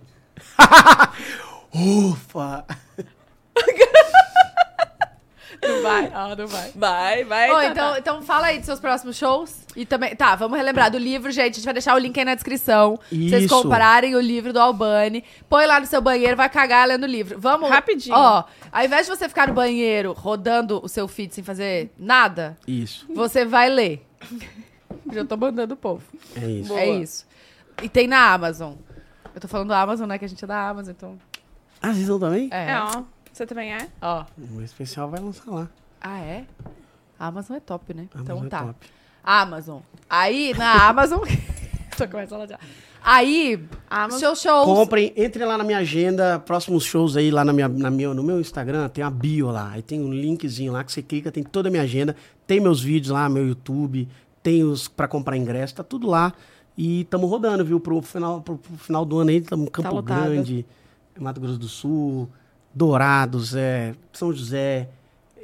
[SPEAKER 3] Ufa!
[SPEAKER 2] não vai. Ah, não vai. Vai, vai.
[SPEAKER 1] Ô,
[SPEAKER 2] tá,
[SPEAKER 1] então,
[SPEAKER 2] tá.
[SPEAKER 1] então fala aí dos seus próximos shows. E também. Tá, vamos relembrar do livro, gente. A gente vai deixar o link aí na descrição. Pra Vocês
[SPEAKER 3] Isso.
[SPEAKER 1] comprarem o livro do Albani. Põe lá no seu banheiro, vai cagar lendo o livro. Vamos.
[SPEAKER 2] Rapidinho.
[SPEAKER 1] Ó, ao invés de você ficar no banheiro rodando o seu feed sem fazer nada,
[SPEAKER 3] Isso,
[SPEAKER 1] você vai ler.
[SPEAKER 2] Já tô mandando o povo.
[SPEAKER 3] é isso.
[SPEAKER 1] É isso. E tem na Amazon. Eu tô falando da Amazon, né? Que a gente é da Amazon, então.
[SPEAKER 3] Ah, vocês não também?
[SPEAKER 1] É.
[SPEAKER 4] É, ó. Você também é?
[SPEAKER 1] Ó.
[SPEAKER 3] O especial vai lançar lá.
[SPEAKER 1] Ah, é? A Amazon é top, né?
[SPEAKER 3] Amazon
[SPEAKER 1] então
[SPEAKER 3] é
[SPEAKER 1] tá.
[SPEAKER 3] top.
[SPEAKER 1] Amazon. Aí, na Amazon. tô começando já. Aí,
[SPEAKER 2] Ah,
[SPEAKER 1] seus shows.
[SPEAKER 3] Comprem, entre lá na minha agenda, próximos shows aí lá na minha, na minha, no meu Instagram, tem a bio lá, aí tem um linkzinho lá que você clica, tem toda a minha agenda, tem meus vídeos lá, meu YouTube, tem os pra comprar ingresso, tá tudo lá. E estamos rodando, viu, pro final, pro, pro final do ano aí, estamos em Campo
[SPEAKER 4] lotada.
[SPEAKER 3] Grande, Mato Grosso do Sul, Dourados, é, São José.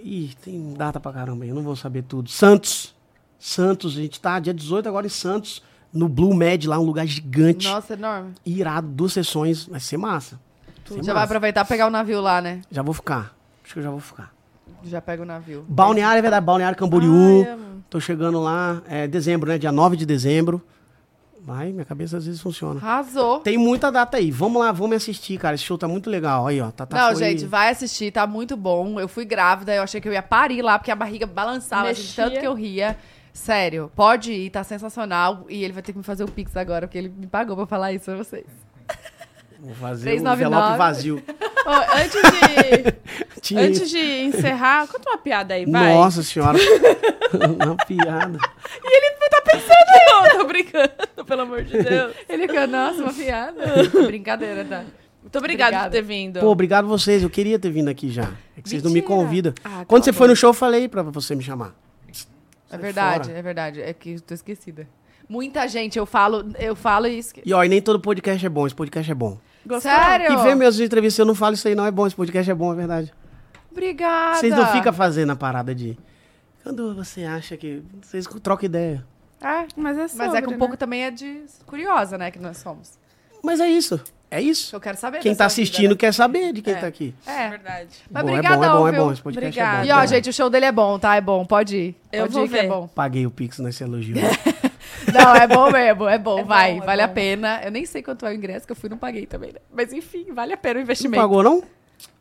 [SPEAKER 3] Ih, tem data pra caramba aí, eu não vou saber tudo. Santos, Santos, a gente tá dia 18 agora em Santos, no Blue Med lá, um lugar gigante
[SPEAKER 1] Nossa, enorme.
[SPEAKER 3] irado, duas sessões, vai ser massa. Vai ser
[SPEAKER 1] Já vai
[SPEAKER 3] massa.
[SPEAKER 1] aproveitar e pegar o navio lá, né?
[SPEAKER 3] Já vou ficar. Acho que eu já vou ficar.
[SPEAKER 1] É. Já pega o navio.
[SPEAKER 3] Balneário, é verdade, Balneário Camboriú. Tô chegando lá, é dezembro, né? Dia 9 de dezembro. Vai, minha cabeça às vezes funciona.
[SPEAKER 1] Arrasou.
[SPEAKER 3] Tem muita data aí. Vamos lá, vamos me assistir, cara. Esse show tá muito legal. Aí, ó. Tá, tá
[SPEAKER 1] Não, gente, vai assistir, tá muito bom. Eu fui grávida, eu achei que eu ia parir lá, porque a barriga balançava de
[SPEAKER 2] Mexia.
[SPEAKER 1] tanto que eu ria. Sério, pode ir, tá sensacional. E ele vai ter que me fazer o Pix agora, porque ele me pagou pra falar isso pra vocês.
[SPEAKER 3] Vou fazer um
[SPEAKER 1] 399.
[SPEAKER 3] envelope vazio.
[SPEAKER 2] Ô, antes, de,
[SPEAKER 3] Tinha-
[SPEAKER 2] antes de encerrar, conta uma piada aí, vai.
[SPEAKER 3] Nossa senhora. Uma piada.
[SPEAKER 2] Não, tô brincando, pelo amor de Deus.
[SPEAKER 1] Ele ficou, nossa, uma piada. Brincadeira, tá?
[SPEAKER 2] Muito obrigada
[SPEAKER 1] Obrigada.
[SPEAKER 2] por ter vindo.
[SPEAKER 3] Pô, obrigado vocês. Eu queria ter vindo aqui já. É que vocês não me
[SPEAKER 2] Mentira.
[SPEAKER 3] convidam.
[SPEAKER 2] Ah,
[SPEAKER 3] Quando
[SPEAKER 1] tá
[SPEAKER 2] cala
[SPEAKER 3] você
[SPEAKER 2] a
[SPEAKER 3] foi no show, eu falei pra você me chamar.
[SPEAKER 1] É
[SPEAKER 3] Sai
[SPEAKER 1] verdade,
[SPEAKER 3] fora.
[SPEAKER 1] é verdade. É que eu tô esquecida. Muita gente, eu falo, eu falo isso.
[SPEAKER 3] E ó, e nem todo podcast é bom. Esse podcast é bom.
[SPEAKER 1] Sério?
[SPEAKER 3] E vê minhas entrevistas, eu não falo isso aí, não. É bom, esse podcast é bom, é verdade.
[SPEAKER 1] Obrigada.
[SPEAKER 3] Vocês não ficam fazendo a parada de. Quando você acha que. Vocês trocam ideia.
[SPEAKER 2] Ah,
[SPEAKER 1] É,
[SPEAKER 4] Mas é
[SPEAKER 1] mas é que um
[SPEAKER 4] sobre,
[SPEAKER 1] pouco
[SPEAKER 4] né?
[SPEAKER 1] também é de curiosa, né? Que nós somos.
[SPEAKER 3] Mas é isso. É isso.
[SPEAKER 1] Eu quero saber.
[SPEAKER 3] Quem
[SPEAKER 1] dessa
[SPEAKER 3] tá
[SPEAKER 1] vida,
[SPEAKER 3] assistindo quer saber de quem
[SPEAKER 1] É.
[SPEAKER 3] tá aqui.
[SPEAKER 1] né? É.
[SPEAKER 2] Verdade.
[SPEAKER 1] Mas
[SPEAKER 3] bom, é bom, é
[SPEAKER 1] brigadão,
[SPEAKER 3] bom, é
[SPEAKER 1] viu?
[SPEAKER 3] bom. Esse podcast é
[SPEAKER 2] Obrigada.
[SPEAKER 3] bom.
[SPEAKER 1] E ó, gente, o show dele é bom, tá? É bom, pode ir.
[SPEAKER 2] Eu
[SPEAKER 1] pode
[SPEAKER 2] vou
[SPEAKER 1] ir que é
[SPEAKER 2] ver.
[SPEAKER 1] bom.
[SPEAKER 3] Paguei o Pix nesse elogio.
[SPEAKER 1] Não, é bom mesmo, é bom,
[SPEAKER 2] É bom,
[SPEAKER 1] vai,
[SPEAKER 2] é
[SPEAKER 1] vale a
[SPEAKER 2] bom.
[SPEAKER 1] pena. Eu nem sei quanto é o ingresso, que eu fui e não paguei também, né? Mas enfim, vale a pena o
[SPEAKER 3] Não
[SPEAKER 1] investimento.
[SPEAKER 3] pagou, não?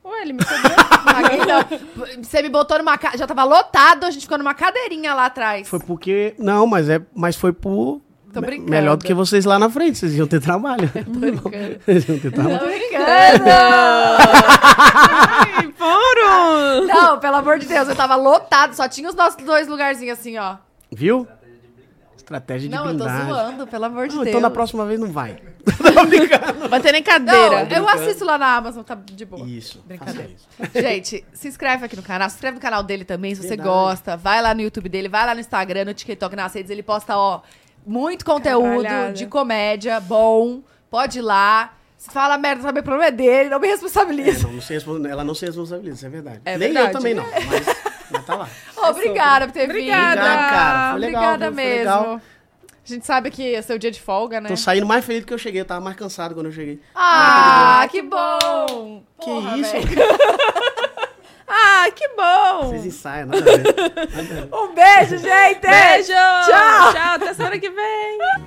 [SPEAKER 2] Ué, ele me sobrou.
[SPEAKER 1] Paguei não. Você me botou numa ca... já tava lotado, a gente ficou numa cadeirinha lá atrás.
[SPEAKER 3] Foi porque. Não, mas, é... mas foi por.
[SPEAKER 1] Tô
[SPEAKER 3] me-
[SPEAKER 1] brincando.
[SPEAKER 3] Melhor do que vocês lá na frente. Vocês iam ter trabalho.
[SPEAKER 1] brincando.
[SPEAKER 3] Vocês iam ter trabalho.
[SPEAKER 1] Tô brincando!
[SPEAKER 2] Puro!
[SPEAKER 1] Não, pelo amor de Deus, eu tava lotado, só tinha os nossos dois lugarzinhos assim, ó.
[SPEAKER 3] Viu? Estratégia de
[SPEAKER 1] Não, eu tô
[SPEAKER 3] blindagem.
[SPEAKER 1] zoando, pelo amor de
[SPEAKER 3] Não,
[SPEAKER 1] Deus.
[SPEAKER 3] então na próxima vez não vai.
[SPEAKER 2] Bater nem cadeira.
[SPEAKER 3] é
[SPEAKER 1] Não, eu assisto lá na Amazon, tá de boa.
[SPEAKER 3] Isso.
[SPEAKER 1] Brincadeira.
[SPEAKER 3] faça isso.
[SPEAKER 1] Gente, se inscreve aqui no canal, se inscreve no canal dele também, se você
[SPEAKER 3] Verdade.
[SPEAKER 1] gosta. Vai lá no YouTube dele, vai lá no Instagram, no TikTok, nas redes. Ele posta, ó, muito conteúdo
[SPEAKER 2] Caralhada.
[SPEAKER 1] de comédia, bom. Pode ir lá. Se fala merda, sabe, o problema é dele, não me
[SPEAKER 3] É,
[SPEAKER 1] responsabiliza.
[SPEAKER 3] não, não se responsab- ela não se responsabiliza, isso é verdade.
[SPEAKER 2] É
[SPEAKER 3] Nem
[SPEAKER 2] verdade.
[SPEAKER 3] eu também não, mas, mas tá lá.
[SPEAKER 1] Ô, obrigada por ter vindo.
[SPEAKER 2] Obrigada.
[SPEAKER 3] Obrigado, cara. Foi legal,
[SPEAKER 1] Obrigada
[SPEAKER 3] viu? Foi
[SPEAKER 1] mesmo.
[SPEAKER 3] legal.
[SPEAKER 1] A gente sabe que é seu dia de folga, né?
[SPEAKER 3] Tô saindo mais feliz do que eu cheguei, eu tava mais cansado quando eu cheguei.
[SPEAKER 1] Ah, que bom!
[SPEAKER 3] Que
[SPEAKER 1] Porra,
[SPEAKER 3] isso?
[SPEAKER 1] velho.
[SPEAKER 2] Ah, que bom!
[SPEAKER 3] Vocês ensaiam, nada a ver. Nada a ver.
[SPEAKER 1] Um beijo, gente!
[SPEAKER 2] Beijo!
[SPEAKER 1] Tchau!
[SPEAKER 2] Tchau, até semana que vem!